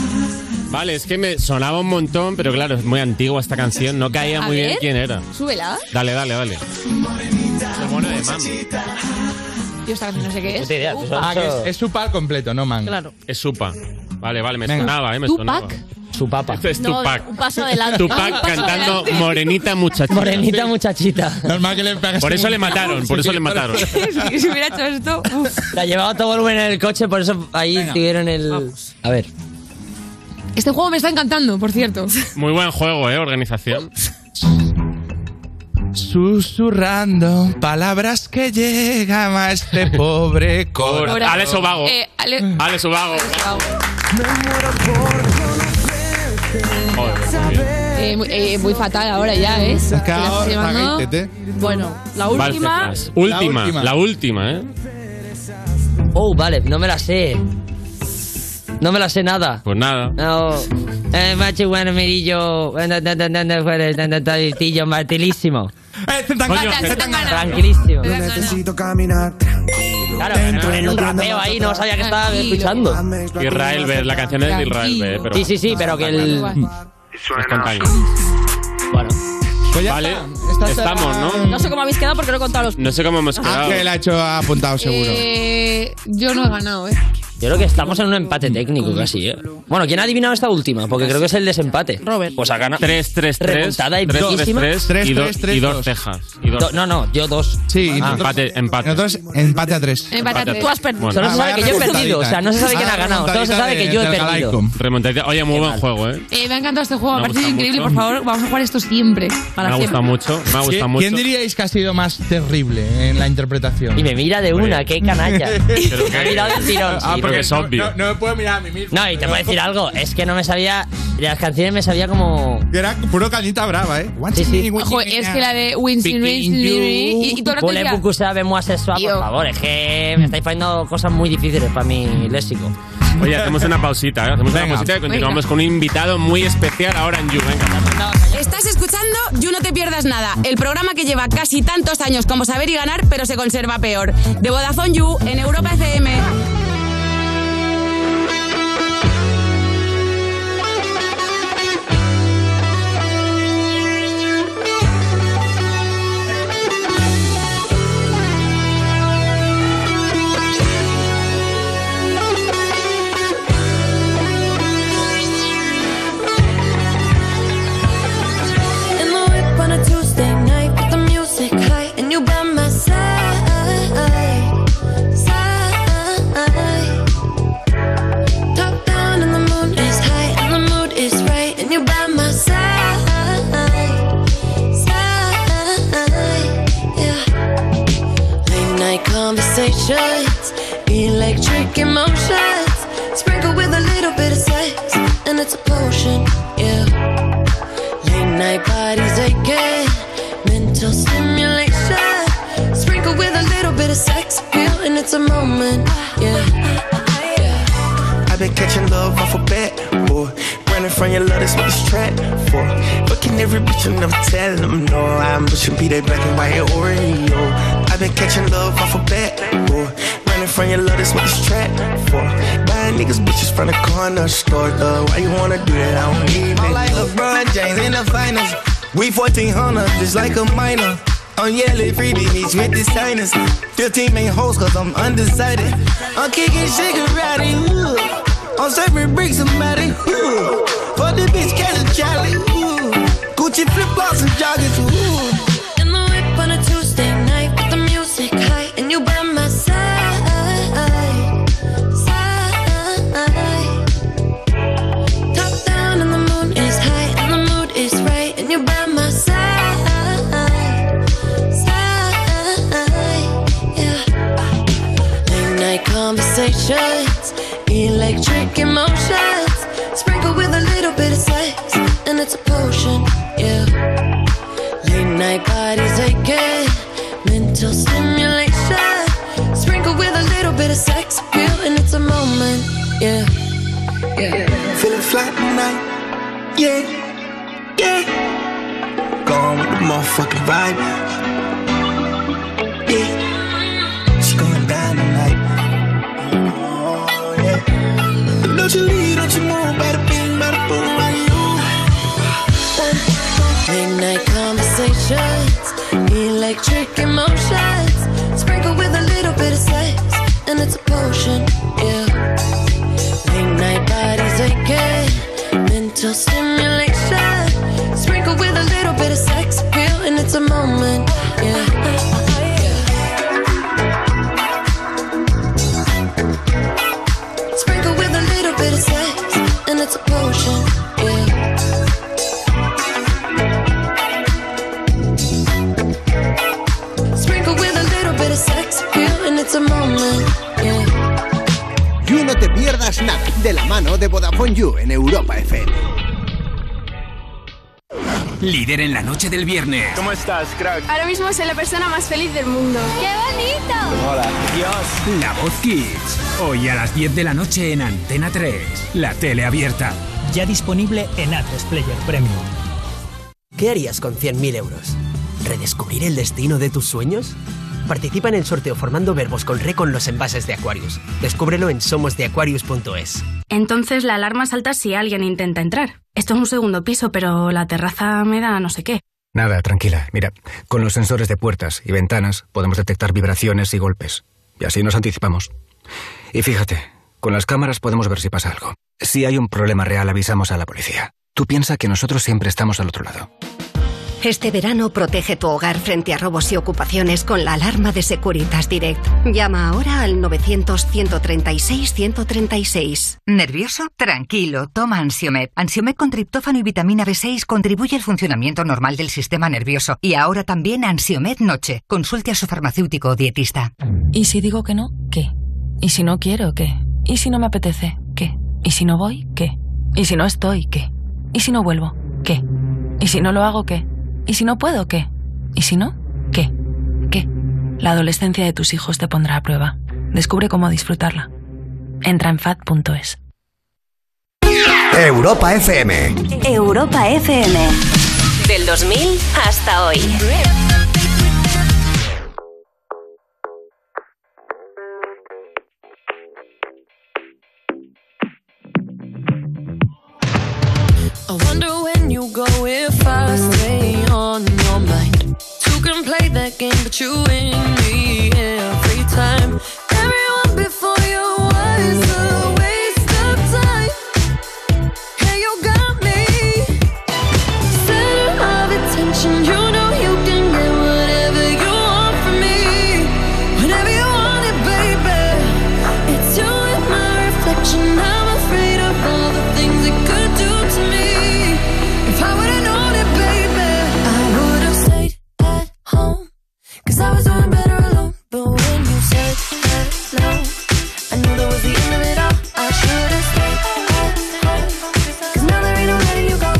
S4: Vale, es que me sonaba un montón, pero claro, es muy antigua esta canción, no caía
S9: A
S4: muy bien
S9: ver.
S4: quién era.
S9: Súbela.
S4: Dale, dale, dale. Lo bueno de Mam.
S9: Yo esta canción no sé qué es.
S14: Puta idea, tú
S3: Ah,
S14: sabes
S3: que
S14: eso.
S3: es, es su par completo, no man.
S7: Claro.
S4: Es Supa. Vale, vale, me
S3: Venga.
S4: sonaba, eh, me sonaba.
S9: Tupac.
S14: Su papa.
S4: Esto es
S7: No,
S4: Tupac.
S7: un paso adelante. Un
S4: Tupac
S7: paso
S4: cantando
S7: adelante.
S4: Morenita Muchachita.
S14: Morenita muchachita.
S3: Normal que le pegas
S4: Por eso
S3: un-
S4: le mataron, por eso le mataron.
S9: si, si hubiera hecho esto. uf.
S14: La llevaba todo volumen en el coche, por eso ahí tuvieron el. A ver.
S9: Este juego me está encantando, por cierto.
S4: Muy buen juego, eh, organización.
S3: Susurrando palabras que llegan a este pobre corazón.
S4: Ahora, Alex Obago.
S9: Eh, Ale-
S4: Alex Obago. Joder, muy bien.
S9: eh, muy- eh, muy fatal ahora ya, ¿eh?
S3: Es que
S9: Que la
S3: ahora
S9: estoy
S3: está
S9: llevando.
S3: gaitete.
S7: Bueno, la
S4: Vale,
S7: última.
S4: Cefas. última,
S3: última.
S4: la última, ¿eh?
S14: Oh, vale, no me la sé. No me la sé nada.
S4: Pues nada.
S14: No. Eh, macho, bueno, mirillo. Bueno, tan, tan, tan, tan, fuera, tan, tan, tan, tillo, martilísimo.
S3: ¡Eh, Zetangana,
S4: Coño, que-
S3: Zetangana!
S14: Tranquilísimo.
S9: Me da gana.
S31: Necesito caminar tranquilo.
S14: Claro,
S31: dentro
S14: el rapeo ahí, no sabía que estaba
S9: Tranquilo.
S14: escuchando.
S4: Israel Ver, la canción es de Israel Ver, pero
S14: Sí, sí, sí, pero que el.
S9: Igual.
S4: es contaño.
S14: Bueno.
S3: Pues ya
S4: Vale,
S3: está.
S4: estamos, ¿no?
S24: No sé cómo habéis quedado porque no he contado los...
S4: No sé cómo hemos quedado.
S3: Ángel ha hecho ha apuntado Mm, seguro.
S9: Eh, yo no he ganado, ¿eh?
S16: Yo creo que estamos en un empate técnico casi, ¿eh? Bueno, ¿quién ha adivinado esta última? Porque creo que es el desempate. Robert. Pues ha ganado.
S4: 3, 3, 3.
S16: Remontada y poquísima.
S4: y, dos- y dos cejas. Y dos.
S16: Do- no, no, yo dos.
S3: Sí,
S4: Ah, empate, empate.
S3: Nosotros empate a tres.
S9: Empate a tres. Tú has perdido.
S4: Bueno.
S16: Solo se sabe que yo he perdido. O sea, no se sabe quién ha ganado. Solo se sabe que yo he perdido.
S4: Remontadita. Oye, muy buen juego, ¿eh?
S9: Eh, me ha encantado este juego, me
S4: Me
S9: ha
S4: ha
S9: parecido
S4: gustado
S9: increíble.
S4: mucho.
S9: Por favor, vamos a jugar esto siempre. Para
S4: Me ha gustado
S9: siempre.
S4: mucho. Me ha
S3: ¿Qui-
S4: gustado
S3: ¿Quién
S4: mucho.
S3: diríais que ha sido más terrible en la interpretación?
S16: Y me mira de una, qué canalla. Me ha mirado de tirón.
S3: Ah,
S16: sí,
S3: porque es
S16: no-
S3: obvio.
S16: no-
S3: No, me puedo mirar a mí mismo.
S16: No, y te voy a decir algo. Es que no me sabía. De las canciones me sabía como.
S3: Era puro cañita brava, ¿eh?
S16: Sí, sí.
S9: Ojo, es que la de Winston Racing y, y todo el rato
S16: Ponle
S9: decía,
S16: Pucusa, vemos a Sexua, por favor. Es que me estáis poniendo cosas muy difíciles para mi léxico.
S4: Oye, hacemos una pausita, ¿eh? Hacemos una
S16: Venga.
S4: pausita y continuamos
S16: Venga.
S4: con un invitado muy especial ahora en You. Venga, Marta.
S7: Estás escuchando You No Te Pierdas Nada, el programa que lleva casi tantos años como saber y ganar, pero se conserva peor. De Vodafone You en Europa FM.
S25: In the whip on a Tuesday night with the music high and you by my side, side. Top down and the moon is high and the mood is right and you by my side, side. Yeah. Late night conversations, electric emotions, sprinkle with a little bit of sex and it's a potion. Yeah. Late night parties again. Mental stimulation. Sprinkle with a little bit of sex appeal, and it's a moment. Yeah.
S18: I've been catching love off a bat, boy. Running from your love, that's what it's trapped for. Fucking every bitch, I'm never telling them no. I'm pushing be that black and white Oreo. I've been catching love off a bat, boy. Running from your love, that's what it's trapped for. Buying niggas bitches from the corner store, though. Why you wanna do that? I don't even
S32: I'm like LeBron James in the finals. We 1400, just like a minor. I'm yelling free beach with the signers. 15 main hoes, cause I'm undecided. I'm kicking cigarette, ooh. I'm serving bricks, somebody, ooh. For the bitch, catch a Charlie, ooh. Gucci flip flops and joggers, ooh.
S25: In the whip on a Tuesday night with the music high, and you by my side. Side. Top down and the moon is high, and the mood is right, and you by my side. Side. Yeah. Late night conversations, electric emotions, sprinkle with a little bit of sex, and it's a potion. Yeah. Late night parties again. Mental stimulation. Sprinkle with a little bit of sex appeal, and it's a moment. Yeah.
S18: Feeling flat tonight. Yeah, yeah. Gone with the motherfucking vibe. Yeah. She going down tonight. Oh, yeah. Don't you leave, don't you move. Bada bing, bada boom, I know.
S25: Late night conversations. Electric emotions. Sprinkle with a little bit of sex, and it's a potion. Yeah. Late night parties again. Mental stimulation. Sprinkle with a little bit of sex appeal, and it's a moment. Yeah. Sprinkle with a little bit of sex, and it's a potion. Yeah. Sprinkle with a little bit of sex appeal, and it's a moment. Yeah.
S5: You No Te Pierdas Nada, de la mano de Vodafone You en Europa FM.
S13: Líder en la noche del viernes.
S19: ¿Cómo estás, crack?
S15: Ahora mismo soy la persona más feliz del mundo. ¡Qué bonito!
S13: Hola. Dios. La Voz Kids. Hoy a las 10 de la noche en Antena 3. La tele abierta.
S20: Ya disponible en Atlas Player Premium.
S21: ¿Qué harías con 100.000 euros? ¿Redescubrir el destino de tus sueños? Participa en el sorteo formando verbos con re con los envases de Aquarius. Descúbrelo en somosdeaquarius.es.
S15: Entonces la alarma salta si alguien intenta entrar. Esto es un segundo piso, pero la terraza me da no sé qué.
S29: Nada, tranquila. Mira, con los sensores de puertas y ventanas podemos detectar vibraciones y golpes. Y así nos anticipamos. Y fíjate, con las cámaras podemos ver si pasa algo. Si hay un problema real, avisamos a la policía. Tú piensa que nosotros siempre estamos al otro lado.
S33: Este verano protege tu hogar frente a robos y ocupaciones con la alarma de Securitas Direct. Llama ahora al 900-136-136.
S16: ¿Nervioso? Tranquilo, toma Ansiomed. Ansiomed con triptófano y vitamina B6 contribuye al funcionamiento normal del sistema nervioso. Y ahora también Ansiomed Noche. Consulte a su farmacéutico o dietista.
S34: ¿Y si digo que no? ¿Qué? ¿Y si no quiero? ¿Qué? ¿Y si no me apetece? ¿Qué? ¿Y si no voy? ¿Qué? ¿Y si no estoy? ¿Qué? ¿Y si no vuelvo? ¿Qué? ¿Y si no lo hago? ¿Qué? ¿Y si no puedo? ¿Qué? ¿Y si no? ¿Qué? ¿Qué? La adolescencia de tus hijos te pondrá a prueba. Descubre cómo disfrutarla. Entra en fad.es.
S35: Europa FM.
S2: Europa FM. Del 2000 hasta hoy.
S25: I wonder when you go if I stay on your mind. Two can play that game, but you win me every time. Everyone before you was a waste of time. Hey, you got me. Center of attention, you know you can get whatever you want from me. Whenever you want it, baby. It's you in my reflection. I'm afraid of all the things it could do to me. If I would've known it, baby, I would've stayed at home. Cause I was doing better alone. But when you said hello, I knew that was the end of it all. I should've stayed at home. Cause now there ain't no letting you go.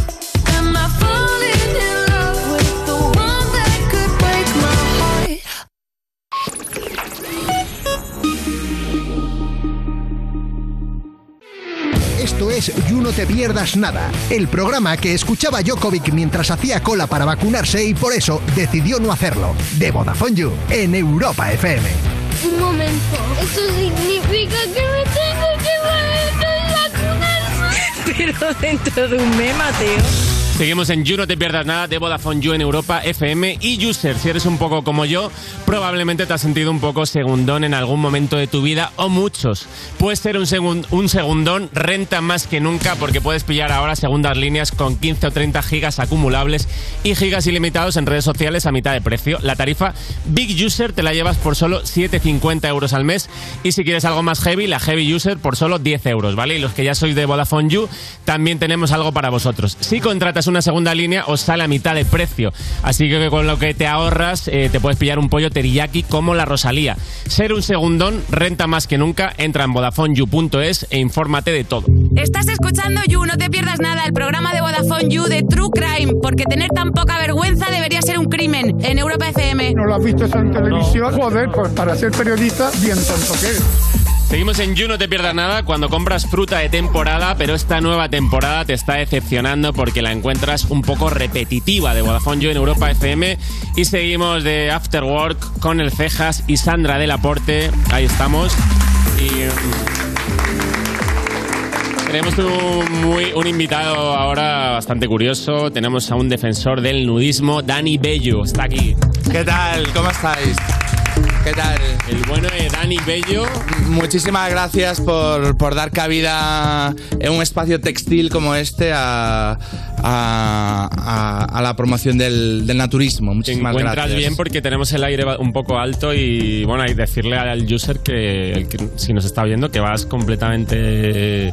S25: Am I falling in love with the one that could break my heart?
S5: Esto es You No Te Pierdas Nada, el programa que escuchaba Jokovic mientras hacía cola para vacunarse y por eso decidió no hacerlo. De Vodafone You, en Europa FM.
S25: Un momento, eso significa que me tengo que volver a vacunar. Pero dentro de un mes, Mateo.
S4: Seguimos en You, no te pierdas nada de Vodafone You en Europa, FM y User. Si eres un poco como yo, probablemente te has sentido un poco segundón en algún momento de tu vida o muchos. Puedes ser un, segun- un segundón, renta más que nunca porque puedes pillar ahora segundas líneas con 15 o 30 gigas acumulables y gigas ilimitados en redes sociales a mitad de precio. La tarifa Big User te la llevas por solo 7,50 euros al mes y si quieres algo más heavy, la Heavy User por solo 10 euros, ¿vale? Y los que ya sois de Vodafone You, también tenemos algo para vosotros. Si contratas una segunda línea, os sale a mitad de precio. Así que con lo que te ahorras, eh, te puedes pillar un pollo teriyaki como la Rosalía. Ser un segundón renta más que nunca. Entra en VodafoneYou.es e infórmate de todo.
S7: Estás escuchando You, no te pierdas nada, el programa de Vodafone You de True Crime, porque tener tan poca vergüenza debería ser un crimen en Europa FM.
S10: ¿No lo has visto eso en televisión? Joder, pues para ser periodista, bien tonto que eres.
S4: Seguimos en You, no te pierdas nada cuando compras fruta de temporada, pero esta nueva temporada te está decepcionando porque la encuentras un poco repetitiva de Vodafone You en Europa FM. Y seguimos de After Work con el Cejas y Sandra del Aporte. Ahí estamos. Y. mm, Tenemos un, muy- un invitado ahora bastante curioso. Tenemos a un defensor del nudismo, Dani Bello. Está aquí.
S3: ¿Qué tal? ¿Cómo estáis? ¿Qué tal?
S4: El bueno de Dani Bello.
S3: Muchísimas gracias por, por dar cabida en un espacio textil como este a, a, a- a la promoción del, del naturismo. Muchísimas
S4: encuentras
S3: gracias.
S4: bien porque tenemos el aire va- un poco alto y bueno, hay que decirle al user que, el que- si nos está viendo que vas completamente eh,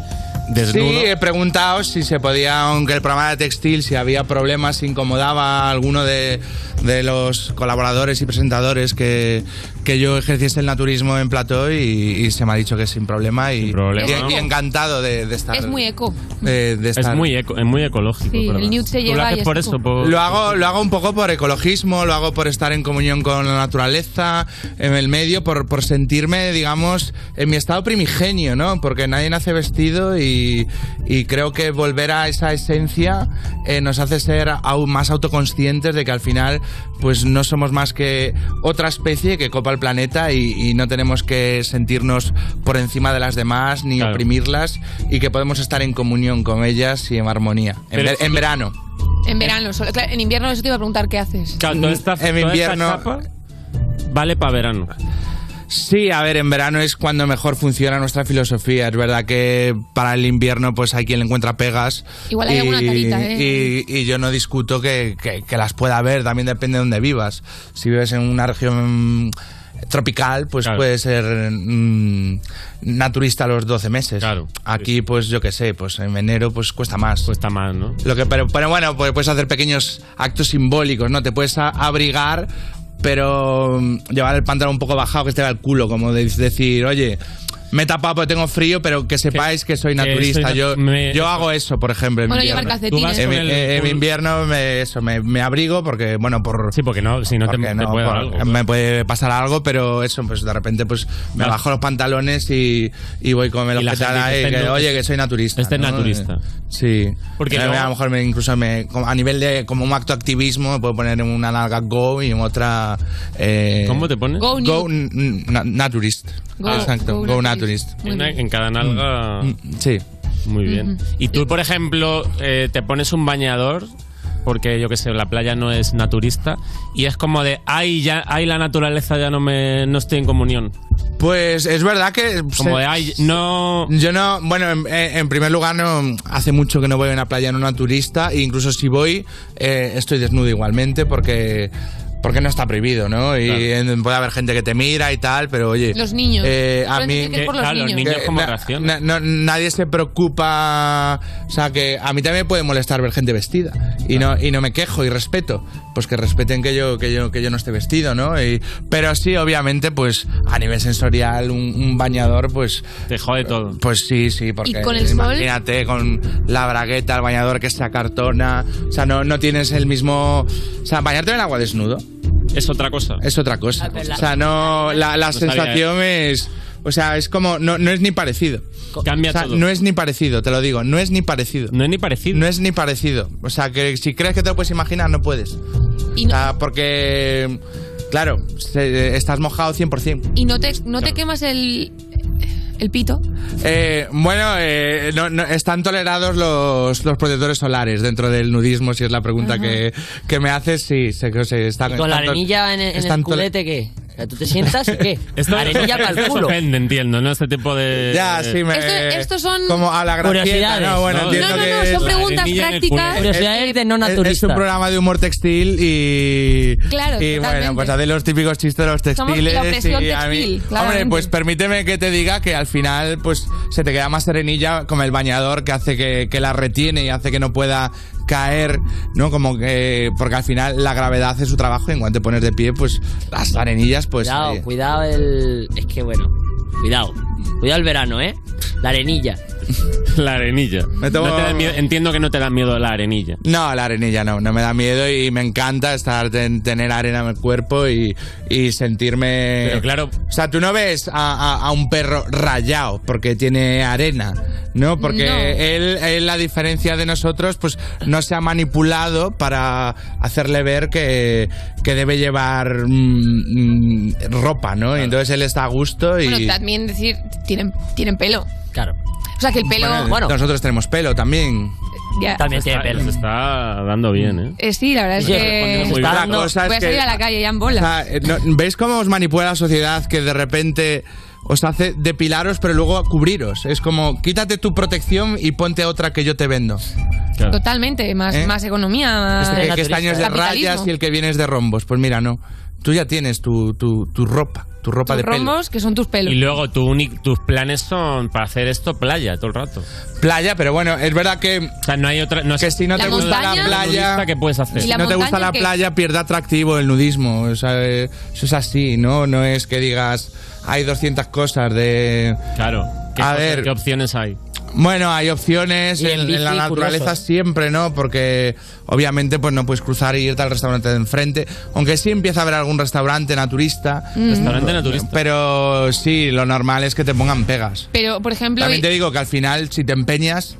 S4: desnudo.
S3: Sí, he preguntado si se podía, aunque el programa era textil, si había problemas, si incomodaba a alguno de, de los colaboradores y presentadores que, que yo ejerciese el naturismo en plató y, y se me ha dicho que sin problema y,
S4: problema,
S3: y-
S4: ¿no?
S3: y encantado de, de estar.
S9: Es muy eco.
S3: de- de
S4: Es
S3: estar-
S4: muy, eco- es muy ecológico.
S9: Sí,
S4: ¿verdad?
S9: el nude se
S4: ¿Tú lo
S9: lleva
S4: haces
S9: y es
S4: por
S9: eco.
S4: eso? Por-
S3: Lo hago, lo hago un poco por ecologismo, lo hago por estar en comunión con la naturaleza, en el medio, por, por sentirme, digamos, en mi estado primigenio, ¿no? Porque nadie nace vestido y, y creo que volver a esa esencia eh, nos hace ser aún más autoconscientes de que al final, pues no somos más que otra especie que copa el planeta y, y no tenemos que sentirnos por encima de las demás ni oprimirlas y que podemos estar en comunión con ellas y en armonía. En
S4: Pero
S3: ver- en
S4: tú-
S3: verano.
S9: En verano, solo. Claro, en invierno eso te iba a preguntar qué haces.
S4: Claro, toda esta,
S3: En
S4: toda esta
S3: invierno-
S4: chapa vale para verano.
S3: Sí, a ver, en verano es cuando mejor funciona nuestra filosofía. Es verdad que para el invierno, pues hay quien le encuentra pegas.
S9: Igual hay alguna carita, ¿eh?
S3: Y, y yo no discuto que, que- que las pueda haber, también depende de dónde vivas. Si vives en una región mm, tropical, pues puede ser mm, naturista a los 12 meses. Claro. Aquí, pues yo qué sé, pues en enero pues cuesta más.
S4: Cuesta más, ¿no?
S3: Lo que, pero, pero bueno, pues puedes hacer pequeños actos simbólicos, ¿no? Te puedes a- abrigar, pero mm, llevar el pantalón un poco bajado que esté al culo, como de- decir, oye, me he tapado porque tengo frío, pero que sepáis que
S4: que
S3: soy naturista.
S4: soy
S3: yo,
S4: nat- me-
S3: yo hago eso, por ejemplo. En
S9: Bueno, llevar
S3: invierno.
S9: calcetines. Tú vas
S3: En,
S9: con
S3: mi-
S9: el-
S3: eh, en invierno me, eso, me, me abrigo porque, bueno, por... Sí,
S4: porque no, si no te- te puede dar algo,
S3: Me puede pasar algo, pero eso, pues de repente pues me
S4: Claro.
S3: bajo los pantalones y, y voy con el
S4: Ah. Y la
S3: objeto
S4: gente
S3: ahí,
S4: dice,
S3: que,
S4: "No,
S3: oye,
S4: es-
S3: que soy naturista.
S4: este es
S3: ¿no?
S4: naturista.
S3: Sí.
S4: Porque
S3: Eh,
S4: luego-
S3: a lo mejor me- incluso me, como a nivel de como un acto activismo me puedo poner en una nalga go y en otra eh,
S4: ¿Cómo te pones?
S3: Go,
S4: Go
S3: n- n- na- naturist.
S4: Go-
S3: Exacto,
S4: go
S3: go, naturist.
S4: En, en cada
S3: Mm.
S4: nalga.
S3: Sí.
S4: Muy bien.
S3: Ujú.
S4: Y tú, por ejemplo, eh, te pones un bañador porque yo qué sé, la playa no es naturista y es como de, ay, ya, ay, la naturaleza ya no me, no estoy en comunión.
S3: Pues es verdad que
S4: Como
S3: se-
S4: de, ay, no.
S3: Yo no, bueno, en, eh, en primer lugar, no, hace mucho que no voy a una playa no naturista, e incluso si voy, eh, estoy desnudo igualmente porque, porque no está prohibido, ¿no? Y en- puede haber gente que te mira y tal, pero oye.
S9: Los niños.
S3: eh, a
S9: Pueden
S3: mí. Eh,
S9: decir que es por los Claro, los niños. niños
S3: que
S4: cómo
S3: na- na- no- nadie se preocupa. O sea, que a mí también me puede molestar ver gente vestida. Y, no, y no me quejo y respeto. Pues que respeten que yo, que yo, que yo no esté vestido, ¿no? Y- pero sí, obviamente, pues a nivel sensorial, un, un bañador, pues.
S4: Te jode todo.
S3: Pues sí, sí, porque.
S4: ¿Y con el sol?
S3: Imagínate con la bragueta, el bañador que se acartona. O sea, no, no tienes el mismo. O sea, bañarte en el agua desnudo
S4: Es otra cosa.
S3: es otra cosa. O sea, no. La, la
S4: No sabía
S3: sensación es. O sea, es como. No, no es ni parecido.
S4: Cambia
S3: O sea,
S4: todo.
S3: No es ni parecido, te lo digo. No es ni parecido.
S4: No es ni parecido.
S3: No es ni parecido. O sea, que si crees que te lo puedes imaginar, no puedes. O sea, porque. Claro, se- estás mojado 100%.
S9: Y no te, no te quemas el, el pito.
S3: Eh, bueno, eh, no- no- están tolerados los, los protectores solares dentro del nudismo, si es la pregunta que, que me haces. Sí, sé que se están.
S16: ¿Con la
S3: están to-
S16: arenilla en, en
S3: están
S16: el
S3: tole-
S16: culete qué? O sea, ¿Tú te sientas y qué? arenilla para el
S4: esto
S16: culo.
S4: ofende, entiendo, ¿no? Este tipo de.
S3: Ya, sí, me-
S9: Esto- estos son-
S3: Como a la gracieta,
S16: Curiosidades.
S3: no, bueno,
S16: No,
S3: entiendo
S16: no, no,
S3: que
S16: no,
S3: es-
S16: son
S9: preguntas
S3: arenilla en el
S9: prácticas.
S3: culete.
S16: Curiosidades
S3: Es-
S16: de no
S3: es- Es
S16: naturista.
S3: un programa de humor textil y...
S9: Claro,
S3: Y bueno,
S9: totalmente.
S3: pues hace los típicos chistes de los
S9: Somos la
S3: textiles.
S9: opresión
S3: y a mí-
S9: textil,
S3: hombre,
S9: claramente.
S3: pues permíteme que te diga que al final pues se te queda más serenilla como el bañador que hace que, que la retiene y hace que no pueda caer, ¿no? Como que... Porque al final la gravedad hace su trabajo y en cuanto te pones de pie, pues las arenillas pues...
S16: cuidado,
S3: ahí.
S16: cuidado el. Es que bueno. Cuidado. Cuidado el verano, ¿eh? La arenilla.
S4: La arenilla.
S3: tomo-
S4: No te da miedo- entiendo que no te da miedo la arenilla.
S3: No, la arenilla no, no me da miedo y me encanta estar ten- tener arena en el cuerpo y, y sentirme.
S4: Pero claro.
S3: O sea, tú no ves a, a- a un perro rayado porque tiene arena, ¿no? Porque
S4: No.
S3: Él, él, a diferencia de nosotros, pues no se ha manipulado para hacerle ver que, que debe llevar mm, mm, ropa, ¿no? Y entonces él está a gusto y.
S9: Bueno, también decir, tienen, tienen pelo.
S16: Claro.
S9: O sea, que el pelo.
S3: Bueno, nosotros tenemos pelo también.
S9: Ya. También
S4: tiene pelo. Se está dando bien, ¿eh?
S9: Eh, sí, la verdad es
S3: Oye,
S9: que.
S3: respondiendo muy bien. La cosa es
S9: Voy a salir
S3: que-
S9: a la calle ya en bola.
S3: O sea, eh, no- ¿Veis cómo os manipula la sociedad que de repente os hace depilaros pero luego cubriros? Es como, quítate tu protección y ponte otra que yo te vendo.
S9: Totalmente, más,
S3: ¿Eh?
S9: más economía.
S4: Ah.
S9: Más
S3: Este que, que este año es de
S9: capitalismo.
S3: rayas y el que viene es de rombos. Pues mira, no. Tú ya tienes tu, tu, tu ropa, tu ropa
S9: Tus
S3: de pelo.
S9: rombos que son tus pelos.
S4: Y luego tu uni- tus planes son para hacer esto playa todo el rato.
S3: Playa, pero bueno, es verdad que.
S4: O sea, no hay otra. No
S3: Que si no
S4: La
S3: te gusta
S4: montaña-
S3: la playa.
S4: Nudista que puedes hacer.
S3: Si
S4: ¿Y la
S3: no te gusta
S4: montaña
S3: la
S4: qué?
S3: playa, pierde atractivo el nudismo. O sea, eh, eso es así, ¿no? No es que digas, hay 200 cosas de.
S4: Claro. ¿Qué,
S3: A
S4: cosas-
S3: ver.
S4: ¿Qué opciones hay?
S3: Bueno, hay opciones
S4: Y en
S3: en, en
S4: bici,
S3: la naturaleza
S4: curioso.
S3: siempre, ¿no? Porque obviamente pues no puedes cruzar y irte al restaurante de enfrente. Aunque sí empieza a haber algún restaurante naturista.
S9: Mm. Restaurante
S4: naturista.
S3: Pero sí, lo normal es que te pongan pegas.
S9: Pero, por ejemplo.
S3: También te digo que al final, si te empeñas,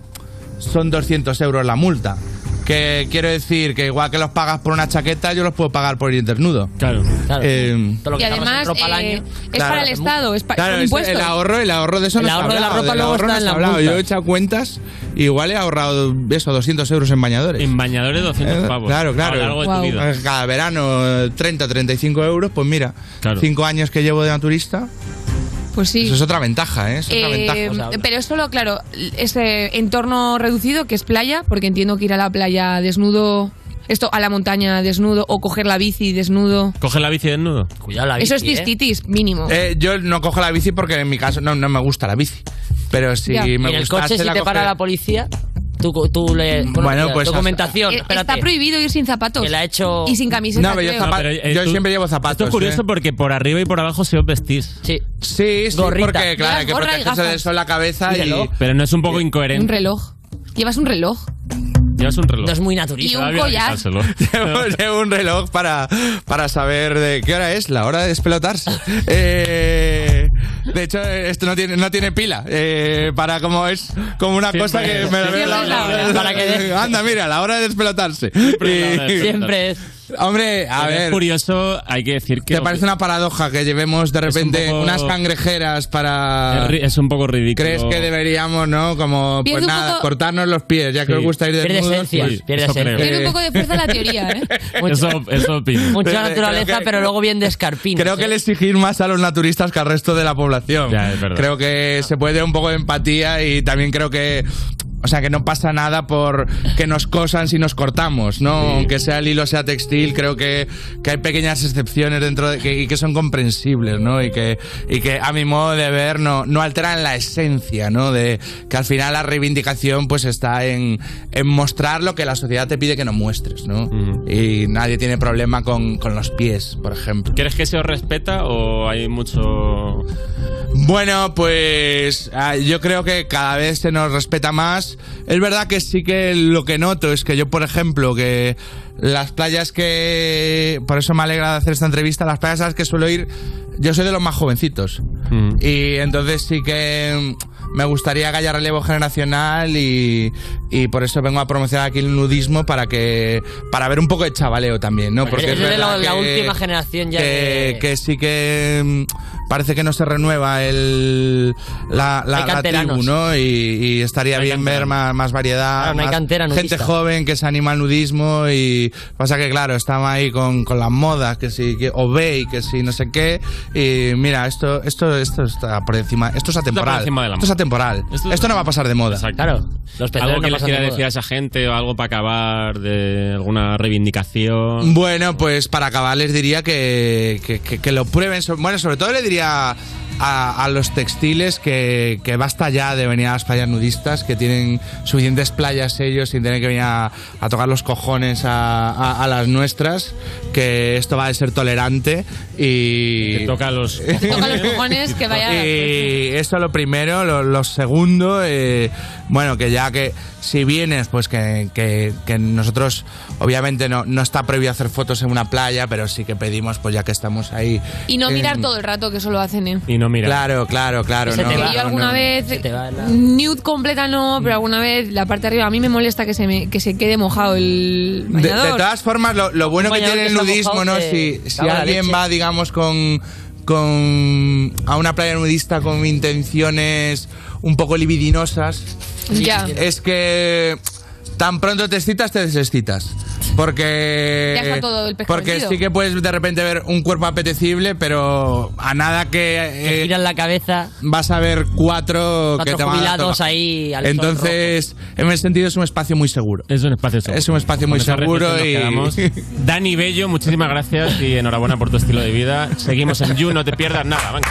S3: son 200 euros la multa. Que quiero decir que igual que los pagas por una chaqueta, yo los puedo pagar por ir desnudo.
S16: Claro, claro.
S9: Y además eh, es para el Estado, es para
S3: Claro,
S9: son
S3: es
S9: impuestos.
S3: el ahorro, el ahorro de eso
S16: El
S3: no se ha
S16: ahorro de la
S3: hablado,
S16: ropa
S3: del
S16: luego está
S3: ahorro no
S16: en
S3: se ha
S16: la
S3: hablado.
S16: multa.
S3: Yo he echado cuentas y igual he ahorrado eso, 200 euros en bañadores.
S4: En bañadores 200
S3: Eh,
S4: pavos.
S3: Claro,
S4: A
S3: claro.
S4: lo largo de tu Guau. vida.
S3: Eh, Cada verano eh, 30, 35 euros, pues mira, 5 años que llevo de naturista.
S9: Pues sí.
S3: Eso es otra ventaja, ¿eh? Eso es otra
S9: Eh,
S3: ventaja.
S9: pero es solo, claro, ese entorno reducido que es playa, porque entiendo que ir a la playa desnudo, esto a la montaña desnudo o coger la bici desnudo.
S4: Coge la bici desnudo.
S16: Cuidado la
S9: Eso es cistitis, mínimo.
S3: Eh, yo no cojo la bici porque en mi caso no, no me gusta la bici. Pero si
S9: Ya.
S3: me
S9: Y en
S3: gusta
S16: en el coche, si te para la policía, tú, tú le.
S3: Bueno, pues
S16: Documentación.
S9: Eh, Está
S16: espérate.
S9: prohibido ir sin zapatos.
S16: Que la ha hecho-
S9: Y sin camiseta. creo.
S3: siempre llevo zapatos.
S4: eh, Esto
S3: ¿eh?
S4: es curioso porque por arriba y por abajo se os vestís.
S16: Sí.
S3: Sí, sí,
S4: Gorrita.
S3: porque claro, hay que
S9: Gorra y
S3: protegerse
S9: gafas.
S3: del sol la cabeza
S4: Y
S3: y.
S4: reloj. Pero no es un poco
S9: Un
S4: incoherente.
S9: reloj. Llevas un reloj.
S4: Llevas un reloj.
S9: No es muy naturista. Y un
S4: Todavía hay que
S9: collar.
S4: quitárselo.
S3: Llevo, llevo un reloj para, para saber de qué hora es, la hora de despelotarse. Eh, de hecho, eh, esto no tiene, no tiene pila. eh, para como es como una cosa que me
S16: siempre
S3: la-
S16: es la hora. Para que de-
S3: Anda, mira, la hora de despelotarse.
S4: es la hora de
S3: Y-
S16: Siempre es.
S3: Hombre, a
S4: Pero es
S3: ver.
S4: curioso, hay que decir que.
S3: ¿Te parece una paradoja que llevemos de repente
S4: poco-
S3: unas cangrejeras para.
S4: Es ri- Es un poco ridículo.
S3: ¿Crees que deberíamos, no? Como,
S9: Pierde
S3: pues
S9: un
S3: nada,
S9: poco-
S3: cortarnos los pies, ya que
S4: Sí.
S3: os gusta ir de pues
S4: Pierde esencia, pierde esencia.
S9: Tiene un poco de fuerza la teoría, ¿eh?
S4: Eso, eso
S3: Eh,
S4: opino.
S16: Mucha naturaleza, pero luego bien de escarpín.
S3: Creo
S14: ¿eh?
S3: que le exigir más a los naturistas que al resto de la población. Creo que se puede un poco de empatía y también creo que. O sea, que no pasa nada por que nos cosan si nos cortamos, ¿no? Aunque sea el hilo, sea textil, creo que, que hay pequeñas excepciones dentro de que, y que son comprensibles, ¿no? Y que, y que a mi modo de ver no, no alteran la esencia, ¿no? De que al final la reivindicación pues está en, en mostrar lo que la sociedad te pide que no muestres, ¿no? Y nadie tiene problema con, con los pies, por ejemplo.
S4: ¿Crees que se os respeta o hay mucho.?
S3: Bueno, pues ah, yo creo que cada vez se nos respeta más. Es verdad que sí que lo que noto es que yo, por ejemplo, que las playas que... Por eso me alegra de hacer esta entrevista, las playas a las que suelo ir, yo soy de los más jovencitos. Y entonces sí que mm, me gustaría que haya relevo generacional y, y por eso vengo a promocionar aquí el nudismo para que para ver un poco de chavaleo también, ¿no? Porque
S16: Eres
S3: es
S16: Pues de la,
S3: verdad
S16: la
S3: que-
S16: última generación ya.
S3: que,
S16: de-
S3: que sí que mm, parece que no se renueva el, la, la-
S16: Hay
S3: la
S16: canteranos.
S3: tribu, ¿no? Y, y estaría bien ver más, más variedad,
S16: Claro, no hay
S3: más
S16: cantera nudista.
S3: gente joven que se anima al nudismo y pasa que claro, estaba ahí con, con las modas, que si que obey, que si no sé qué, y mira, esto esto esto está por encima, esto es
S4: por
S3: atemporal.
S4: encima de la
S3: Esto es
S4: moda.
S3: atemporal. Esto, no va a pasar de moda.
S16: Claro. Los
S4: ¿Algo
S16: pedreros no
S4: que les
S16: pasan de
S4: quiera
S16: moda.
S4: decir a esa gente o algo para acabar de alguna reivindicación?
S3: Bueno, pues para acabar les diría que, que- que- que lo prueben. So- Bueno, sobre todo le diría a, a los textiles que, que basta ya de venir a las playas nudistas, que tienen suficientes playas ellos sin tener que venir a, a tocar los cojones a, a- a las nuestras, que esto va a ser tolerante y...
S4: toca los
S9: Toca los cojones que vaya. ¿eh?
S3: y eso Eh, lo primero, lo, lo segundo, eh, bueno, que ya que si vienes, pues que, que- que nosotros, obviamente no, no está prohibido hacer fotos en una playa, pero sí que pedimos, pues ya que estamos ahí.
S9: Y no mirar
S3: eh,
S9: todo el rato que eso lo hacen, ¿eh?
S4: Y no mirar.
S3: Claro, claro, claro.
S9: Porque
S3: no,
S9: yo
S3: Ah, no,
S9: alguna
S3: no.
S9: vez, nude completa no, pero alguna vez la parte de arriba, a mí me molesta que se, me, que se quede mojado el
S3: De,
S9: bañador.
S3: de todas formas, lo, lo bueno
S9: Un
S3: que
S9: bañador
S3: tiene
S9: que
S3: el
S9: está
S3: nudismo,
S9: mojado
S3: ¿no?
S9: te
S3: Si, si
S9: caga la
S3: alguien
S9: leche.
S3: va, digamos, con, con a una playa nudista con intenciones un poco libidinosas,
S9: Ya.
S3: es que tan pronto te excitas, te desexcitas. Porque,
S9: Ya está todo el pescado
S3: porque
S9: vendido.
S3: sí que puedes de repente ver un cuerpo apetecible, pero a nada que... eh,
S16: la cabeza.
S3: Vas a ver
S16: Cuatro
S3: cuatro, que te van a dar
S16: jubilados
S3: toca.
S16: ahí al sol
S3: Entonces, en ese sentido, es un espacio muy seguro.
S4: Es un espacio seguro.
S3: Es un espacio muy
S4: Con esa
S3: seguro y...
S4: reflexión nos quedamos. Dani Bello, muchísimas gracias y enhorabuena por tu estilo de vida. Seguimos en You, no te pierdas nada. Venga.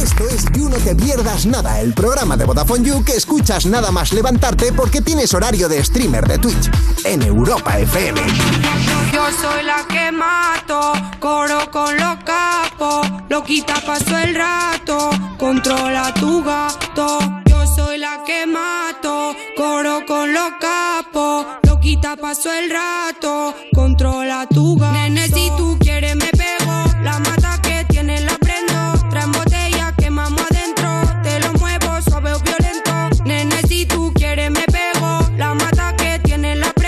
S5: Esto es You No Te Pierdas Nada, el programa de Vodafone You que escuchas nada más levantarte porque tienes horario de streamer de Twitch en Europa FM.
S6: Yo soy la que mato, coro con los capos, loquita paso el rato, controla tu gato. Yo soy la que mato, coro con los capos, loquita paso el rato, controla tu gato. Nene, si tú quieres me pego, la mata que tiene la prendo, traen botella, quemamos adentro, te lo muevo suave o violento. Nene, si tú quieres me pego, la mata que tiene la prendo.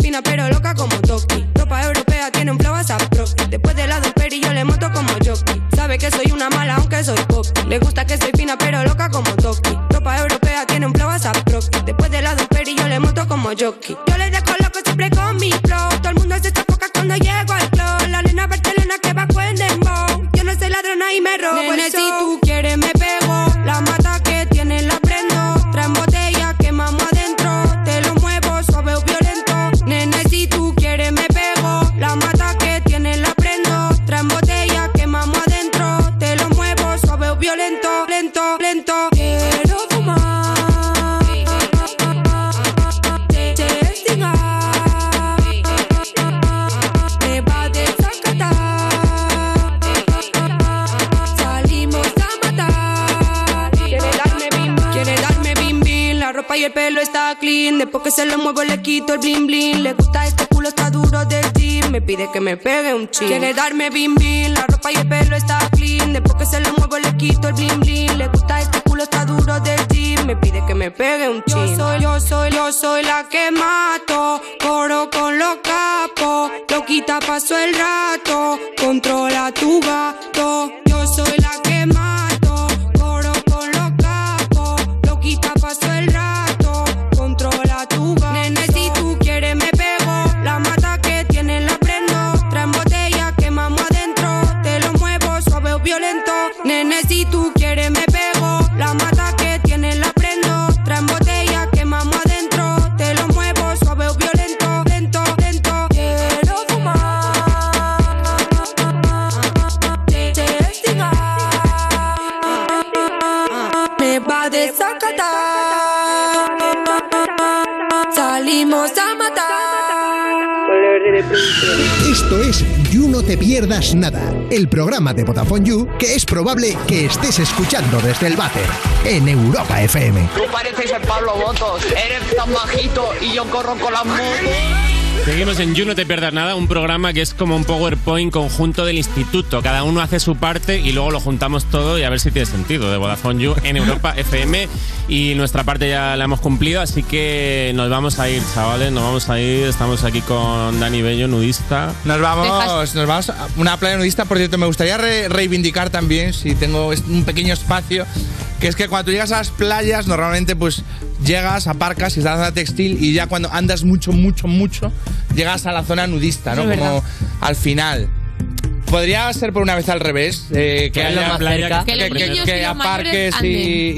S6: linda pero loca como Toki. Ropa europea tiene un flow y Después de la peri yo le moto como jockey. Sabe que soy una mala aunque soy pop. Le gusta que soy fina pero loca como Toki. Ropa europea tiene un flow y Después de la peri yo le moto como jockey. Yo le dejo loco siempre con mi flow. Todo el mundo se sofoca cuando llego al flow. La nena Barcelona que va con dembow. Yo no soy ladrona y me robo
S8: Nene,
S6: el
S8: si
S6: show. tú quieres me pego. La mata que tiene la prendo. Traen botella, quemamos adentro. Te lo muevo suave o violento. Nene, si tú quieres me pego. La mata que tiene la prendo. Traen botella, quemamos adentro. Te lo muevo suave o violento. Lento, lento. Quiero fumar. Te- te estirar. Te va a desacatar. Salimos a matar. Quiere darme bim, quiere darme bim bim. La ropa y el pelo está clean. Después que se lo muevo le quito el bling bling. Le gusta este culo, está duro de ti. Me pide que me pegue un chin. Quiere darme bim bim. La ropa y el pelo está clean. Después que se lo muevo le quito el bling bling. Le gusta este culo, está duro de ti. Me pide que me pegue un chin. Yo soy, yo soy, yo soy la que mato. Coro con los capos. Loquita paso el rato. Controla tu gato. Yo soy la que mato. Coro con los capos. Loquita paso el rato. Controla tu gato. Nene, si tú quieres me pego. La mata que tiene la prendo. Traen botella, quemamos adentro. Te lo muevo suave o violento. Nene, si tú quieres me pego. La mata que tiene la prendo. Traen botella, quemamos adentro. Te lo muevo suave o violento. Lento, lento. Quiero fumar. Te te estirar. Me va a desacatar. Salimos a matar.
S5: Esto es You No Te Pierdas Nada, el programa de Vodafone You que es probable que estés escuchando desde el váter en Europa FM.
S24: Tú pareces el Pablo Botos, eres tan bajito y yo corro con las motos.
S4: Seguimos en You, no te pierdas nada, un programa que es como un PowerPoint conjunto del instituto. Cada uno hace su parte y luego lo juntamos todo y a ver si tiene sentido. De Vodafone You en Europa FM y nuestra parte ya la hemos cumplido, así que nos vamos a ir, chavales, nos vamos a ir. Estamos aquí con Dani Bello, nudista.
S3: Nos vamos, nos vamos a una playa nudista, por cierto, me gustaría re- reivindicar también, si tengo es- un pequeño espacio, que es que cuando tú llegas a las playas, normalmente pues llegas, aparcas y estás en la zona textil y ya cuando andas mucho, mucho, mucho, llegas a la zona nudista, ¿no?
S4: Eso es
S3: Como
S4: verdad.
S3: al final. Podría ser por una vez al revés, eh, que,
S4: Que
S3: haya
S4: haya
S3: más
S4: playa
S3: cerca,
S4: que
S3: que,
S4: esté
S3: que-
S4: primero.
S3: que
S4: Que los mayores
S3: aparques y,
S4: anden.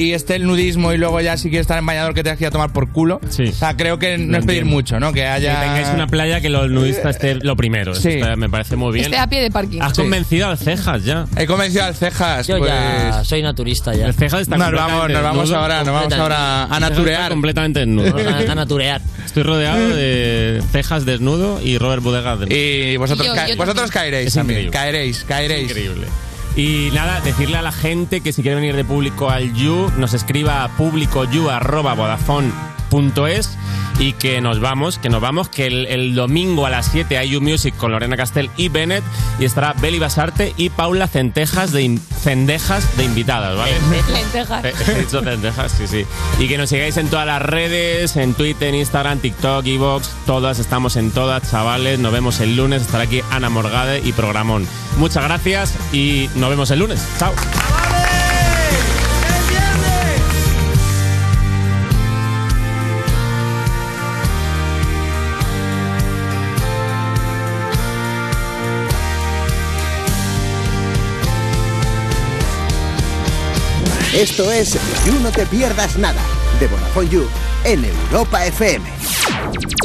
S3: y esté el nudismo y luego ya si quieres estar en bañador que te has que ir a tomar por culo. O sea, creo que no es pedir
S4: entiendo.
S3: mucho, ¿no? Que haya...
S4: Que tengáis una playa que los nudistas esté lo primero. Eso
S3: Sí.
S4: está- me parece muy bien.
S9: Esté Este, a pie de parking.
S4: Has convencido al Cejas ya.
S3: He convencido al Cejas. pues.
S16: Yo ya soy naturista ya.
S4: El Cejas está
S3: Nos
S4: completamente
S3: vamos- nos vamos
S4: desnudo.
S3: ahora- nos vamos ahora
S4: El
S3: a
S4: Cejas está
S3: naturear.
S4: Completamente desnudo.
S16: A- a naturear.
S4: Estoy rodeado de Cejas desnudo y Robert Bodega desnudo.
S3: Y vosotros, ca- vosotros caeréis
S4: Es
S3: también.
S4: increíble.
S3: Caeréis, caeréis.
S4: Es increíble. Y nada, decirle a la gente que si quiere venir de público al You, nos escriba a publicoyu.vodafone.es y que nos vamos, que nos vamos, que el, el domingo a las 7 hay You Music con Lorena Castell y Bennett y estará Beli Basarte y Paula Centejas de, in- Cendejas de invitadas, ¿vale?
S9: Lentejas.
S4: Eh, He dicho Cendejas, sí, sí. Y que nos sigáis en todas las redes, en Twitter, en Instagram, TikTok, Evox, todas, estamos en todas, chavales. Nos vemos el lunes, estará aquí Ana Morgade y Programón. Muchas gracias y nos vemos el lunes. Chao.
S5: Esto es You No Te Pierdas Nada de Vodafone You en Europa FM.